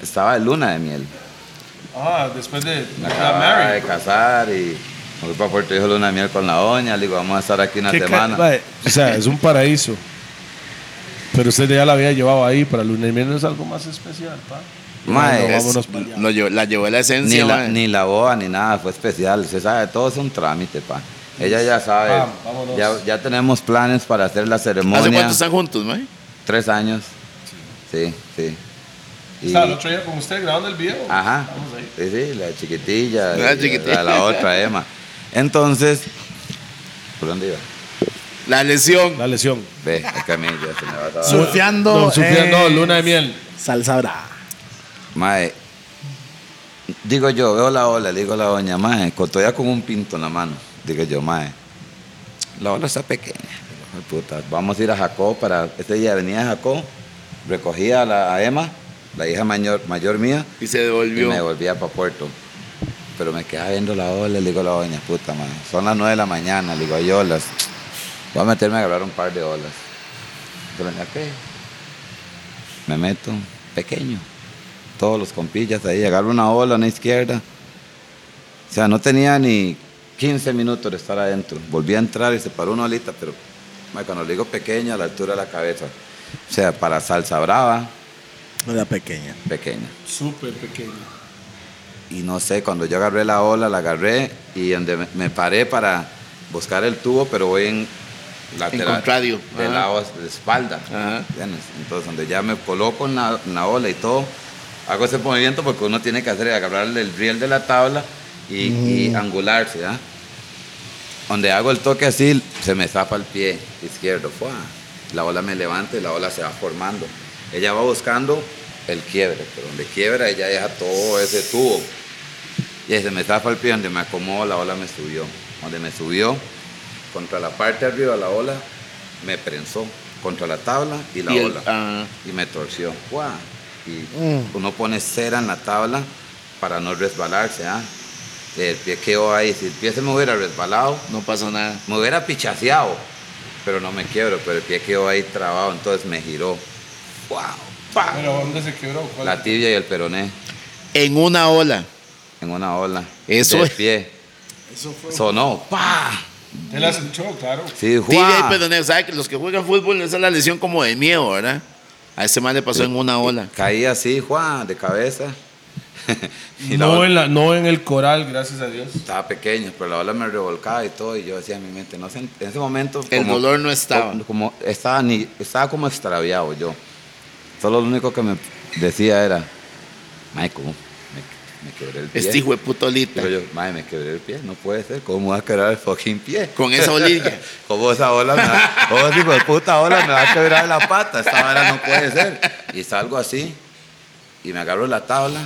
Speaker 3: estaba de luna de miel.
Speaker 1: Ah, después de
Speaker 3: Me
Speaker 1: la
Speaker 3: acababa de
Speaker 1: Mary.
Speaker 3: casar y me fui para Puerto Viejo luna de miel con la doña. Le digo, vamos a estar aquí una
Speaker 1: Qué ca-
Speaker 3: semana.
Speaker 1: mae, O sea, es un paraíso. Pero usted ya la había llevado ahí para lunes y miércoles es algo más especial, pa.
Speaker 3: Mae,
Speaker 1: Bueno,
Speaker 3: es-
Speaker 1: vámonos para allá.
Speaker 4: Lo llevó- la llevó la
Speaker 3: ni,
Speaker 4: esencia,
Speaker 3: la,
Speaker 4: mae.
Speaker 3: ni la boda ni nada, fue especial. Se sabe, todo es un trámite, pa. Ella ya sabe.
Speaker 1: Pam, vámonos.
Speaker 3: ya, ya tenemos planes para hacer la
Speaker 4: ¿Hace
Speaker 3: ceremonia.
Speaker 4: cuánto están juntos, mae?
Speaker 3: Tres años. Sí, sí. Y-
Speaker 1: Estaba el otro día con usted grabando el video.
Speaker 4: Ah.
Speaker 3: Ajá.
Speaker 1: Estamos ahí.
Speaker 3: Sí, sí, la chiquitilla.
Speaker 4: La
Speaker 3: y La,
Speaker 4: chiquitilla.
Speaker 3: la otra, Emma. Entonces, ¿por dónde iba?
Speaker 4: La lesión.
Speaker 1: La lesión.
Speaker 3: Ve, es que a mí ya se me va a acabar.
Speaker 2: Surfeando.
Speaker 1: No, sufriendo
Speaker 2: en
Speaker 1: luna de miel.
Speaker 2: Salsa brava.
Speaker 3: Mae, digo yo, veo la ola, le digo a la doña, mae, con- todavía con un pinto en la mano. Digo yo, mae, la ola está pequeña. Hijo de Puta, vamos a ir a Jacó para, este día venía a Jacó, recogía a, la, a Emma, la hija mayor, mayor mía,
Speaker 4: Y se
Speaker 3: Y me
Speaker 4: devolvió.
Speaker 3: volvía para Puerto. Pero me quedaba viendo la ola, le digo a la doña, puta madre. Son las 9 de la mañana, le digo, hay olas. Voy a meterme a grabar un par de olas. Pero, ¿a qué? Me meto, pequeño. Todos los compillas ahí, agarro una ola, una izquierda. O sea, no tenía ni 15 minutos de estar adentro. Volví a entrar y se paró una olita, pero madre, cuando le digo pequeño, a la altura de la cabeza. O sea, para salsa brava,
Speaker 2: Era pequeña.
Speaker 3: pequeña.
Speaker 1: Súper pequeño.
Speaker 3: y no sé, cuando yo agarré la ola, la agarré y donde me, me paré para buscar el tubo, pero voy en lateral.
Speaker 4: contrario.
Speaker 3: De
Speaker 4: Ajá.
Speaker 3: lado de espalda.
Speaker 4: Ajá.
Speaker 3: ¿Entiendes? Entonces, donde ya me coloco en la, en la ola y todo, hago ese movimiento porque uno tiene que hacer es agarrar el riel de la tabla y,
Speaker 4: Mm.
Speaker 3: y angularse, ¿ah? Donde hago el toque así, se me zapa el pie izquierdo. ¡fua! La ola me levanta y la ola se va formando. Ella va buscando el quiebre, pero donde quiebra ella deja todo ese tubo. Y se me zapa el pie, donde me acomodo, la ola me subió. Donde me subió, contra la parte de arriba de la ola, me prensó. Contra la tabla y la
Speaker 4: Y el-
Speaker 3: ola
Speaker 4: ah.
Speaker 3: y me torció. ¡guau! Y
Speaker 2: Mm.
Speaker 3: uno pone cera en la tabla para no resbalarse. ¿ah? El pie quedó ahí. Si el pie se me hubiera resbalado,
Speaker 4: No pasó nada.
Speaker 3: me hubiera pichaseado, pero no me quiebro. Pero el pie quedó ahí trabado, entonces me giró. ¡Wow!
Speaker 1: Pero ¿dónde se quebró? ¿Cuál?
Speaker 3: La tibia y el peroné
Speaker 4: En una ola.
Speaker 3: en una ola.
Speaker 4: Eso
Speaker 3: del
Speaker 4: es.
Speaker 3: pie.
Speaker 2: Eso fue.
Speaker 3: Sonó. ¡Pa!
Speaker 1: Él la escuchó, claro.
Speaker 3: Sí,
Speaker 4: Tibia y
Speaker 3: ¡guau!
Speaker 4: pedoneo. ¿Sabe que los que juegan fútbol esa es la lesión como de miedo, verdad? A ese man le pasó en una ola.
Speaker 3: Caí así, ¡guau! de cabeza. [laughs] Y la
Speaker 1: No
Speaker 3: ola-
Speaker 1: en, la, no en el coral, gracias a Dios.
Speaker 3: Estaba pequeño, pero la ola me revolcaba y todo, y yo decía en mi mente, no sé, en ese momento...
Speaker 4: El dolor no estaba.
Speaker 3: Como, estaba, ni, estaba como extraviado yo. Solo lo único que me decía era, Mae, ¿cómo? Me, me quebré el pie.
Speaker 4: Este hijo de puta olita.
Speaker 3: Digo yo, Mae, me quebré el pie, no puede ser, ¿cómo va a quebrar el fucking pie?
Speaker 4: [laughs] Con esa olilla.
Speaker 3: [laughs] ¿Cómo esa ola me va, cómo ese hijo de puta ola me va a quebrar la pata? Esta vara no puede ser. Y salgo así, y me agarro la tabla,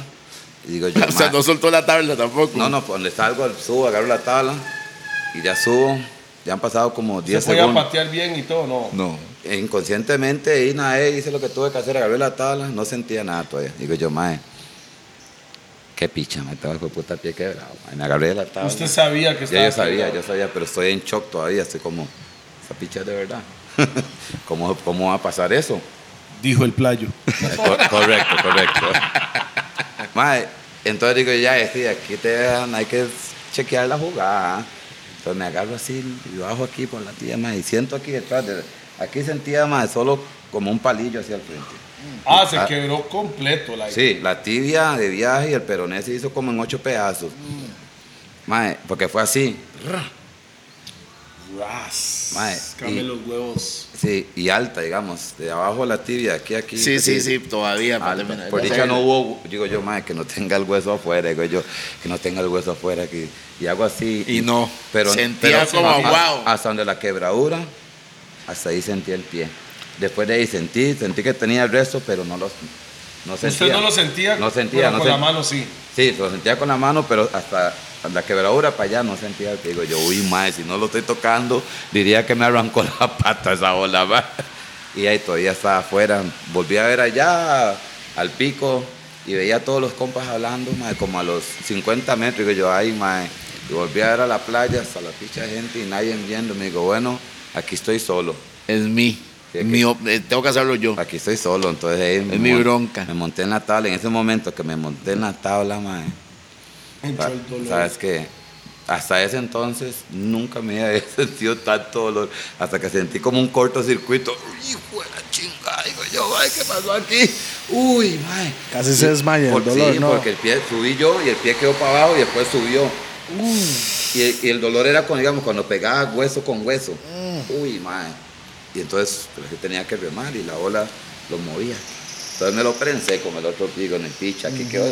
Speaker 3: y digo yo,
Speaker 4: [laughs] O sea,
Speaker 3: "Mae,
Speaker 4: no soltó la tabla tampoco.
Speaker 3: no, no, cuando salgo, subo, agarro la tabla y ya subo. Ya han pasado como 10
Speaker 1: Se fue a
Speaker 3: segundos.
Speaker 1: patear bien y todo, no.
Speaker 3: No. E Inconscientemente, y nada, eh, hice lo que tuve que hacer, agarré la tabla, no sentía nada todavía. Digo yo, mae, qué picha, me estaba con puta pie quebrado. mae. Me agarré de la tabla.
Speaker 1: Usted sabía que estaba.
Speaker 3: Ya yo sabía,
Speaker 1: quebrado.
Speaker 3: yo sabía, pero estoy en shock todavía, estoy como, esa picha es de verdad. [laughs] ¿Cómo, ¿Cómo va a pasar eso?
Speaker 1: Dijo el playo.
Speaker 3: Cor- correcto, correcto. [laughs] Mae, entonces digo, ya, sí, aquí te dejan, hay que chequear la jugada. ¿ah? Entonces me agarro así y bajo aquí por la tía, mae, y siento aquí detrás. de- aquí sentía, mae, solo como un palillo hacia el frente.
Speaker 1: Ah, se
Speaker 3: Ah.
Speaker 1: quebró completo. Like.
Speaker 3: Sí, la tibia de viaje y el Mm. peroné se hizo como en ocho pedazos. Mae, porque fue así. ra.
Speaker 1: Ras.
Speaker 3: Mae,
Speaker 1: Cambia
Speaker 3: y-
Speaker 1: los huevos.
Speaker 3: Sí, y alta, digamos, de abajo a la tibia, aquí, aquí.
Speaker 4: Sí, sí,
Speaker 3: aquí.
Speaker 4: sí, todavía. para
Speaker 3: Alta.
Speaker 4: terminar.
Speaker 3: Ah, Por dicha no hubo, digo yo, madre, que no tenga el hueso afuera, digo yo, que no tenga el hueso afuera, que, y hago así.
Speaker 4: Y no,
Speaker 3: pero
Speaker 4: sentía
Speaker 3: pero
Speaker 4: como
Speaker 3: hasta-
Speaker 4: guau.
Speaker 3: Hasta donde la quebradura, hasta ahí sentí el pie. Después de ahí sentí, sentí que tenía el resto, pero no los. No sentía.
Speaker 1: ¿Usted no lo sentía?
Speaker 3: No sentía, no
Speaker 1: Bueno, con la
Speaker 3: sen-
Speaker 1: mano sí.
Speaker 3: Sí, lo sentía con la mano, pero hasta la quebradura para allá no sentía el pie. Digo yo, uy, madre, si no lo estoy tocando, diría que me arrancó la [laughs] pata esa bola, mae". Y ahí todavía estaba afuera. Volví a ver allá al pico y veía a todos los compas hablando, mae, como a los 50 metros. Digo yo, ay, mae. Y volví a ver a la playa, hasta la picha de gente y nadie viendo. Me digo, bueno, aquí estoy solo.
Speaker 4: Es mi.
Speaker 3: Sí,
Speaker 4: mi op- eh, tengo que hacerlo yo.
Speaker 3: Aquí estoy solo, entonces ahí me
Speaker 4: mi
Speaker 3: mon-
Speaker 4: bronca.
Speaker 3: Me monté en la tabla. En ese momento que me monté en la tabla, mae.
Speaker 1: Entró
Speaker 3: Sa-
Speaker 1: el dolor.
Speaker 3: Ah, Sabes que hasta ese entonces nunca me había [laughs] sentido tanto dolor, hasta que sentí como un cortocircuito. Hijo de la chingada, digo yo, ay, ¿qué pasó aquí? Uy, mae.
Speaker 2: Casi se desmaya el
Speaker 3: Por-
Speaker 2: dolor,
Speaker 3: sí,
Speaker 2: ¿no?
Speaker 3: porque el pie subí yo y el pie quedó para abajo y después subió. Y, el- y el dolor era cuando, digamos, cuando pegaba hueso con hueso.
Speaker 2: Mm.
Speaker 3: Uy, mae. Y entonces pero sí tenía que remar y la ola lo movía. Entonces me lo prensé con el otro pico en el picha, aquí quedó.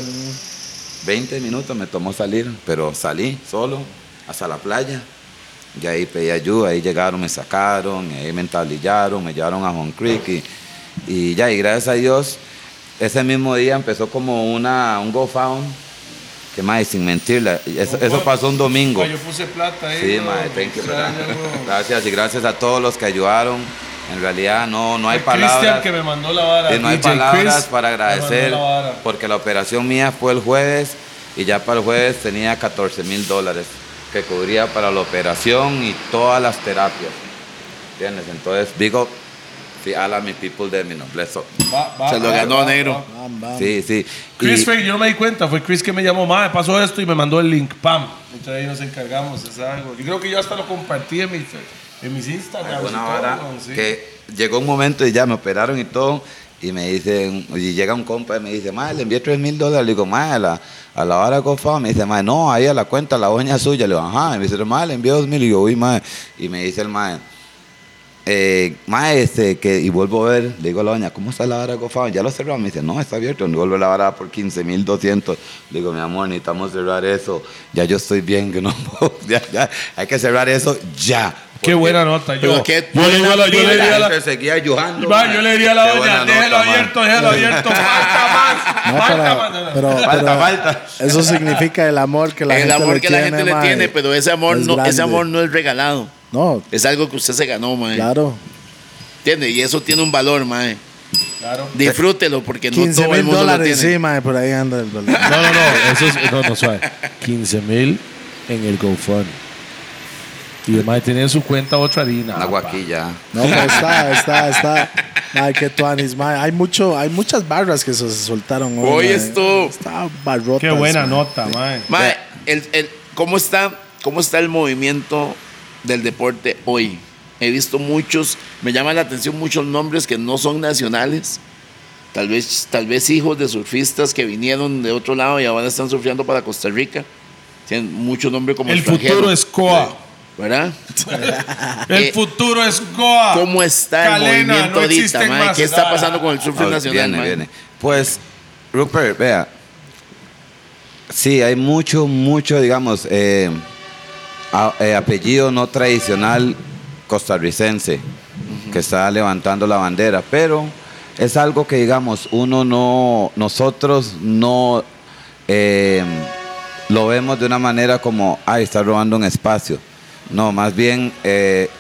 Speaker 3: 20 minutos me tomó salir, pero salí solo hasta la playa. Y ahí pedí ayuda, ahí llegaron, me sacaron, ahí me entablillaron, me llevaron a Home Creek. Y, y ya, y gracias a Dios, ese mismo día empezó como una, un GoFound, que más, sin mentirla, eso, eso pasó un domingo.
Speaker 1: Ah, Yo puse plata ahí.
Speaker 3: Sí,
Speaker 1: ¿no?
Speaker 3: madre, thank you,
Speaker 1: O sea,
Speaker 3: ¿verdad?
Speaker 1: ya, huevo.
Speaker 3: [laughs] Gracias, y gracias a todos los que ayudaron. En realidad, no, no hay
Speaker 1: Fue Cristian
Speaker 3: palabras.
Speaker 1: que me mandó la vara.
Speaker 3: Y no hay
Speaker 1: DJ
Speaker 3: palabras
Speaker 1: Chris
Speaker 3: para
Speaker 1: me mandó
Speaker 3: agradecer,
Speaker 1: la vara.
Speaker 3: porque la operación mía fue el jueves y ya para el jueves tenía 14 mil dólares que cubría para la operación y todas las terapias. ¿Entiendes? Entonces digo, sí, ala mi people de mi nobleza.
Speaker 1: Va, va,
Speaker 4: Se lo
Speaker 1: va,
Speaker 4: ganó,
Speaker 1: va,
Speaker 4: negro.
Speaker 1: va.
Speaker 2: Bam, bam.
Speaker 3: Sí, sí.
Speaker 1: Chris
Speaker 3: Y-
Speaker 1: fue, yo no me di cuenta, fue Chris que me llamó, madre, pasó esto y me mandó el link, pam. Entonces ahí nos encargamos, es algo. Yo creo que yo hasta lo compartí en mis, en mis Instagram.
Speaker 3: alguna vara que llegó un momento y ya me operaron y todo. Y me dicen, y llega un compa y me dice, madre, le envié 3 mil dólares. Le digo, madre, a la, a la hora de GoFundMe". Me dice, madre, no, ahí a la cuenta, la doña suya. Le digo, ajá. Y me dice, madre, le envié 2 mil. Y yo, uy, madre. Y me dice el madre, eh, mae, este, que, y vuelvo a ver, le digo a la doña, ¿cómo está la vara de GoFundMe? Ya lo cerraron. Me dice, no, está abierto. Y vuelvo a la vara por 15,200. Le digo, mi amor, necesitamos cerrar eso. Ya yo estoy bien, que no [laughs] puedo. Ya, ya, hay que cerrar eso ya.
Speaker 1: Qué
Speaker 3: Porque-
Speaker 1: buena nota. Yo,
Speaker 4: Pero qué
Speaker 1: yo le digo a la- yo le digo a la-
Speaker 3: Te seguía ayudando.
Speaker 1: Ma, yo le diría a la doña, déjelo abierto,
Speaker 3: [laughs]
Speaker 1: déjelo abierto, falta más,
Speaker 2: No,
Speaker 1: falta
Speaker 2: pero,
Speaker 1: más. No, no.
Speaker 2: pero-
Speaker 3: Falta,
Speaker 2: pero
Speaker 3: falta.
Speaker 2: Eso significa el amor que la
Speaker 4: el
Speaker 2: gente
Speaker 4: amor
Speaker 2: le
Speaker 4: que
Speaker 2: tiene.
Speaker 4: la gente le
Speaker 2: mae,
Speaker 4: tiene, pero ese amor,
Speaker 2: es
Speaker 4: no, ese
Speaker 2: grande.
Speaker 4: amor no es regalado.
Speaker 2: No,
Speaker 4: Es algo que usted se ganó, mae.
Speaker 2: claro.
Speaker 4: ¿Entiende? Y eso tiene un valor, mae.
Speaker 1: Claro.
Speaker 4: Disfrútelo porque no
Speaker 2: 15
Speaker 4: todo el
Speaker 2: mil
Speaker 4: mundo lo tiene.
Speaker 2: dólares, sí, mae, por ahí anda el dólar.
Speaker 1: No, no, no, eso es, no, no, suave. 15 mil en el GoFundMe. Y además tiene en su cuenta otra harina.
Speaker 3: Una
Speaker 1: papá.
Speaker 3: guaquilla.
Speaker 2: No, pero está, está, está. Mae, qué tuanis, mae. Hay, mucho, hay muchas barras que se se soltaron hoy.
Speaker 4: Hoy
Speaker 2: mae.
Speaker 4: esto.
Speaker 2: Está barrota.
Speaker 1: Qué buena nota, mae.
Speaker 4: Mae, el- el- ¿cómo, está, ¿cómo está el movimiento del deporte hoy? He visto muchos, me llaman la atención muchos nombres que no son nacionales. Tal vez, tal vez hijos de surfistas que vinieron de otro lado y ahora están surfeando para Costa Rica. Tienen mucho nombre como
Speaker 1: El
Speaker 4: extranjero,
Speaker 1: futuro es Coa.
Speaker 4: ¿Verdad?
Speaker 1: El
Speaker 4: Eh,
Speaker 1: futuro es Coa.
Speaker 4: ¿Cómo está
Speaker 1: Ah, Calena,
Speaker 4: el movimiento
Speaker 1: no
Speaker 4: ahorita,
Speaker 1: existen
Speaker 4: mae?
Speaker 1: más.
Speaker 4: ¿Qué está
Speaker 1: Ah,
Speaker 4: pasando con el surf
Speaker 3: Ah,
Speaker 4: nacional,
Speaker 3: viene,
Speaker 4: mae?
Speaker 3: viene. Pues, Rupert, vea. Sí, hay mucho, mucho, digamos, eh, a- eh, apellido no tradicional costarricense que está levantando la bandera, pero es algo que, digamos, uno no, nosotros no eh, lo vemos de una manera como, ay, está robando un espacio. No, más bien, eh,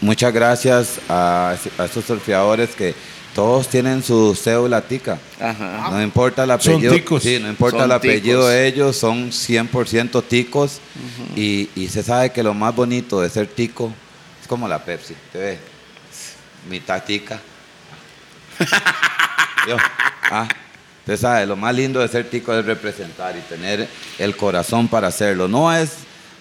Speaker 3: muchas gracias a, a estos surfeadores que todos tienen su cédula tica.
Speaker 4: Ajá.
Speaker 3: No importa el
Speaker 1: Son
Speaker 3: apellido.
Speaker 1: ticos.
Speaker 3: Sí, no importa
Speaker 4: Ah. Son
Speaker 3: el apellido
Speaker 4: ticos.
Speaker 3: de ellos, son 100% ticos. y, y se sabe que lo más bonito de ser tico es como la Pepsi. ¿Te ves? Mitad tica.
Speaker 4: [laughs]
Speaker 3: Yo, ah, usted sabe, lo más lindo de ser tico es representar y tener el corazón para hacerlo. No es,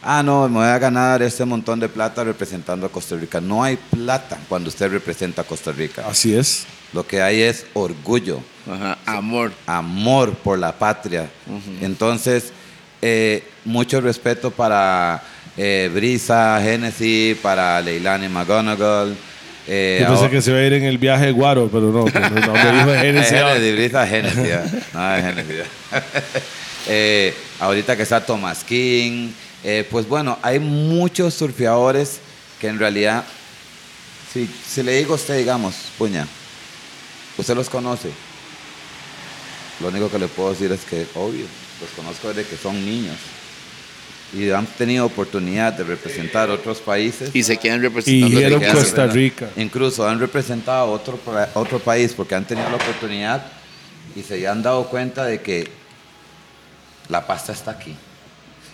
Speaker 3: ah, no, me voy a ganar este montón de plata representando a Costa Rica. No hay plata cuando usted representa a Costa Rica.
Speaker 1: Así es.
Speaker 3: Lo que hay es orgullo
Speaker 4: Ajá. Amor.
Speaker 3: amor por la patria. Entonces, eh, mucho respeto para eh, Brisa, Genesis, para Leilani McGonagall. eh,
Speaker 1: Yo pensé
Speaker 3: ahora-
Speaker 1: que se iba a ir en el viaje de Guaro, pero no. pues, no, no, me dijo Genesis.
Speaker 3: Genesis, Brisa, Genesis. ah. No, es Genesis. ah. [laughs] Eh, ahorita que está Thomas King. eh, pues bueno, hay muchos surfeadores que en realidad, si, si le digo a usted, digamos, puña, usted los conoce. Lo único que le puedo decir es que, obvio, los conozco desde que son niños. Y han tenido oportunidad de representar otros países.
Speaker 4: Y se quedan
Speaker 1: Y
Speaker 4: representando.
Speaker 1: dijeron
Speaker 4: de
Speaker 3: Entonces,
Speaker 4: que
Speaker 1: Costa
Speaker 3: ¿verdad?
Speaker 1: Rica.
Speaker 3: Incluso han representado a otro, pa- otro país porque han tenido la oportunidad y se han dado cuenta de que la pasta está aquí.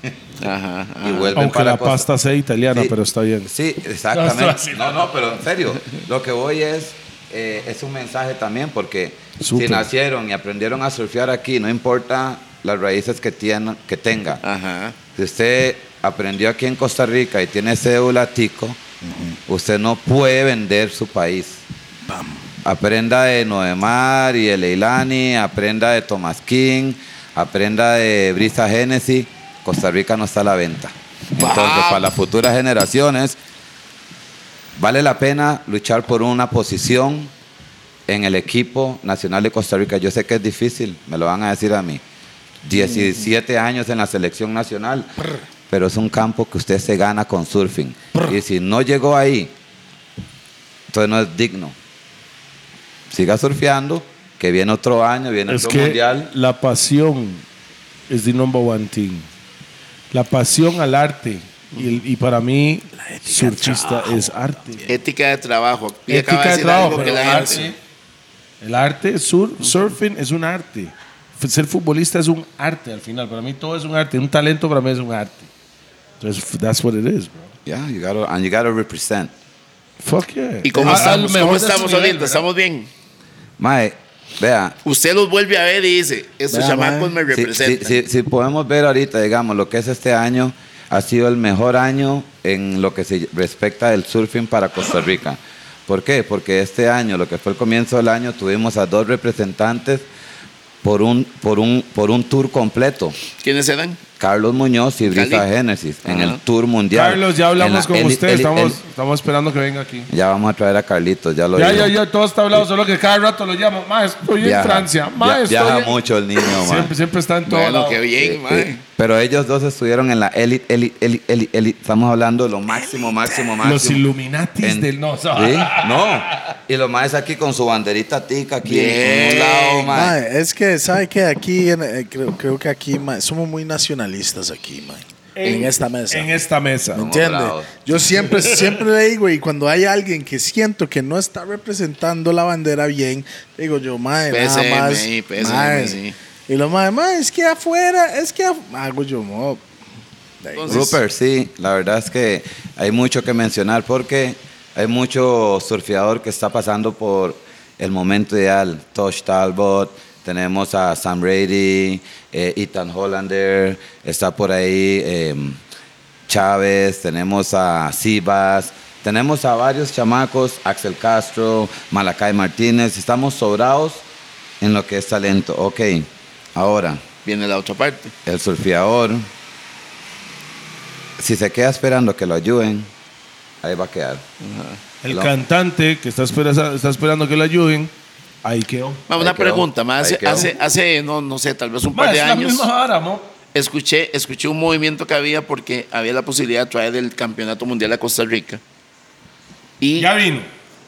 Speaker 4: hacen. Ajá, ajá.
Speaker 3: Y vuelven
Speaker 1: Ah, Aunque
Speaker 3: para
Speaker 1: la
Speaker 3: Costa-
Speaker 1: pasta sea italiana,
Speaker 3: Sí.
Speaker 1: pero está bien.
Speaker 3: Sí,
Speaker 1: No,
Speaker 3: exactamente. No,
Speaker 1: no,
Speaker 3: no, pero en serio, lo que voy es, eh, es un mensaje también porque
Speaker 1: Súper.
Speaker 3: si nacieron y aprendieron a surfear aquí, no importa las raíces que, tiene, que tenga.
Speaker 4: Ajá.
Speaker 3: Si usted aprendió aquí en Costa Rica y tiene cédula tico, usted no puede vender su país. Aprenda de Noemar y de Leilani, aprenda de Thomas King, aprenda de Brisa Genesis. Costa Rica no está a la venta. Entonces, para las futuras generaciones, vale la pena luchar por una posición en el equipo nacional de Costa Rica. Yo sé que es difícil, me lo van a decir a mí. 17 años en la selección nacional, pero es un campo que usted se gana con surfing. Y si no llegó ahí, entonces no es digno. Siga surfeando, que viene otro año, viene
Speaker 1: Es
Speaker 3: otro
Speaker 1: que
Speaker 3: mundial.
Speaker 1: la pasión es the number one thing. La pasión al arte. Y, y para mí, surfista es arte.
Speaker 4: Ética de trabajo. Y
Speaker 1: Ética
Speaker 4: acaba
Speaker 1: de
Speaker 4: decir
Speaker 1: trabajo,
Speaker 4: algo que
Speaker 1: pero
Speaker 4: la
Speaker 1: arte.
Speaker 4: gente-
Speaker 1: El arte, sur, surfing es un arte. F- Ser futbolista es un arte al final. Para mí todo es un arte. Un talento para mí es un arte. Entonces, f- that's what it is, bro.
Speaker 3: Yeah, you gotta- and you gotta represent.
Speaker 1: Fuck yeah.
Speaker 4: ¿Y cómo
Speaker 1: A- a lo
Speaker 4: estamos,
Speaker 1: Ah, mejor
Speaker 4: ¿Cómo
Speaker 1: de su
Speaker 4: estamos
Speaker 1: nivel,
Speaker 4: ahorita?
Speaker 1: ¿verdad?
Speaker 4: ¿Estamos bien?
Speaker 3: Mae, vea,
Speaker 4: Usted los vuelve a ver y dice, estos
Speaker 2: Vea,
Speaker 4: chamacos me
Speaker 3: Si,
Speaker 2: mae.
Speaker 3: si,
Speaker 4: representan.
Speaker 3: si- si podemos ver ahorita, digamos, lo que es este año, ha sido el mejor año en lo que se respecta del surfing para Costa Rica. ¿Por qué? Porque este año, lo que fue el comienzo del año, tuvimos a dos representantes por un, por un, por un tour completo.
Speaker 4: ¿Quiénes eran?
Speaker 3: Carlos Muñoz y Brisa
Speaker 4: Cali.
Speaker 3: Génesis en
Speaker 4: Ajá.
Speaker 3: el tour mundial.
Speaker 1: Carlos, ya
Speaker 3: En
Speaker 1: hablamos
Speaker 3: la
Speaker 1: con
Speaker 3: eli-
Speaker 1: usted.
Speaker 3: eli-
Speaker 1: estamos, estamos esperando que venga aquí.
Speaker 3: eli- ya vamos a traer a Carlitos, ya lo
Speaker 1: Ya,
Speaker 3: digo.
Speaker 1: ya, ya, todo está hablado, solo que cada rato lo llamo. Ma, estoy
Speaker 3: Viaja-
Speaker 1: en Francia. Ma,
Speaker 3: via-
Speaker 1: estoy
Speaker 3: viaja
Speaker 1: en-".
Speaker 3: mucho el niño, mae.
Speaker 1: Siempre, siempre está en todo
Speaker 4: Bueno,
Speaker 1: lado.
Speaker 4: qué
Speaker 3: Sí,
Speaker 4: bien,
Speaker 3: sí.
Speaker 4: mae.
Speaker 3: Pero ellos dos estuvieron en la élite, élite, élite, élite, élite. Estamos hablando de lo máximo, máximo, máximo.
Speaker 1: Los Illuminatis
Speaker 3: En-
Speaker 1: del no. [laughs]
Speaker 3: Sí, No. Y lo más es aquí con su banderita tica aquí en un
Speaker 4: Bien,
Speaker 3: lado, mae.
Speaker 2: Mae, es que, ¿sabe que Aquí, en- eh, creo, creo que aquí, mae, somos muy nacionalistas aquí, mae, en, esta mesa.
Speaker 1: En esta mesa.
Speaker 2: ¿Me entiende?
Speaker 3: bravos.
Speaker 2: Yo siempre, siempre le digo, y cuando hay alguien que siento que no está representando la bandera bien, digo yo, mae,
Speaker 4: PSM,
Speaker 2: nada más.
Speaker 4: sí, PSM,
Speaker 2: mae".
Speaker 4: sí.
Speaker 2: Y lo mae, mae, es que afuera, es que afu-". hago yo, mo.
Speaker 4: Entonces,
Speaker 3: Rupert, sí. La verdad es que hay mucho que mencionar porque hay mucho surfeador que está pasando por el momento ideal. Tosh Talbot, tenemos a Sam Brady, eh, Ethan Hollander, está por ahí... em, Chávez, tenemos a Sivas, tenemos a varios chamacos, Axel Castro, Malacay Martínez, estamos sobrados en lo que es talento. Ok, ahora,
Speaker 4: viene la otra parte.
Speaker 3: el surfeador, si se queda esperando que lo ayuden, ahí va a quedar.
Speaker 1: El
Speaker 3: Lo-
Speaker 1: cantante que está, espera- está esperando que lo ayuden, ahí quedó.
Speaker 4: Ma, una
Speaker 3: Ahí quedó,
Speaker 4: pregunta, ma,
Speaker 3: ahí
Speaker 4: hace,
Speaker 3: quedó.
Speaker 4: hace, hace, no, no sé, tal vez un
Speaker 1: Ma,
Speaker 4: par de
Speaker 1: es la
Speaker 4: años,
Speaker 1: misma vara, mo.
Speaker 4: escuché, escuché un movimiento que había porque había la posibilidad de traer el Campeonato Mundial a Costa Rica. Y
Speaker 1: Ya vino.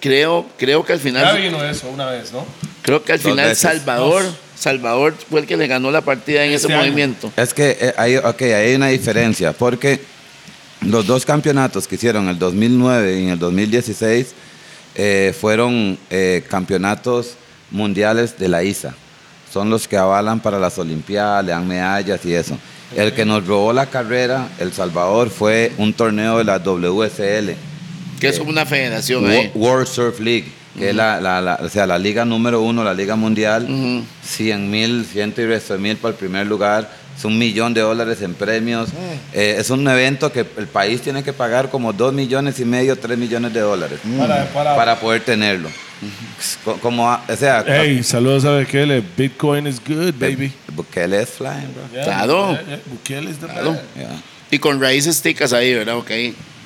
Speaker 4: creo, creo que al
Speaker 1: Ya
Speaker 4: final,
Speaker 1: vino eso una vez, ¿no?
Speaker 4: creo que al
Speaker 3: Dos
Speaker 4: final
Speaker 3: veces.
Speaker 4: Salvador,
Speaker 1: Dos.
Speaker 4: Salvador fue el que le ganó la partida en
Speaker 1: Este
Speaker 4: ese
Speaker 1: año.
Speaker 4: movimiento.
Speaker 3: Es que eh, hay, ok, hay una diferencia, porque los dos campeonatos que hicieron en el 2009 y en el 2016 eh, fueron eh, campeonatos mundiales de la ISA. Son los que avalan para las Olimpiadas, le dan medallas y eso. El que nos robó la carrera, El Salvador, fue un torneo de la WSL,
Speaker 4: Que es como una federación
Speaker 3: Wo-
Speaker 4: ahí.
Speaker 3: World Surf League, que es la, la- la- o sea, la liga número uno, la liga mundial.
Speaker 4: Ujú.
Speaker 3: 100 mil, ciento y resto de mil para el primer lugar, es un millón de dólares en premios. Eh, es un evento que el país tiene que pagar como 2 millones y medio, 3 millones de dólares
Speaker 1: Para, para.
Speaker 3: Mm. para poder tenerlo. Co- Como, a- o sea,
Speaker 1: Hey, saludos a Bekele. Bitcoin is good, baby.
Speaker 3: Bukele es flying, bro.
Speaker 4: Claro.
Speaker 1: Yeah, yeah, Bukele is the man.
Speaker 3: Yeah.
Speaker 4: Y con raíces ticas ahí, ¿verdad? Ok.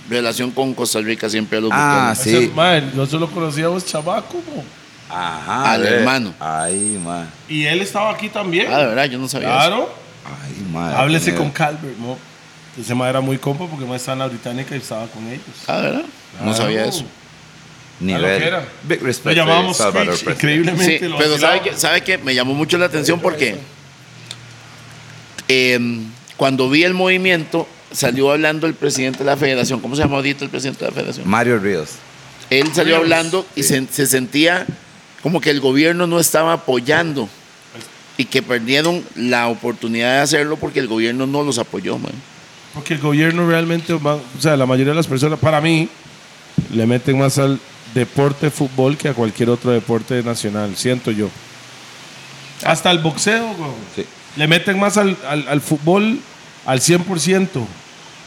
Speaker 4: Relación con Costa Rica siempre a los
Speaker 3: Ah,
Speaker 4: bucanes.
Speaker 3: sí.
Speaker 1: Mae, yo solo conocía a vos chamaco, mo.
Speaker 3: Ajá.
Speaker 4: Al
Speaker 3: ve.
Speaker 4: hermano.
Speaker 3: Ay, ma.
Speaker 1: Y él estaba aquí también.
Speaker 4: Ah, de verdad, yo no sabía eso.
Speaker 1: Claro.
Speaker 3: Ay, ma.
Speaker 1: Háblese
Speaker 3: Mira.
Speaker 1: con Calvert, mo. Ese mae era muy compa porque mae estaba en la británica y estaba con ellos.
Speaker 4: Ah, de verdad. No sabía
Speaker 1: Claro.
Speaker 4: eso.
Speaker 1: A lo que
Speaker 3: Nivel.
Speaker 1: era.
Speaker 3: Big
Speaker 1: Lo
Speaker 3: respect.
Speaker 1: llamábamos
Speaker 3: eh, Salvador
Speaker 1: Screech,
Speaker 3: Presley.
Speaker 1: increíblemente.
Speaker 4: Sí,
Speaker 1: lo
Speaker 4: pero ¿sabe
Speaker 1: vacilaba.
Speaker 4: qué? ¿sabe qué? Me llamó mucho la atención porque em, cuando vi el movimiento salió hablando el presidente de la federación. ¿Cómo se llama ahorita el presidente de la federación?
Speaker 3: Mario Ríos.
Speaker 4: Él salió hablando y se, se sentía como que el gobierno no estaba apoyando y que perdieron la oportunidad de hacerlo porque el gobierno no los apoyó. man.
Speaker 1: Porque el gobierno realmente, va- o sea, la mayoría de las personas, para mí, le meten más al deporte fútbol que a cualquier otro deporte nacional, siento yo. Hasta el boxeo, güey.
Speaker 3: Sí.
Speaker 1: le meten más al, al- al fútbol al 100%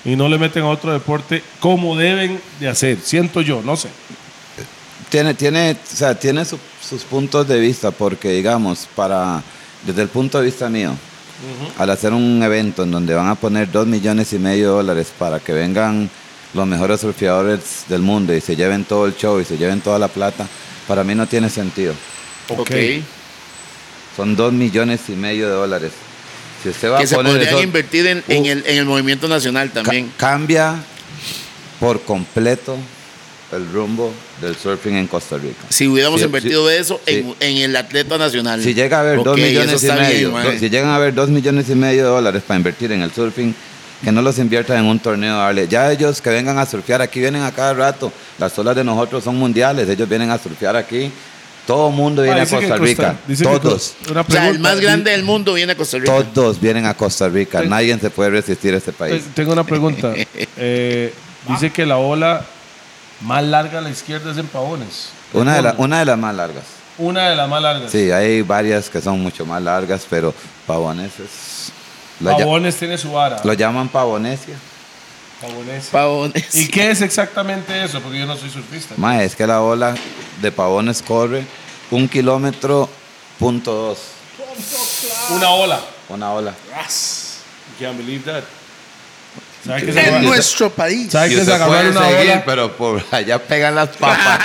Speaker 1: y no le meten a otro deporte como deben de hacer, siento yo, no sé.
Speaker 3: Tiene, tiene, o sea, tiene su- sus puntos de vista porque, digamos, para, desde el punto de vista mío, al hacer un evento en donde van a poner dos millones y medio de dólares para que vengan los mejores surfeadores del mundo y se lleven todo el show y se lleven toda la plata, para mí no tiene sentido.
Speaker 4: Ok.
Speaker 3: Son dos millones y medio de dólares. Si usted va
Speaker 4: Que
Speaker 3: a
Speaker 4: se
Speaker 3: poner
Speaker 4: podrían
Speaker 3: eso-
Speaker 4: invertir en, en
Speaker 3: Uh.
Speaker 4: el, en el movimiento nacional
Speaker 3: Ca-
Speaker 4: también.
Speaker 3: cambia por completo el rumbo del surfing en Costa Rica.
Speaker 4: Si hubiéramos
Speaker 3: Sí,
Speaker 4: invertido
Speaker 3: sí,
Speaker 4: eso en,
Speaker 3: sí.
Speaker 4: en el atleta nacional.
Speaker 3: Si llega a haber
Speaker 4: Ok,
Speaker 3: dos
Speaker 4: eso
Speaker 3: millones y
Speaker 4: está bien,
Speaker 3: medio,
Speaker 4: man.
Speaker 3: do- si llegan a haber dos millones y medio de dólares para invertir en el surfing, que no los inviertan en un torneo, darle. Ya ellos que vengan a surfear aquí vienen a cada rato. Las olas de nosotros son mundiales, ellos vienen a surfear aquí. Todo el mundo viene
Speaker 1: Ah,
Speaker 3: a
Speaker 1: dice que
Speaker 3: Costa
Speaker 1: Costa-
Speaker 3: Rica.
Speaker 1: dice que
Speaker 3: Todos.
Speaker 1: Costa- una
Speaker 4: O sea, el
Speaker 1: pregunta,
Speaker 4: más
Speaker 1: di-
Speaker 4: grande del mundo viene a Costa Rica.
Speaker 3: Todos vienen a Costa Rica.
Speaker 1: Ten-
Speaker 3: Nadie se puede resistir a este país.
Speaker 1: Eh, Tengo una pregunta.
Speaker 4: [laughs]
Speaker 1: Eh, dice que la ola más larga a la izquierda es en Pavones.
Speaker 3: Una de, la-
Speaker 1: Pavones.
Speaker 3: una de las más largas.
Speaker 1: Una de las más largas.
Speaker 3: Sí, hay varias que son mucho más largas, pero pavones es... Lo, lla-
Speaker 1: Pavones tiene su vara.
Speaker 3: lo llaman pavonesia.
Speaker 1: Pavones.
Speaker 4: Pavones. [laughs]
Speaker 1: ¿Y qué es exactamente eso? Porque yo no soy surfista.
Speaker 3: Más es que la ola de pavones corre un kilómetro punto dos.
Speaker 1: Una ola.
Speaker 3: Una ola.
Speaker 1: Can't believe that. ¿Sabes qué
Speaker 3: En
Speaker 1: se
Speaker 2: En
Speaker 1: agarra-
Speaker 2: nuestro país.
Speaker 1: ¿Sabe que
Speaker 3: Y
Speaker 1: se
Speaker 3: usted
Speaker 1: agarraron
Speaker 3: puede
Speaker 1: una
Speaker 3: seguir,
Speaker 1: ola?
Speaker 3: pero por allá pegan las
Speaker 1: [laughs]
Speaker 3: papas.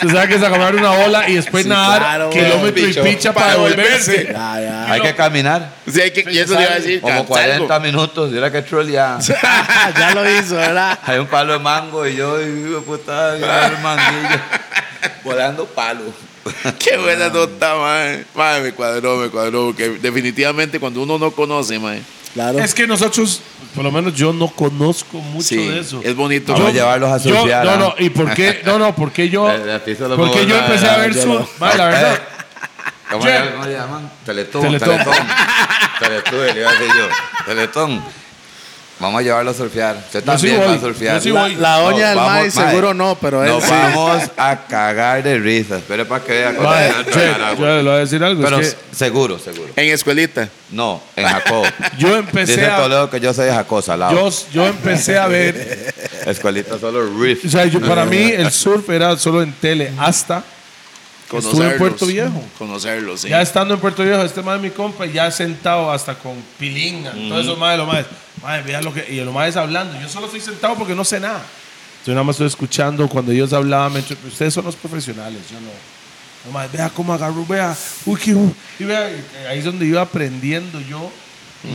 Speaker 1: Usted sabe que es agarrar una ola y después
Speaker 2: Sí,
Speaker 1: nadar
Speaker 2: claro,
Speaker 1: kilómetro y
Speaker 3: bicho.
Speaker 1: picha para
Speaker 4: Para
Speaker 1: devolverse.
Speaker 3: [laughs]
Speaker 2: Ya, ya.
Speaker 3: hay que caminar
Speaker 4: Sí, hay que, y eso le iba a decir.
Speaker 3: como
Speaker 4: Cansalgo.
Speaker 3: 40 minutos. Yo era que trolleaba.
Speaker 2: ya lo hizo, ¿verdad?
Speaker 3: Hay un palo de mango y yo, y, hijo de puta, y el manguillo. Volando palo.
Speaker 4: Qué buena nota, man. Man, me cuadró, me cuadró. Porque definitivamente cuando uno no conoce, man.
Speaker 2: Claro.
Speaker 1: Es que nosotros, por lo menos yo no conozco mucho
Speaker 4: Sí,
Speaker 1: de eso.
Speaker 4: es bonito.
Speaker 3: Vamos a
Speaker 4: Yo-
Speaker 3: llevarlos a
Speaker 1: Yo-
Speaker 3: surfear.
Speaker 1: no,
Speaker 3: ¿ah?
Speaker 1: no, ¿y por qué? No, no, porque
Speaker 3: [laughs]
Speaker 1: yo,
Speaker 3: La- la tiza lo
Speaker 1: porque
Speaker 3: pongo
Speaker 1: yo
Speaker 3: en la-
Speaker 1: empecé
Speaker 3: en
Speaker 1: a
Speaker 3: la-
Speaker 1: ver
Speaker 2: yo
Speaker 1: su...
Speaker 2: lo-
Speaker 1: Vale, la verdad.
Speaker 3: Eh, [laughs] ¿Cómo,
Speaker 1: Yo-
Speaker 3: le, cómo le llaman? Teletón.
Speaker 1: Teletón.
Speaker 3: Teletón. Teletón, le iba a decir yo. Teletón. Vamos a llevarlo a surfear. Usted
Speaker 1: Yo sí
Speaker 3: también va
Speaker 1: voy,
Speaker 3: a surfear.
Speaker 1: yo sí
Speaker 2: La,
Speaker 1: voy.
Speaker 2: la doña
Speaker 3: No,
Speaker 2: del
Speaker 3: vamos,
Speaker 2: Mai seguro no, pero él
Speaker 3: Nos
Speaker 2: sí.
Speaker 3: vamos a cagar de risas. Pero para que vea. cuando
Speaker 1: Vale,
Speaker 3: se va a
Speaker 1: che,
Speaker 3: tragar
Speaker 1: yo
Speaker 3: agua.
Speaker 1: le voy a decir algo.
Speaker 3: Pero
Speaker 1: es que
Speaker 3: seguro, seguro.
Speaker 4: En escuelita.
Speaker 3: No, en Jacob.
Speaker 1: [laughs] yo empecé
Speaker 3: Dice
Speaker 1: a...
Speaker 3: Toledo que yo soy de Jacob, salado.
Speaker 1: Yo, yo empecé a ver
Speaker 3: Escuelita solo riff.
Speaker 1: O sea,
Speaker 3: [laughs]
Speaker 1: yo- para mí el surf era solo en tele hasta que
Speaker 4: Conocerlos.
Speaker 1: estuve en Puerto Viejo.
Speaker 4: Conocerlos, sí.
Speaker 1: Ya estando en Puerto Viejo, este madre mi compa, ya sentado hasta con pilinga, todo eso madre, lo más. Madre, vea lo que. Y lo más hablando. Yo solo estoy sentado porque no sé nada. Yo nada más estoy escuchando cuando ellos hablaban. me entre- Ustedes son los profesionales, yo no. Lo más, vea cómo agarró, vea. Uy, qué- uh, y vea, y ahí es donde iba aprendiendo yo.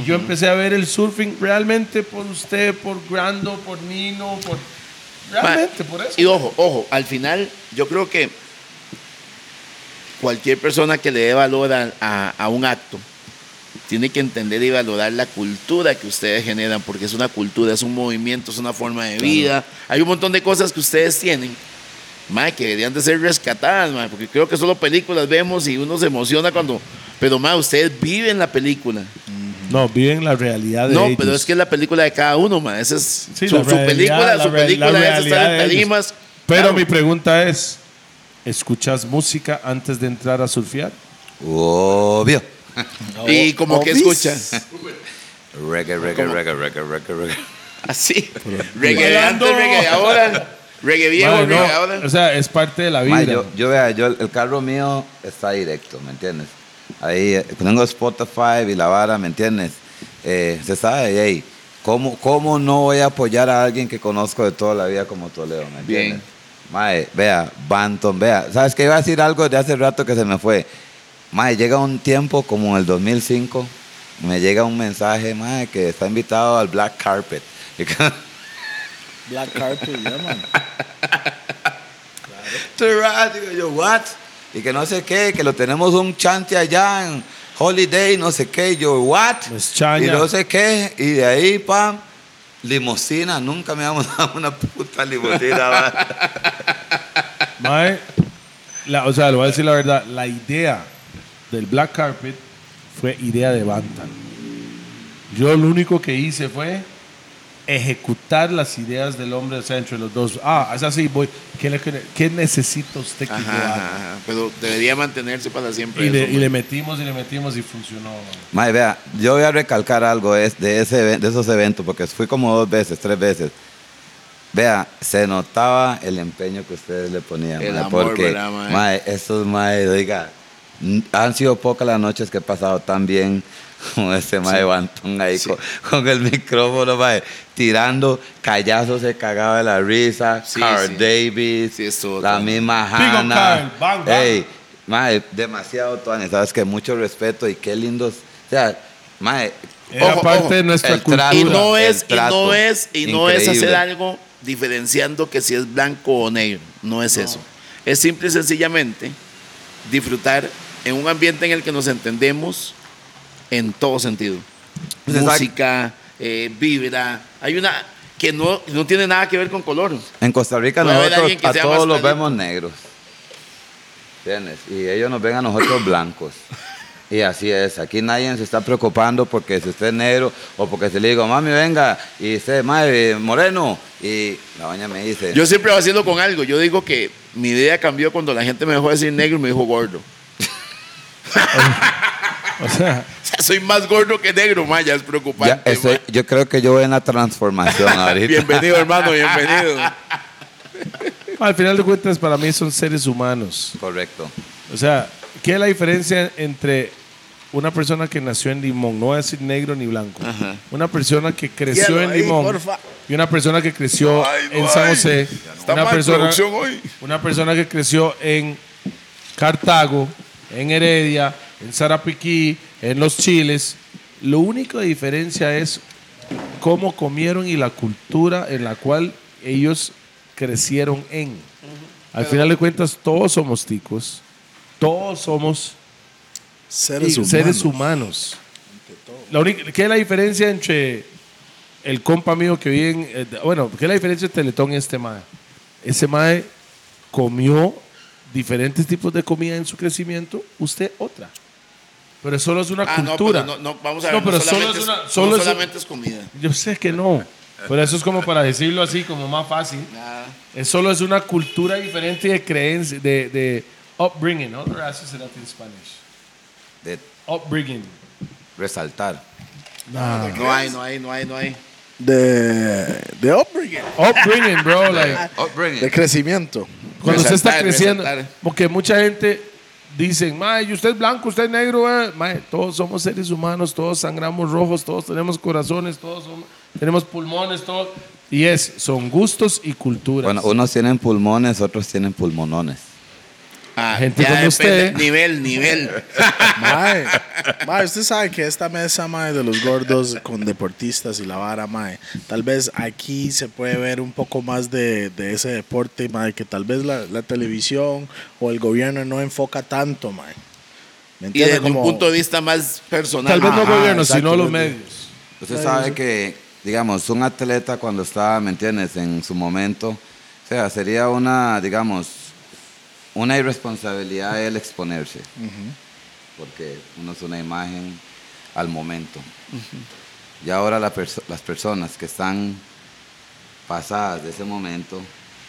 Speaker 1: Y yo empecé a ver el surfing realmente por usted, por Grando, por Nino, por. Realmente, por eso.
Speaker 4: Y ojo, ojo, al final yo creo que cualquier persona que le dé valor a, a- a un acto tiene que entender y valorar la cultura que ustedes generan, porque es una cultura, es un movimiento, es una forma de vida. Hay un montón de cosas que ustedes tienen. mae, que deberían de ser rescatadas, mae, porque creo que solo películas vemos y uno se emociona cuando... Pero, mae, ustedes viven la película.
Speaker 1: No, viven la realidad de
Speaker 4: No,
Speaker 1: ellos.
Speaker 4: pero es que es la película de cada uno, mae. Esa es
Speaker 1: Sí,
Speaker 4: su,
Speaker 1: la
Speaker 4: su
Speaker 1: realidad,
Speaker 4: película,
Speaker 1: la
Speaker 4: su
Speaker 1: re- la
Speaker 4: película es
Speaker 1: realidad de
Speaker 4: estar en
Speaker 1: ellos.
Speaker 4: tarimas.
Speaker 1: Pero
Speaker 4: Claro.
Speaker 1: mi pregunta es, ¿escuchas música antes de entrar a surfear?
Speaker 3: Obvio.
Speaker 4: Y como que
Speaker 2: Obis.
Speaker 4: escucha.
Speaker 3: Reggae, reggae, reggae, reggae, reggae, reggae.
Speaker 4: Así. Reggae de
Speaker 1: Bailando.
Speaker 4: antes, reggae de ahora. Reggae viejo,
Speaker 1: Madre,
Speaker 4: reggae
Speaker 1: no,
Speaker 4: de ahora.
Speaker 1: O sea, es parte de la vida.
Speaker 3: Ma, yo, yo vea, yo, el carro mío está directo, ¿me entiendes? Ahí eh, tengo Spotify y la vara, ¿me entiendes? Eh, se sabe, y ahí, ¿Cómo, ¿Cómo no voy a apoyar a alguien que conozco de toda la vida como Toledo? ¿me entiendes?
Speaker 4: Bien.
Speaker 3: Mae, vea, Banton, vea. ¿Sabes que Iba a decir algo de hace rato que se me fue. Mae, llega un tiempo como en el 2005, me llega un mensaje, mae, que está invitado al Black Carpet. [laughs]
Speaker 2: Black Carpet, ya, man.
Speaker 3: Terrat, digo yo, what? Y que no sé qué, que lo tenemos un chante allá en Holiday, no sé qué, Y yo, what?
Speaker 1: Pues chaña.
Speaker 3: Y no sé qué, y de ahí, pam, limosina, nunca me habíamos dado una puta limosina.
Speaker 1: [laughs]
Speaker 3: va.
Speaker 1: Mae, la- o sea, le voy a decir la verdad, la idea del Black Carpet fue idea de Bantan. Yo lo único que hice fue ejecutar las ideas del hombre de centro, los dos. Ah, es así, voy. ¿Qué, le- qué necesita usted que yo
Speaker 4: Ajá,
Speaker 1: haga?
Speaker 4: ajá, ajá. Pero debería mantenerse para siempre.
Speaker 1: Y le,
Speaker 4: eso,
Speaker 1: y
Speaker 4: man.
Speaker 1: le metimos y le metimos y funcionó. mae.
Speaker 3: Mae, vea, yo voy a recalcar algo es- de, ese, even- de esos eventos, porque fui como dos veces, tres veces. Vea, se notaba el empeño que ustedes le ponían.
Speaker 4: El
Speaker 3: mae,
Speaker 4: amor,
Speaker 3: porque,
Speaker 4: ¿verdad, mae?
Speaker 3: mae, estos mae, oiga, n- han sido pocas las noches que he pasado tan bien [laughs] como este mae Bantón ahí
Speaker 4: Sí.
Speaker 3: co- con, el [laughs] micrófono, mae, tirando, callazo se cagaba de la risa,
Speaker 4: Sí,
Speaker 3: Carl
Speaker 4: sí.
Speaker 3: Davis,
Speaker 4: Sí, estuvo
Speaker 3: la
Speaker 4: todo.
Speaker 3: misma
Speaker 1: Pico
Speaker 3: Hanna.
Speaker 1: Carl, bang, bang.
Speaker 3: Ah, Ey, Mae, demasiado, Tuanes. Sabes que mucho respeto y qué lindos. O sea, Mae.
Speaker 1: Era
Speaker 4: Ojo,
Speaker 1: parte
Speaker 4: ojo,
Speaker 1: de nuestra
Speaker 3: el
Speaker 1: cultura.
Speaker 3: trato.
Speaker 4: Y no
Speaker 3: El
Speaker 4: es, y no
Speaker 3: trato.
Speaker 4: es, y no es hacer
Speaker 3: Increíble.
Speaker 4: algo diferenciando que si es blanco o negro. No es eso. Es simple y sencillamente disfrutar en un ambiente en el que nos entendemos en todo sentido.
Speaker 3: Pues exacto.
Speaker 4: Música, eh, vibra. Hay una que no, no tiene nada que ver con color.
Speaker 3: En Costa Rica
Speaker 4: Puede haber
Speaker 3: nosotros
Speaker 4: alguien que
Speaker 3: a
Speaker 4: sea más
Speaker 3: todos los
Speaker 4: clarito.
Speaker 3: vemos negros. ¿Entiendes? Y ellos nos ven a nosotros blancos. Y así es, aquí nadie se está preocupando porque si usted es negro o porque se le digo, mami, venga, y usted, madre, moreno. Y la doña me dice,
Speaker 4: Yo siempre haciendo con algo. Yo digo que mi idea cambió cuando la gente me dejó de decir negro y me dijo gordo. [laughs]
Speaker 1: O sea,
Speaker 4: O sea, soy más gordo que negro, Maya, es preocupante.
Speaker 3: "Ya, estoy- [laughs]
Speaker 4: ma.
Speaker 3: yo creo que yo voy en la transformación
Speaker 4: [laughs]
Speaker 3: ahorita.
Speaker 4: Bienvenido, hermano, bienvenido.
Speaker 1: al final de cuentas, para mí son seres humanos.
Speaker 3: Correcto.
Speaker 1: O sea, ¿qué es la diferencia entre una persona que nació en Limón? No voy a decir negro ni blanco. Una persona que creció
Speaker 2: Hielo
Speaker 1: en
Speaker 2: ahí,
Speaker 1: Limón.
Speaker 2: porfa.
Speaker 1: Y una persona que creció
Speaker 4: Ay, no
Speaker 1: en San
Speaker 4: hay.
Speaker 1: José.
Speaker 4: Está
Speaker 1: Una
Speaker 4: mal
Speaker 1: persona,
Speaker 4: producción hoy.
Speaker 1: una persona que creció en Cartago, en Heredia, en Sarapiquí, en Los Chiles. Lo único de diferencia es cómo comieron y la cultura en la cual ellos crecieron en. Al final de cuentas, todos somos ticos, todos somos
Speaker 2: Seres humanos.
Speaker 1: seres humanos. La única- ¿Qué es la diferencia entre el compa mío que vive en... eh, bueno, ¿qué es la diferencia entre Teletón y este mae? Ese mae comió diferentes tipos de comida en su crecimiento, usted otra. Pero solo es una
Speaker 4: Ah, no,
Speaker 1: cultura.
Speaker 4: pero no, no, vamos a
Speaker 1: No,
Speaker 4: ver. no
Speaker 1: pero solo
Speaker 4: solamente
Speaker 1: es
Speaker 4: es,
Speaker 1: una-
Speaker 4: no
Speaker 1: solo es un-
Speaker 4: solamente es comida.
Speaker 1: Yo sé que no. Pero eso es como para decirlo así, como más fácil. Es solo es una cultura diferente de creencia, de, de upbringing. No lo haces en latín Spanish.
Speaker 3: De
Speaker 1: Upbringing.
Speaker 3: resaltar.
Speaker 4: No hay, no hay, no hay, no hay.
Speaker 2: De, de upbringing,
Speaker 1: Upbringing, bro. like,
Speaker 2: de crecimiento.
Speaker 1: cuando usted está
Speaker 4: Resaltar,
Speaker 1: creciendo.
Speaker 4: resaltar.
Speaker 1: Porque mucha gente dicen, mae, y usted es blanco, usted es negro. eh". Mae, todos somos seres humanos, todos sangramos rojos, todos tenemos corazones, todos somos- tenemos pulmones, todos. Y es, son gustos y culturas.
Speaker 3: Bueno, unos tienen pulmones, otros tienen pulmonones.
Speaker 4: Ah,
Speaker 1: Gente
Speaker 4: ya
Speaker 1: como
Speaker 4: depende.
Speaker 1: usted.
Speaker 4: Nivel, nivel.
Speaker 1: [laughs]
Speaker 2: Mae, [laughs] mae, usted sabe que esta mesa, mae, de los gordos con deportistas y la vara, mae, tal vez aquí se puede ver un poco más de, de ese deporte, mae, que tal vez la, la televisión o el gobierno no enfoca tanto, mae. ¿Me
Speaker 4: y
Speaker 2: entiende?
Speaker 4: desde un
Speaker 2: Como-
Speaker 4: punto de vista más personal.
Speaker 1: Tal vez no
Speaker 2: Ajá,
Speaker 1: gobierno, sino los
Speaker 2: exactamente.
Speaker 1: medios.
Speaker 3: Usted sabe que, digamos, un atleta cuando está, ¿me entiendes?, en su momento, o sea, sería una, digamos, una irresponsabilidad el exponerse, porque uno es una imagen al momento. Y ahora la perso- las personas que están pasadas de ese momento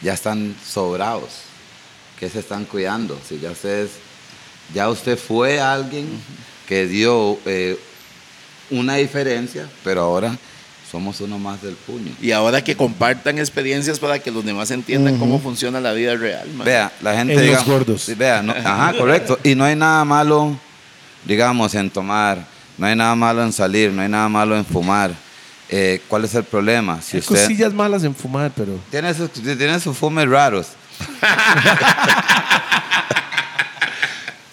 Speaker 3: ya están sobrados, que se están cuidando. Si ya usted, es- ya usted fue alguien que dio eh, una diferencia, pero ahora somos uno más del puño.
Speaker 4: Y ahora que compartan experiencias para que los demás entiendan cómo funciona la vida real. man.
Speaker 3: Vea, la gente.
Speaker 1: En los
Speaker 3: digamos,
Speaker 1: gordos.
Speaker 3: sí, Vea, no- ajá, correcto. Y no hay nada malo, digamos, en tomar, no hay nada malo en salir, no hay nada malo en fumar. eh, ¿cuál es el problema? Si
Speaker 1: Hay
Speaker 3: usted
Speaker 1: cosillas malas en fumar, pero.
Speaker 3: tiene sus, tiene sus fumes
Speaker 1: [laughs]
Speaker 3: raros.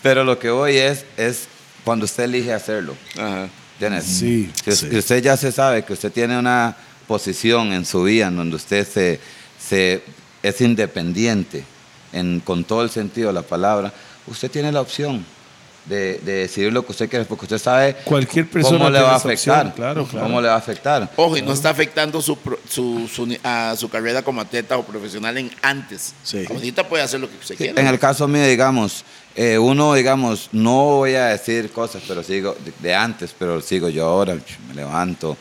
Speaker 3: Pero lo que voy es, es cuando usted elige hacerlo.
Speaker 4: Ajá.
Speaker 3: ¿Entiendes?
Speaker 1: Sí,
Speaker 3: Si us-
Speaker 1: sí.
Speaker 3: si usted ya se sabe que usted tiene una posición en su vida en donde usted se, se- es independiente, en, con todo el sentido de la palabra, usted tiene la opción de, de decidir lo que usted quiere, porque usted sabe
Speaker 1: Cualquier persona
Speaker 3: cómo le
Speaker 1: tiene
Speaker 3: va a
Speaker 1: esa
Speaker 3: afectar.
Speaker 1: opción, claro, claro.
Speaker 3: Cómo le va a afectar.
Speaker 4: Ojo, y no está afectando su, pro- su, su ni- a su carrera como atleta o profesional en antes.
Speaker 2: Sí.
Speaker 4: Ahorita puede hacer lo que usted
Speaker 3: Sí,
Speaker 4: quiera.
Speaker 3: en el caso mío, digamos, eh, uno, digamos, no voy a decir cosas, pero sigo de, de antes, pero sigo yo ahora, ch, me levanto,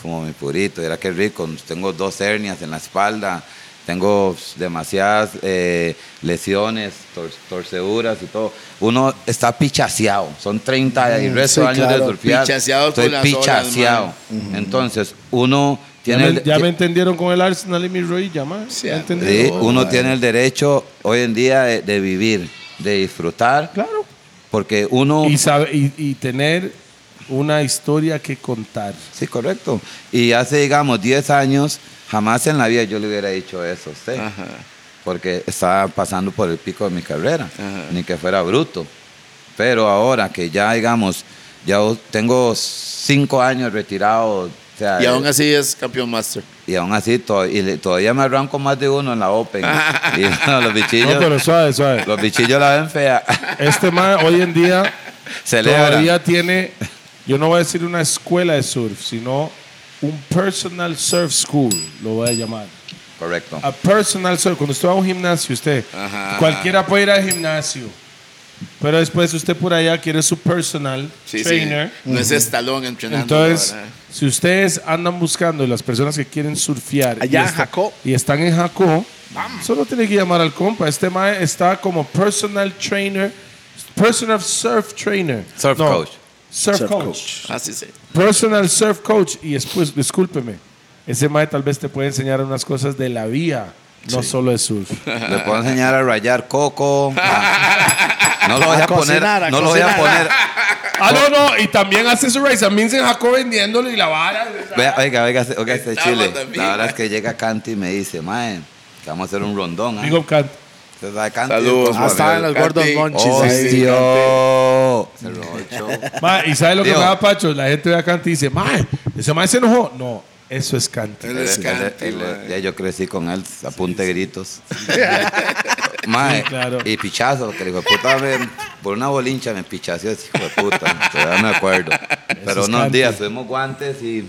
Speaker 3: fumo mi purito, era que rico, tengo dos hernias en la espalda, tengo demasiadas eh, lesiones, tor- torceduras y todo. Uno está pichaseado, son 30 y
Speaker 2: Mm,
Speaker 3: resto
Speaker 2: sí,
Speaker 3: de años
Speaker 2: claro.
Speaker 3: de surfear.
Speaker 4: Pichaseado con
Speaker 3: estoy
Speaker 4: las olas,
Speaker 3: pichaseado. Entonces, uno
Speaker 1: Ya
Speaker 3: tiene...
Speaker 1: me,
Speaker 3: el-
Speaker 1: ya me entendieron con el Arsenal y mi Roy, ya más.
Speaker 4: Sí,
Speaker 1: ¿Ya
Speaker 4: sí,
Speaker 3: Sí,
Speaker 1: entendieron?
Speaker 3: uno tiene el derecho hoy en día de, de vivir, de disfrutar,
Speaker 1: Claro.
Speaker 3: porque uno...
Speaker 1: Y, sabe, y, y tener una historia que contar.
Speaker 3: Sí, correcto. Y hace, digamos, 10 años, jamás en la vida yo le hubiera dicho eso a usted,
Speaker 4: Ajá.
Speaker 3: porque estaba pasando por el pico de mi carrera, ni que fuera bruto. Pero ahora que ya, digamos, ya tengo 5 años retirado, o sea, eh,
Speaker 4: Y aún así es campeón master.
Speaker 3: y aún así to- y le- todavía me arranco más de uno en la
Speaker 4: [laughs]
Speaker 3: Open. y [laughs] no, los bichillos...
Speaker 1: No, pero suave, suave.
Speaker 3: Los bichillos la ven fea. [laughs]
Speaker 1: Este man hoy en día
Speaker 3: Celebra.
Speaker 1: todavía tiene, yo no voy a decir una escuela de surf, sino un personal surf school, lo voy a llamar.
Speaker 3: Correcto.
Speaker 2: Ah,
Speaker 1: A personal surf, cuando usted va a un gimnasio, usted,
Speaker 4: Ajá.
Speaker 1: cualquiera puede ir al gimnasio, pero después usted por allá quiere su personal
Speaker 4: Sí, sí.
Speaker 1: trainer.
Speaker 4: No es estalón entrenando.
Speaker 1: Entonces,
Speaker 4: ¿verdad?
Speaker 1: si ustedes andan buscando y las personas que quieren surfear
Speaker 2: Allá
Speaker 1: y,
Speaker 2: en
Speaker 1: está-
Speaker 2: Jacó.
Speaker 1: y están en Jacó, solo tiene que llamar al compa. Este mae está como personal trainer, personal surf trainer.
Speaker 3: Surf coach.
Speaker 1: Surf,
Speaker 2: Surf
Speaker 1: coach.
Speaker 2: coach.
Speaker 4: Ah, sí, sí.
Speaker 1: Personal surf coach. Y después, discúlpeme, ese mae tal vez te puede enseñar unas cosas de la vía, no solo de surf.
Speaker 3: Le puedo enseñar a rayar [laughs] coco. a- No lo voy a,
Speaker 2: A
Speaker 3: poner.
Speaker 2: cocinar, a
Speaker 3: no lo voy a
Speaker 2: cocinar.
Speaker 3: poner.
Speaker 1: ah, no, no. Y también hace su race. A mí en Jacó vendiéndole y la vara.
Speaker 3: Vea, oiga, oiga, este- oiga este
Speaker 4: Estaba
Speaker 3: chile.
Speaker 4: también.
Speaker 3: La verdad es que llega Canti y me dice, mae, que vamos a hacer un rondón. ¿ah?"
Speaker 1: Big up, Cat.
Speaker 3: Usted sabe, Canti,
Speaker 4: Saludos,
Speaker 3: compa,
Speaker 2: Ah, estaba en
Speaker 3: amigo.
Speaker 2: los Gordon
Speaker 4: Cantín.
Speaker 2: Monchis.
Speaker 3: ¡Oh,
Speaker 2: ahí.
Speaker 3: tío! Se robó el show.
Speaker 1: Ma, ¿Y sabe lo que
Speaker 3: Digo.
Speaker 1: me da Pacho? La gente ve a Canti y dice, mae, ese mae se enojó. No, eso es Canti.
Speaker 4: Él
Speaker 3: Él-
Speaker 4: es
Speaker 3: él-
Speaker 4: Canti,
Speaker 3: él-
Speaker 4: mae.
Speaker 3: ya yo crecí con él, apunte gritos. Mae,
Speaker 1: Sí, claro.
Speaker 3: y pichazo, que le dijo, puta, me- por una bolincha me pichazo, hijo de puta, todavía me acuerdo. Pero
Speaker 1: es
Speaker 3: unos
Speaker 1: Canti.
Speaker 3: días tuvimos guantes y el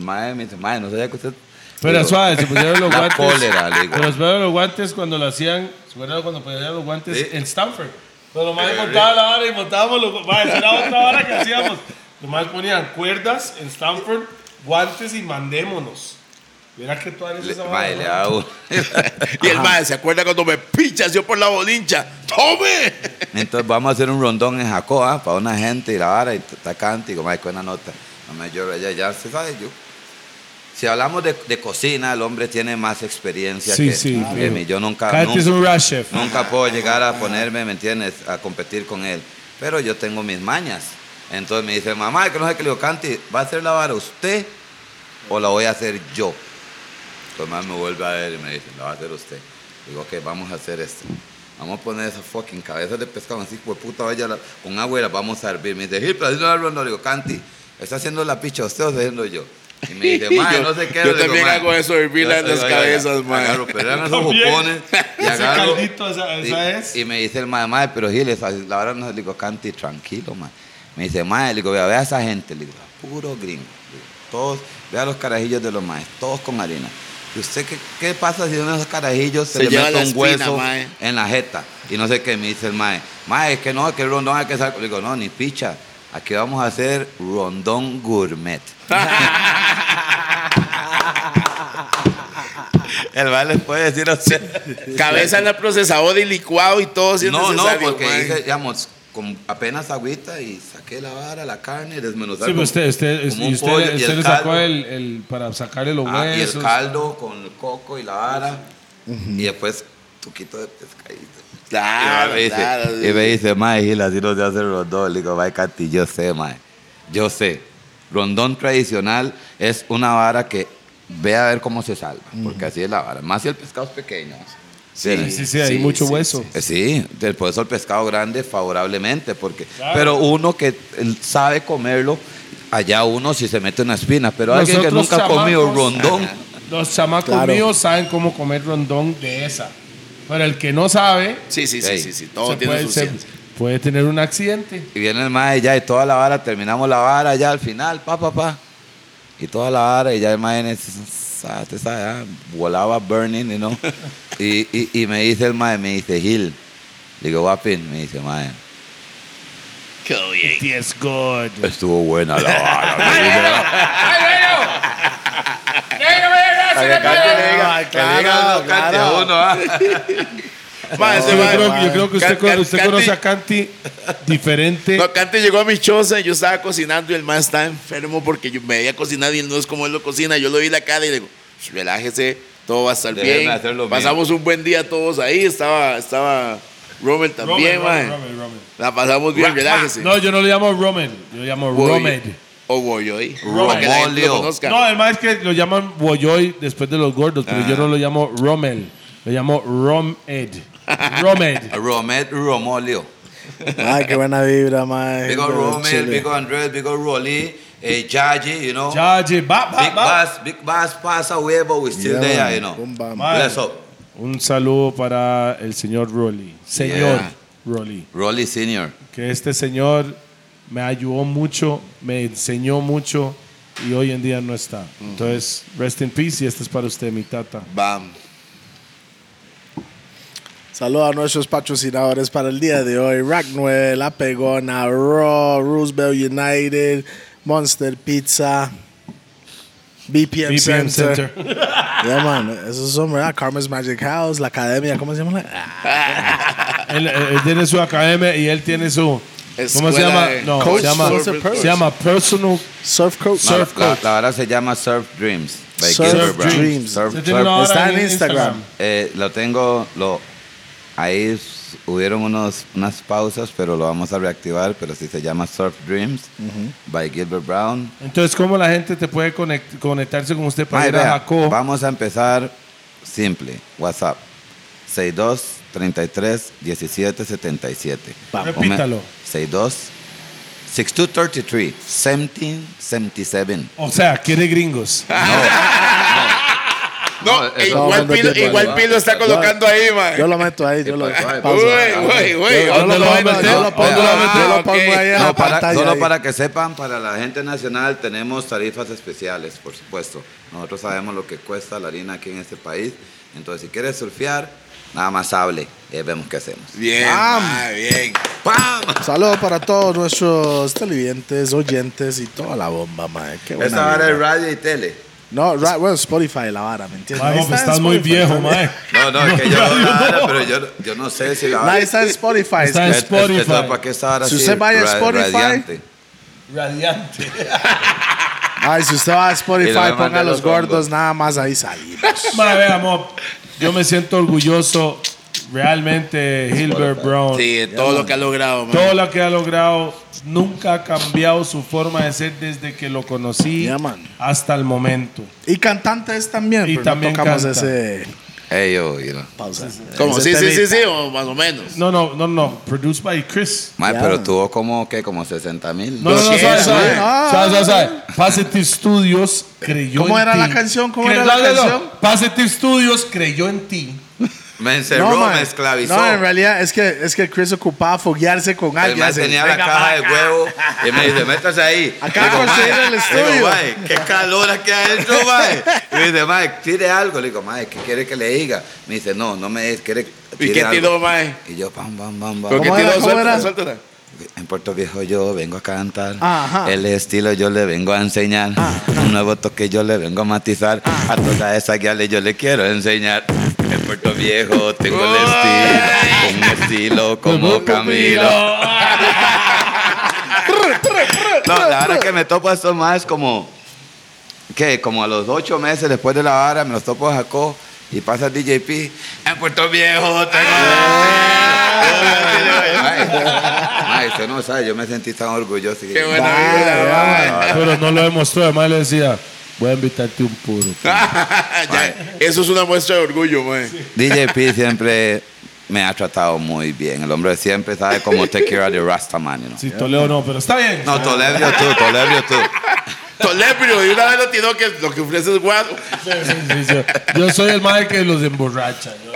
Speaker 3: mae me dice, mae, no sabía que usted...
Speaker 1: Pero
Speaker 3: Digo,
Speaker 1: suave, se pusieron los
Speaker 3: La
Speaker 1: guantes.
Speaker 3: cólera, le digo.
Speaker 1: Pero se pusieron los guantes cuando lo hacían, se acuerdan cuando ponían los guantes
Speaker 3: Sí. Eh,
Speaker 1: en Stanford. Cuando los más montaban la vara y montábamos los guantes. Era otra vara que hacíamos. Los más ponían cuerdas en Stanford, guantes y mandémonos. Mira que tú eres
Speaker 3: le-
Speaker 1: esa
Speaker 3: Mae, le
Speaker 1: vara.
Speaker 3: da
Speaker 1: [laughs]
Speaker 3: un-
Speaker 4: Y el mae se acuerda cuando me pichas yo por la bolincha.
Speaker 3: [laughs]
Speaker 4: ¡Tome! [laughs]
Speaker 3: Entonces vamos a hacer un rondón en Jacoa para una gente y la vara y está Canti, y digo, mae, con una nota. No me llora, ya, ya, se sabe yo. Si hablamos de, de cocina, el hombre tiene más experiencia
Speaker 1: Sí,
Speaker 3: que,
Speaker 1: sí,
Speaker 3: que
Speaker 1: fijo.
Speaker 3: mí. Yo nunca...
Speaker 1: Canti es
Speaker 3: nunca-
Speaker 1: un rush chef.
Speaker 3: Pues Nunca puedo llegar a ponerme, ¿me entiendes? A competir con él. Pero yo tengo mis mañas. Entonces me dice, mamá, que no sé qué le digo, Canti, ¿va a hacer la vara usted o la voy a hacer yo? Entonces más me vuelve a ver y me dice, la va a hacer usted. Digo, ok, vamos a hacer esto. Vamos a poner esas fucking cabezas de pescado así, pues puta, vaya la- con agua y las vamos a hervir. Me dice, Gil, pero así no la hervir". Le digo, Canti, ¿está haciendo la picha usted o está haciendo yo? Y me dice, mae,
Speaker 4: [laughs] Yo-
Speaker 3: no sé qué.
Speaker 4: yo
Speaker 3: Le digo,
Speaker 4: también
Speaker 3: "Mae".
Speaker 4: hago eso, hervirla en
Speaker 3: Yo-
Speaker 4: las
Speaker 3: yo- yo- yo-
Speaker 4: cabezas, mae.
Speaker 3: agarro, pero eran esos
Speaker 1: También.
Speaker 3: jugones y
Speaker 1: [laughs] Ese
Speaker 3: agarro.
Speaker 1: caldito, esa-
Speaker 3: y-
Speaker 1: esa es.
Speaker 3: y me dice el mae, mae, pero Giles, a la hora no le digo, Canti, tranquilo, mae. Me dice, mae, le digo, vea, vea a esa gente, le digo, puro gringo. le digo, todos, vea los carajillos de los maes, todos con harina. ¿Y usted qué, qué pasa si uno de esos carajillos se,
Speaker 4: Se
Speaker 3: le
Speaker 4: lleva
Speaker 3: mete
Speaker 4: la
Speaker 3: un
Speaker 4: espina,
Speaker 3: hueso
Speaker 4: mae.
Speaker 3: en la jeta? Y no sé qué, me dice el mae, mae, es que no, es que el rondón hay que sacar. Le digo, no, ni picha, aquí vamos a hacer rondón
Speaker 4: [laughs]
Speaker 3: gourmet. El mae les puede decir a usted.
Speaker 4: Cabeza en la procesadora y licuado y todo si es
Speaker 3: No, no,
Speaker 4: necesario.
Speaker 3: porque
Speaker 4: mae.
Speaker 3: hice, digamos, con apenas agüita y saqué la vara, la carne, desmenuzar.
Speaker 1: Sí, pero
Speaker 3: como-
Speaker 1: usted, usted,
Speaker 3: como un
Speaker 1: y usted,
Speaker 3: pollo, y
Speaker 1: usted
Speaker 3: el
Speaker 1: le sacó
Speaker 3: caldo.
Speaker 1: el, el- para sacarle los
Speaker 3: Ah, y
Speaker 1: huesos.
Speaker 3: el caldo con el coco y la vara. Y después tuquito de pescadito.
Speaker 4: Claro,
Speaker 3: y, me dice,
Speaker 4: claro.
Speaker 3: y me dice, mae, Gil, así no se hacen los dos. Le digo, mae, Cati, yo sé, mae. Yo sé. Rondón tradicional es una vara que ve a ver cómo se salva, porque así es la vara. Más si el pescado es pequeño.
Speaker 1: Sí, sí, sí, hay mucho hueso.
Speaker 3: Eh, Sí, del- por eso el pescado grande favorablemente, porque pero uno que eh, sabe comerlo, allá uno si se mete una espina, pero alguien que
Speaker 1: Nosotros
Speaker 3: nunca ha comido
Speaker 1: chamacos-
Speaker 3: rondón,
Speaker 1: Los chamacos
Speaker 2: Claro.
Speaker 1: míos saben cómo comer rondón de esa. Pero el que no sabe,
Speaker 4: Sí, sí, sí,
Speaker 3: Ey.
Speaker 4: sí, sí, todo
Speaker 1: se
Speaker 4: tiene
Speaker 1: puede,
Speaker 4: su
Speaker 1: se-
Speaker 4: ciencia.
Speaker 1: puede tener un accidente.
Speaker 3: y viene el mae ya y toda la vara, terminamos la vara ya al final, pa pa pa. Y toda la vara y ya el mae en ese- sa- te sabe, ah, volaba burning, you know? y, y, y me dice el mae, me dice Gil. Le digo, guapín, me dice, mae,
Speaker 4: Qué bien.
Speaker 3: estuvo buena la vara. me dice.
Speaker 2: claro, claro.
Speaker 4: Ma,
Speaker 1: Yo
Speaker 4: Ah, ese ma-
Speaker 1: creo, yo
Speaker 4: ma-
Speaker 1: creo que
Speaker 4: Can-
Speaker 1: usted,
Speaker 4: Can-
Speaker 1: conoce, usted
Speaker 4: Canti-
Speaker 1: conoce a Canti
Speaker 4: [laughs]
Speaker 1: diferente.
Speaker 4: No, Cante llegó a mi choza, yo estaba cocinando y el man estaba enfermo porque yo me había cocinado y él no es como él lo cocina. Yo le vi la cara y le digo, "Sh, relájese, todo va a estar
Speaker 3: Déjeme
Speaker 4: bien.
Speaker 3: hacer lo
Speaker 4: Pasamos un buen día todos ahí, estaba, estaba Robert también,
Speaker 1: Roman,
Speaker 4: man.
Speaker 1: Roman, Roman, Roman.
Speaker 4: La pasamos bien, relájese.
Speaker 1: No, yo no le llamo Roman, yo le llamo
Speaker 4: Boy-
Speaker 1: Romed.
Speaker 4: O Boyoy.
Speaker 3: Roman.
Speaker 4: Para que la gente lo
Speaker 3: Bolio.
Speaker 4: conozca.
Speaker 1: No, el más es que lo llaman Boyoy después de los gordos, pero yo
Speaker 4: Ah.
Speaker 1: no lo llamo Romel, lo llamo Romed.
Speaker 4: [laughs]
Speaker 1: Romed.
Speaker 3: Romet Romolio.
Speaker 2: Ay, qué buena vibra, mae.
Speaker 3: Big ol' Romel, big ol' Andrés, big ol' Rolly, eh, Jaji, you know.
Speaker 1: Ya, ye, va, va,
Speaker 3: Big
Speaker 1: va.
Speaker 3: Bass, Big Bass pasa away, but we still there, you know.
Speaker 1: Man.
Speaker 3: Bless up.
Speaker 1: Un saludo para el señor Rolly. Señor
Speaker 3: Yeah.
Speaker 1: Rolly.
Speaker 3: Rolly Senior.
Speaker 1: Que este señor me ayudó mucho, me enseñó mucho y hoy en día no está.
Speaker 2: Mm.
Speaker 1: Entonces, rest in peace y este es para usted, mi tata.
Speaker 4: Bam.
Speaker 2: Saludos a nuestros patrocinadores para el día de hoy: Ragnuel, La Pegona, Raw, Roosevelt United, Monster Pizza, BPM,
Speaker 1: BPM
Speaker 2: Center.
Speaker 1: Center.
Speaker 2: [laughs] Yeah, man, esos son, ¿verdad? Karma's Magic House, la academia, ¿cómo se llama? la- Ah,
Speaker 1: él, eh, él tiene su academia y él tiene su. ¿Cómo se
Speaker 4: Escuela
Speaker 1: llama?
Speaker 4: de
Speaker 1: No,
Speaker 2: Coach
Speaker 1: se llama,
Speaker 2: Surf and Perch.
Speaker 1: se llama Personal.
Speaker 2: Surf Coach.
Speaker 3: La, la, la vara se llama Surf Dreams. by
Speaker 2: Surf
Speaker 3: Gilbert Brown.
Speaker 2: Dreams.
Speaker 3: Surf-
Speaker 1: Usted
Speaker 3: Surf-
Speaker 1: tiene una hora
Speaker 2: Está en Instagram.
Speaker 3: eh, lo tengo, lo, ahí s- hubieron unos, unas pausas, pero lo vamos a reactivar, pero sí se llama Surf Dreams by Gilbert Brown.
Speaker 1: Entonces, ¿cómo la gente te puede conect- conectarse con usted para
Speaker 3: Mae,
Speaker 1: ir a
Speaker 3: vea,
Speaker 1: Jaco?
Speaker 3: Vamos a empezar simple. WhatsApp. 62 33 17 77.
Speaker 1: Vamos. Repítalo.
Speaker 3: 62 62 33 17 77.
Speaker 1: O sea, quiere
Speaker 2: [laughs]
Speaker 1: gringos.
Speaker 4: [laughs] No,
Speaker 3: No,
Speaker 4: e
Speaker 3: eso-
Speaker 4: igual,
Speaker 2: no,
Speaker 4: Pilo,
Speaker 2: no, no,
Speaker 4: igual
Speaker 2: no,
Speaker 4: Pilo está colocando ahí, man.
Speaker 2: Yo lo meto ahí, yo lo.
Speaker 3: Uy,
Speaker 2: pausa.
Speaker 4: Uy, uy, uy.
Speaker 2: Yo lo
Speaker 1: ¿Dónde lo va a
Speaker 2: pongo,
Speaker 1: meter?
Speaker 2: yo lo pongo,
Speaker 3: Ah,
Speaker 2: yo lo pongo
Speaker 4: ok.
Speaker 2: ahí en
Speaker 3: No,
Speaker 2: la
Speaker 3: para-
Speaker 2: pantalla.
Speaker 3: solo
Speaker 2: ahí.
Speaker 3: para que sepan, para la gente nacional tenemos tarifas especiales, por supuesto. Nosotros sabemos lo que cuesta la harina aquí en este país. Entonces, si quieres surfear, nada más hable y vemos qué hacemos.
Speaker 4: Bien,
Speaker 2: Bam.
Speaker 4: ma, bien.
Speaker 3: ¡Pam!
Speaker 2: Saludos para todos nuestros televidentes, oyentes y toda la bomba, mae. Qué buena
Speaker 3: Esa vara
Speaker 2: vibra.
Speaker 3: es radio y tele.
Speaker 2: No, ra- bueno, Spotify la vara, ¿me entiendes?
Speaker 1: Mae,
Speaker 2: Ahí
Speaker 1: vos
Speaker 2: está en
Speaker 1: estás muy
Speaker 2: Spotify
Speaker 1: viejo,
Speaker 2: también.
Speaker 1: mae.
Speaker 3: No, no, es que yo
Speaker 1: No,
Speaker 3: no,
Speaker 1: yo no.
Speaker 3: pero yo, yo no sé si la
Speaker 2: Ahí está en Spotify.
Speaker 1: Está en
Speaker 2: es-
Speaker 3: Es- es- es-
Speaker 1: Spotify.
Speaker 3: ¿Para qué esa vara
Speaker 2: Si
Speaker 3: así
Speaker 2: usted vaya a
Speaker 3: ra-
Speaker 2: Spotify,
Speaker 3: radiante?
Speaker 1: Radiante.
Speaker 2: Ay, si usted
Speaker 3: Y le va
Speaker 2: va a
Speaker 3: a
Speaker 2: Spotify, ponga
Speaker 3: mandar
Speaker 2: los
Speaker 3: los hongos.
Speaker 2: gordos, nada más ahí salimos.
Speaker 1: Mae, vea, amor, Yo me siento orgulloso realmente, Hilbert Brown.
Speaker 4: Sí, de todo lo que ha logrado, man.
Speaker 1: Todo lo que ha logrado, nunca ha cambiado su forma de ser desde que lo conocí
Speaker 2: Yeah, man.
Speaker 1: hasta el momento.
Speaker 2: Y cantante es también,
Speaker 1: Y
Speaker 2: pero
Speaker 1: también
Speaker 2: no tocamos
Speaker 1: canta.
Speaker 2: ese
Speaker 3: Ey, yo, you know.
Speaker 2: pausa.
Speaker 4: Como
Speaker 2: Ese
Speaker 4: sí, sí,
Speaker 2: temita.
Speaker 4: sí, sí, o más o menos.
Speaker 1: No, no, no, no. Produced by Chris.
Speaker 3: Mae,
Speaker 2: Ya.
Speaker 3: pero tuvo como, ¿qué? Como 60 mil.
Speaker 1: No, no, no,
Speaker 4: Yes,
Speaker 1: sabe, sabe,
Speaker 2: man.
Speaker 1: sabe, sabe, sabe. Pacete Studios creyó
Speaker 2: ¿Cómo
Speaker 1: en
Speaker 2: era
Speaker 1: ti.
Speaker 2: la canción? ¿Cómo
Speaker 1: Cre-
Speaker 2: era la
Speaker 1: no, no, no.
Speaker 2: canción?
Speaker 1: Pacete Studios creyó en ti.
Speaker 3: Me encerró,
Speaker 2: man.
Speaker 3: me esclavizó.
Speaker 2: No, en realidad es que, es que Chris ocupaba foguearse con
Speaker 3: el
Speaker 2: alguien.
Speaker 3: man
Speaker 2: así,
Speaker 3: tenía la
Speaker 2: "Venga,
Speaker 3: caja
Speaker 2: para
Speaker 3: de
Speaker 2: acá".
Speaker 3: huevo y me dice, métase ahí.
Speaker 2: [laughs] Acá conseguí
Speaker 3: "Mae",
Speaker 2: el
Speaker 3: Digo,
Speaker 2: estudio.
Speaker 3: mae, qué calor aquí
Speaker 2: [laughs]
Speaker 3: adentro, mae. Y me dice, mae, tire algo. Le digo, mae, ¿qué quiere que le diga? Me dice, no, no me des, quiere
Speaker 4: ¿Y
Speaker 3: tire
Speaker 4: qué
Speaker 3: algo".
Speaker 4: tiró, mae?
Speaker 3: Y yo, pam, pam, pam, pam.
Speaker 4: ¿Pero qué
Speaker 2: ¿Cómo era?
Speaker 4: tiró?
Speaker 2: ¿Cómo era?
Speaker 4: Suéltala, suéltala.
Speaker 3: En Puerto Viejo yo vengo a cantar.
Speaker 2: Ajá.
Speaker 3: El estilo yo le vengo a enseñar. Un nuevo toque yo le vengo a matizar. A toda esa guiales yo le quiero enseñar. En Puerto Viejo tengo el estilo. Un estilo como Camilo. [laughs] No, la verdad que me topo a estos más como. que Como a los ocho meses después de la vara
Speaker 4: Ah, pues,
Speaker 3: me los topo a Jacob y pasa DJP. En Puerto Viejo tengo el estilo. Ay, usted no sabe, yo me sentí tan orgulloso.
Speaker 4: Qué buena
Speaker 2: Vaya,
Speaker 4: vibra,
Speaker 3: vaya.
Speaker 1: Pero no lo demostró, además le decía, voy a invitarte un puro.
Speaker 4: mae. [laughs] Ya, Eso es una muestra de orgullo, mae.
Speaker 3: DJ P siempre me ha tratado muy bien. El hombre siempre sabe cómo te quiero de Rastaman. you know.
Speaker 1: Si Toledo no, pero está bien.
Speaker 3: No, Tolerio tú, Tolerio tú.
Speaker 4: Tolebrio, y una vez lo tiró que lo que ofrece es guado.
Speaker 1: Sí, sí, sí. Yo soy el madre que los emborracha. yo.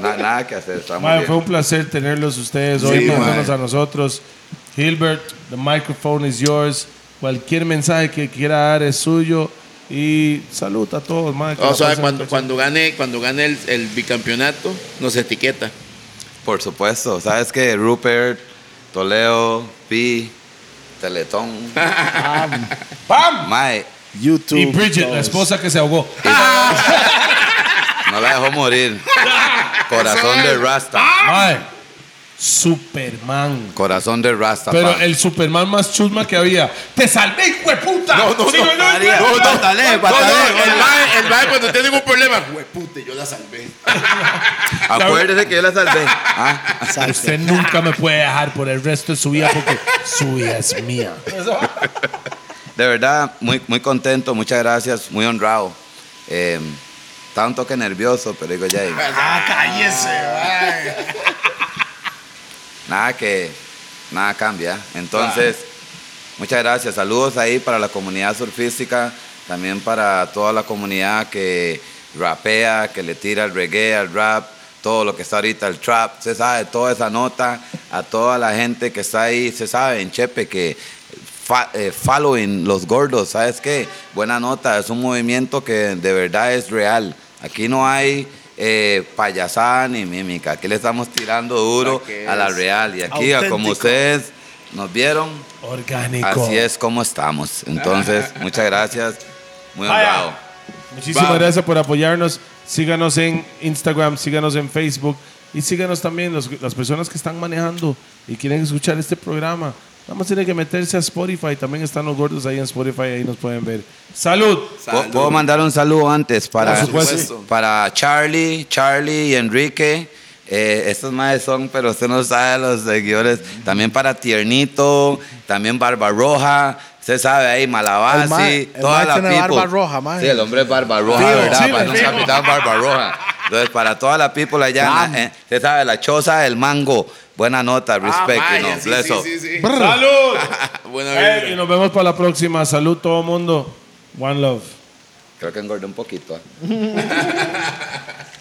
Speaker 3: Na- nada que hacer, está muy
Speaker 1: Mae,
Speaker 3: bien.
Speaker 1: fue un placer tenerlos ustedes hoy
Speaker 4: Sí,
Speaker 1: viéndonos
Speaker 4: mae.
Speaker 1: a nosotros. Hilbert, the microphone is yours. Cualquier mensaje que quiera dar es suyo. Y salud a todos, mae, que
Speaker 4: Ah, O
Speaker 1: la
Speaker 4: sea,
Speaker 1: pasen
Speaker 4: cuando,
Speaker 1: pecho.
Speaker 4: cuando gane, cuando gane el, el bicampeonato, nos etiqueta.
Speaker 3: Por supuesto, sabes que Rupert, Toledo, Pi, Teletón.
Speaker 1: ¡Pam!
Speaker 3: Mae,
Speaker 2: YouTube.
Speaker 1: Y Bridget,
Speaker 2: todos.
Speaker 1: la esposa que se ahogó.
Speaker 3: no la dejó morir. Corazón de Rasta.
Speaker 1: Mae, Superman.
Speaker 3: Corazón de Rasta.
Speaker 1: Pero
Speaker 3: pa.
Speaker 1: el Superman más chusma que había. ¡Te salvé, hijo de puta!
Speaker 4: No, no,
Speaker 1: Sí,
Speaker 4: no,
Speaker 3: María,
Speaker 1: no, no.
Speaker 3: patale, patale.
Speaker 4: el mae, el mae cuando tiene un problema, huepute, yo la salvé.
Speaker 3: Acuérdese que yo la salvé. [laughs] Ah.
Speaker 1: Usted nunca me puede dejar por el resto de su vida porque su vida es mía.
Speaker 3: De verdad, muy, muy contento, muchas gracias, muy honrado. Eh, estaba un toque nervioso, pero digo, ya,
Speaker 4: Ah, cállese, mae.
Speaker 3: nada que, nada cambia. Entonces, muchas gracias. Saludos ahí para la comunidad surfística, también para toda la comunidad que rapea, que le tira al reggae, al rap, todo lo que está ahorita, el trap. Se sabe toda esa nota, a toda la gente que está ahí, se sabe en Chepe que fa- eh, following los gordos, ¿sabes qué? Buena nota, es un movimiento que de verdad es real. Aquí no hay eh, payasada ni mímica, aquí le estamos tirando duro
Speaker 4: que
Speaker 3: a la
Speaker 4: es
Speaker 3: real. Y aquí, a como
Speaker 2: auténtico.
Speaker 3: ustedes nos vieron,
Speaker 1: Orgánico.
Speaker 3: así es como estamos. Entonces, muchas gracias, muy
Speaker 1: Vaya.
Speaker 3: honrado.
Speaker 1: Muchísimas
Speaker 4: Vamos.
Speaker 1: gracias por apoyarnos. Síganos en Instagram, síganos en Facebook y síganos también los- las personas que están manejando y quieren escuchar este programa. Nada más tienen que meterse a Spotify. También están los gordos ahí en Spotify, ahí nos pueden ver. ¡Salud!
Speaker 3: ¿Puedo, puedo mandar un saludo antes para, Pues,
Speaker 1: Por supuesto.
Speaker 3: para Charlie, Charlie y Enrique. Eh, estos maes son, pero usted no sabe los seguidores. También para Tiernito, también Barbarroja. Usted sabe ahí,
Speaker 2: El mae-
Speaker 3: Malabasi,
Speaker 2: el
Speaker 3: toda
Speaker 2: mae
Speaker 3: la
Speaker 2: tiene
Speaker 3: people.
Speaker 2: barba roja, mae.
Speaker 3: Sí, el hombre es Barbarroja,
Speaker 1: Fijo,
Speaker 3: ¿verdad?
Speaker 1: sí,
Speaker 3: para
Speaker 1: me
Speaker 3: no
Speaker 1: fijo.
Speaker 3: capitán Barbarroja. Entonces, para toda la people allá, eh, usted sabe, la choza del mango. Buena nota, respect,
Speaker 4: Ah,
Speaker 3: you know,
Speaker 4: mae, sí,
Speaker 3: bless
Speaker 4: sí,
Speaker 3: up.
Speaker 4: sí, sí.
Speaker 1: ¡Salud!
Speaker 4: Buena
Speaker 1: Eh, y
Speaker 4: vibra.
Speaker 1: nos vemos para la próxima. Salud todo el mundo. One love.
Speaker 3: Creo que engordé un poquito. ah.